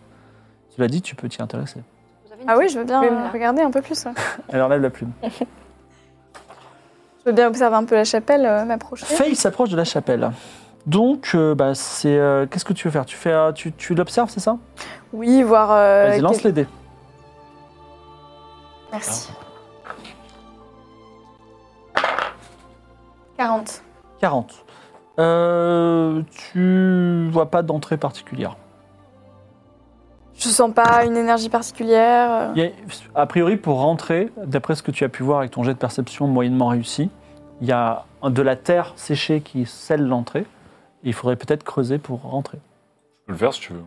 Speaker 1: Cela dit, tu peux t'y intéresser.
Speaker 2: Vous avez une
Speaker 4: Ah oui, je veux bien
Speaker 2: Plume,
Speaker 4: euh,
Speaker 2: là.
Speaker 4: regarder un peu plus. ouais.
Speaker 1: Elle enlève la plume.
Speaker 4: Je veux bien observer un peu la chapelle, euh, m'approcher.
Speaker 1: Faye s'approche de la chapelle. Donc, euh, bah, c'est euh, qu'est-ce que tu veux faire Tu fais, euh, tu, tu l'observes, c'est ça
Speaker 4: Oui, voir. euh,
Speaker 1: Vas-y, lance
Speaker 4: quel-
Speaker 1: les dés.
Speaker 4: Merci. 40.
Speaker 1: 40. Euh, tu vois pas d'entrée particulière.
Speaker 4: Je sens pas une énergie particulière. euh.
Speaker 1: Il y a, a priori, pour rentrer, d'après ce que tu as pu voir avec ton jet de perception moyennement réussi, il y a de la terre séchée qui scelle l'entrée. Il faudrait peut-être creuser pour rentrer.
Speaker 3: Tu peux le faire si tu veux.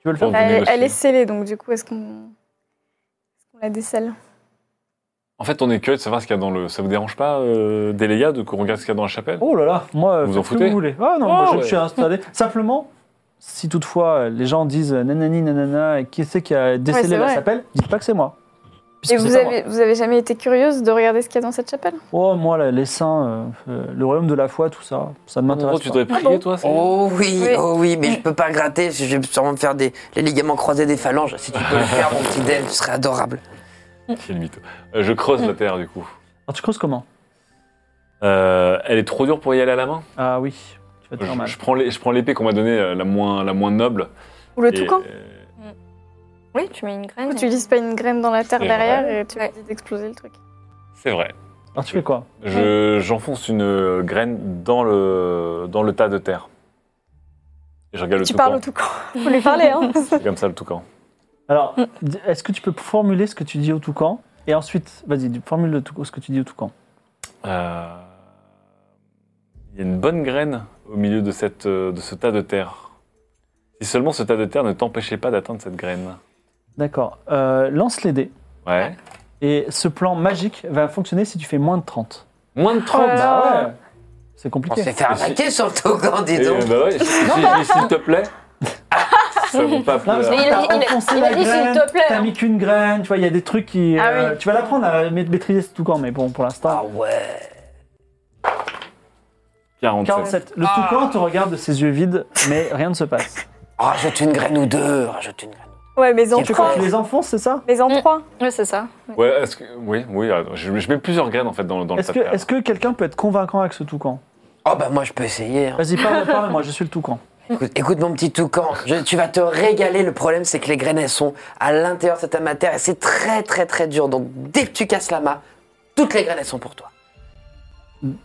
Speaker 1: Tu veux le faire
Speaker 3: Ouais.
Speaker 4: Elle,
Speaker 3: négocier.
Speaker 4: elle est scellée, donc du coup, est-ce qu'on est-ce qu'on la décèle
Speaker 3: En fait, on est curieux de savoir ce qu'il y a dans le. Ça vous dérange pas, euh, Déléga, de qu'on regarde ce qu'il y a dans la chapelle
Speaker 1: Oh là là, moi,
Speaker 3: Vous
Speaker 1: faites
Speaker 3: en
Speaker 1: ce que
Speaker 3: foutez
Speaker 1: vous voulez. Ah non, moi,
Speaker 3: Oh,
Speaker 1: je me
Speaker 3: ouais.
Speaker 1: suis installé. Simplement, si toutefois euh, les gens disent euh, nanani nanana, et qui c'est qui a décélé
Speaker 4: c'est
Speaker 1: la
Speaker 4: vrai.
Speaker 1: chapelle, dites pas que c'est moi.
Speaker 4: Et
Speaker 1: Puisque c'est
Speaker 4: vous
Speaker 1: pas moi.
Speaker 4: avez, vous avez jamais été curieuse de regarder ce qu'il y a dans cette chapelle
Speaker 1: Oh, moi, là, les saints, euh, euh, le royaume de la foi, tout ça, ça ne
Speaker 3: Gros,
Speaker 1: m'intéresse
Speaker 3: tu
Speaker 1: pas.
Speaker 3: devrais prier, toi c'est-
Speaker 5: Oh oui,
Speaker 2: Oui. Mm.
Speaker 5: oh oui, mais je peux pas gratter, je vais sûrement me faire des, les ligaments croisés des phalanges. Si tu peux le faire, mon petit Del, ce serait adorable.
Speaker 3: Quel mytho. Euh, je creuse la terre, du coup.
Speaker 1: Alors, tu creuses comment
Speaker 3: Euh, elle est trop dure pour y aller à la main
Speaker 1: Ah oui, tu vas te
Speaker 3: je,
Speaker 1: faire mal.
Speaker 3: je prends les- je prends l'épée qu'on m'a donnée, euh, la moins, la moins noble.
Speaker 4: Ou le
Speaker 3: et,
Speaker 4: toucan
Speaker 3: euh,
Speaker 2: Oui, tu mets une graine.
Speaker 4: Ou tu lises pas une graine dans la terre
Speaker 3: C'est
Speaker 4: derrière et tu
Speaker 2: Ouais.
Speaker 4: lui dis d'exploser le truc
Speaker 3: c'est vrai.
Speaker 1: Alors, tu fais quoi
Speaker 3: Je- J'enfonce une euh, graine dans le, dans le tas de terre. Et je regarde le
Speaker 4: Tu
Speaker 3: toucan.
Speaker 4: parles au toucan. Vous lui parlez, hein
Speaker 3: C'est comme ça, le toucan.
Speaker 1: Alors, d- est-ce que tu peux formuler ce que tu dis au toucan Et ensuite, vas-y, du- formule le toucan- ce que tu dis au toucan.
Speaker 3: Euh, Il y a une bonne graine au milieu de, cette, euh, de ce tas de terre. Si seulement ce tas de terre ne t'empêchait pas d'atteindre cette graine.
Speaker 1: D'accord. Euh, lance les dés.
Speaker 3: Ouais.
Speaker 1: Et ce plan magique va fonctionner si tu fais moins de 30.
Speaker 3: Moins de 30
Speaker 4: Oh là là.
Speaker 1: Bah ouais, C'est
Speaker 5: On s'est
Speaker 1: compliqué.
Speaker 5: fait arnaquer sur le toucan, dis
Speaker 3: Et,
Speaker 5: donc.
Speaker 3: euh, bah ouais, si- si- si- s'il te plaît. Ça vaut pas plus.
Speaker 1: Non,
Speaker 5: Euh,
Speaker 1: parce que
Speaker 2: Mais il a-
Speaker 1: t'as
Speaker 2: il a-
Speaker 1: enfoncé
Speaker 2: il
Speaker 1: la
Speaker 2: a dit, s'il
Speaker 1: graine,
Speaker 2: te plaît,
Speaker 1: T'as
Speaker 2: hein.
Speaker 1: mis qu'une graine, tu vois, il y a des trucs qui.
Speaker 4: Ah
Speaker 1: euh,
Speaker 4: oui.
Speaker 1: Tu vas l'apprendre à ma- maîtriser ce toucan, mais bon, pour l'instant.
Speaker 5: Ah ouais.
Speaker 3: 47.
Speaker 1: 47. Le
Speaker 2: Ah.
Speaker 1: toucan te regarde de ses yeux vides, mais rien ne se passe.
Speaker 5: Rajoute une graine ou deux, rajoute une graine.
Speaker 4: Ouais, mais en
Speaker 1: Tu fais quoi
Speaker 4: trois.
Speaker 1: Tu les enfonces, c'est ça
Speaker 4: Mais en
Speaker 2: Mm.
Speaker 4: trois.
Speaker 2: Oui, c'est ça.
Speaker 3: Ouais, est-ce que... Oui, oui. attends, Je, je mets plusieurs graines, en fait, dans, dans le
Speaker 1: Est-ce
Speaker 3: tas
Speaker 1: que,
Speaker 3: de terre.
Speaker 1: est que quelqu'un peut être convaincant avec ce toucan
Speaker 5: Oh bah moi je peux essayer. hein.
Speaker 1: Vas-y, parle, parle, moi je suis le toucan.
Speaker 5: Écoute, écoute, mon petit toucan, je- tu vas te régaler. Le problème c'est que les graines elles sont à l'intérieur de cet amateur et c'est très très très dur. Donc dès que tu casses la main, toutes les graines elles sont pour toi.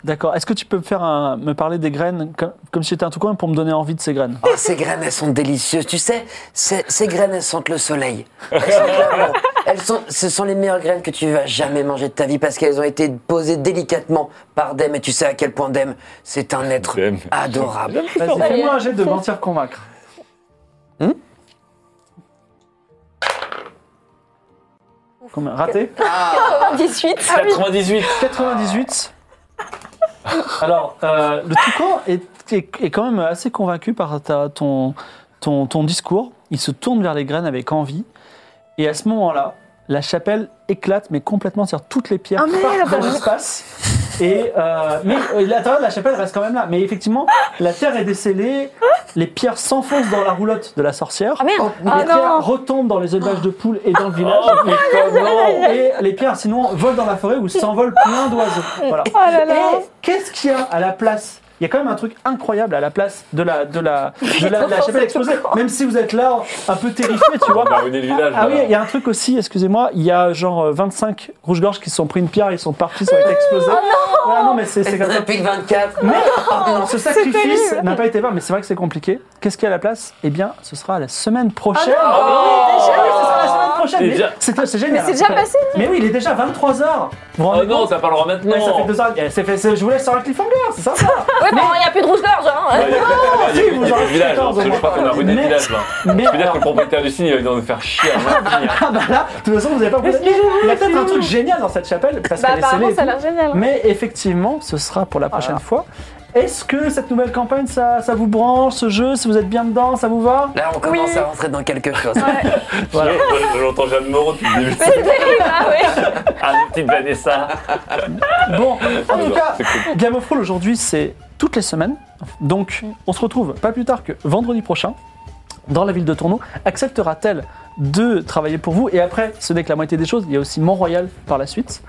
Speaker 1: D'accord. Est-ce que tu peux me faire un- me parler des graines comme, comme si j'étais un toucan pour me donner envie de ces graines
Speaker 2: Ah,
Speaker 5: Oh, ces graines, elles sont délicieuses. Tu sais, ces, ces graines, elles sentent le soleil. Elles sentent l'amour. Elles sont, ce sont les meilleures graines que tu vas jamais manger de ta vie parce qu'elles ont été posées délicatement par Dem. Et tu sais à quel point Dem, c'est un être
Speaker 3: Dem.
Speaker 5: adorable.
Speaker 1: Vas-y, fais-moi un jet de mentir convaincre.
Speaker 5: Hmm
Speaker 1: Combien Raté
Speaker 2: Oh, 18.
Speaker 3: 98
Speaker 1: 98. Alors, euh, le toucan est, est- est quand même assez convaincu par ta- ton, ton, ton discours. Il se tourne vers les graines avec envie. Et à ce moment-là, La chapelle éclate, mais complètement sur toutes les pierres
Speaker 4: Ah, merde,
Speaker 1: partent dans
Speaker 4: pardon.
Speaker 1: l'espace. Et euh, mais euh, l'intérieur de la chapelle reste quand même là. Mais effectivement, la terre est décellée, les pierres s'enfoncent dans la roulotte de la sorcière.
Speaker 2: Ah merde
Speaker 1: les
Speaker 2: Ah,
Speaker 1: pierres
Speaker 4: non.
Speaker 1: retombent dans les élevages de poules et dans le village.
Speaker 3: Oh, mais
Speaker 4: Ah,
Speaker 3: comment
Speaker 1: Et les pierres, sinon, volent dans la forêt où s'envolent plein d'oiseaux. Voilà.
Speaker 4: Oh là là.
Speaker 1: Et Qu'est-ce qu'il y a à la place Il y a quand même un truc incroyable à la place de la, de la, de la, de la chapelle explosée. Même si vous êtes là, un peu terrifié, tu vois.
Speaker 3: On va ruiner le bah, village.
Speaker 1: Ah oui,
Speaker 3: là.
Speaker 1: il y a un truc aussi, excusez-moi, il y a genre euh, 25 rouges-gorges qui se sont pris une pierre, ils sont partis, ils ont été explosés.
Speaker 4: Ah
Speaker 1: Voilà, non, mais c'est c'est
Speaker 5: C'est
Speaker 1: comme ça.
Speaker 5: depuis que 24.
Speaker 1: Mais
Speaker 3: Oh,
Speaker 1: ce sacrifice
Speaker 4: terrible.
Speaker 1: n'a pas été vain, mais c'est vrai que c'est compliqué. Qu'est-ce qu'il y a à la place Eh bien, ce sera la semaine prochaine.
Speaker 3: Oh
Speaker 1: Ah oui, ce sera la semaine prochaine.
Speaker 3: Et
Speaker 1: mais
Speaker 3: déjà-
Speaker 1: C'est c'est génial.
Speaker 4: Mais c'est déjà passé hein.
Speaker 1: Mais oui, il est déjà 23h.
Speaker 3: Oh non, ça parlera maintenant.
Speaker 1: ça fait deux heures. Eh, c'est fait- c'est- je vous laisse sur un cliffhanger, c'est sympa.
Speaker 2: Ouais, bon, il n'y a plus de rouge-gorge, hein
Speaker 3: Ah, il y a- il y
Speaker 1: si,
Speaker 3: a- il y a
Speaker 1: vous en
Speaker 3: le
Speaker 1: restez
Speaker 3: village, hein,
Speaker 1: 14 au
Speaker 3: parce que je
Speaker 1: moins.
Speaker 3: crois qu'on a ruiné le
Speaker 1: Mais-
Speaker 3: village là.
Speaker 1: mais
Speaker 3: Je veux dire que
Speaker 1: alors-
Speaker 3: le propriétaire du signe il va nous faire chier. hein.
Speaker 1: Ah bah là, de toute façon, vous n'avez pas compris. Il y a peut-être un truc génial dans cette chapelle parce
Speaker 4: Bah,
Speaker 1: qu'elle est scellée.
Speaker 4: apparemment,
Speaker 1: et
Speaker 4: ça a
Speaker 1: tout.
Speaker 4: l'air génial.
Speaker 1: Mais effectivement, ce sera pour la prochaine fois. Est-ce que cette nouvelle campagne, ça, ça vous branche, ce jeu Si vous êtes bien dedans, ça vous va
Speaker 5: Là, on commence à rentrer dans quelque chose.
Speaker 1: Voilà.
Speaker 3: Je- J'entends Jeanne Moreau depuis le début.
Speaker 2: Mais c'est terrible, hein, ouais.
Speaker 3: Ah, une petite Vanessa.
Speaker 1: Bon, en tout cas,
Speaker 3: C'est cool. Mm.
Speaker 1: Game of Roll aujourd'hui, c'est toutes les semaines. Donc, on se retrouve pas plus tard que vendredi prochain dans la ville de Tourneau. Acceptera-t-elle de travailler pour vous Et après, ce n'est que la moitié des choses. Il y a aussi Mont-Royal par la suite.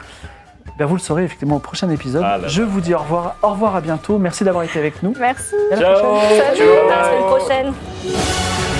Speaker 1: Ben, vous le saurez effectivement au prochain épisode.
Speaker 3: Ah là là.
Speaker 1: Je vous dis au revoir. Au revoir, à bientôt. Merci d'avoir été avec nous.
Speaker 4: Merci.
Speaker 1: Et à la
Speaker 3: Ciao.
Speaker 1: prochaine.
Speaker 4: Salut.
Speaker 2: À la semaine prochaine.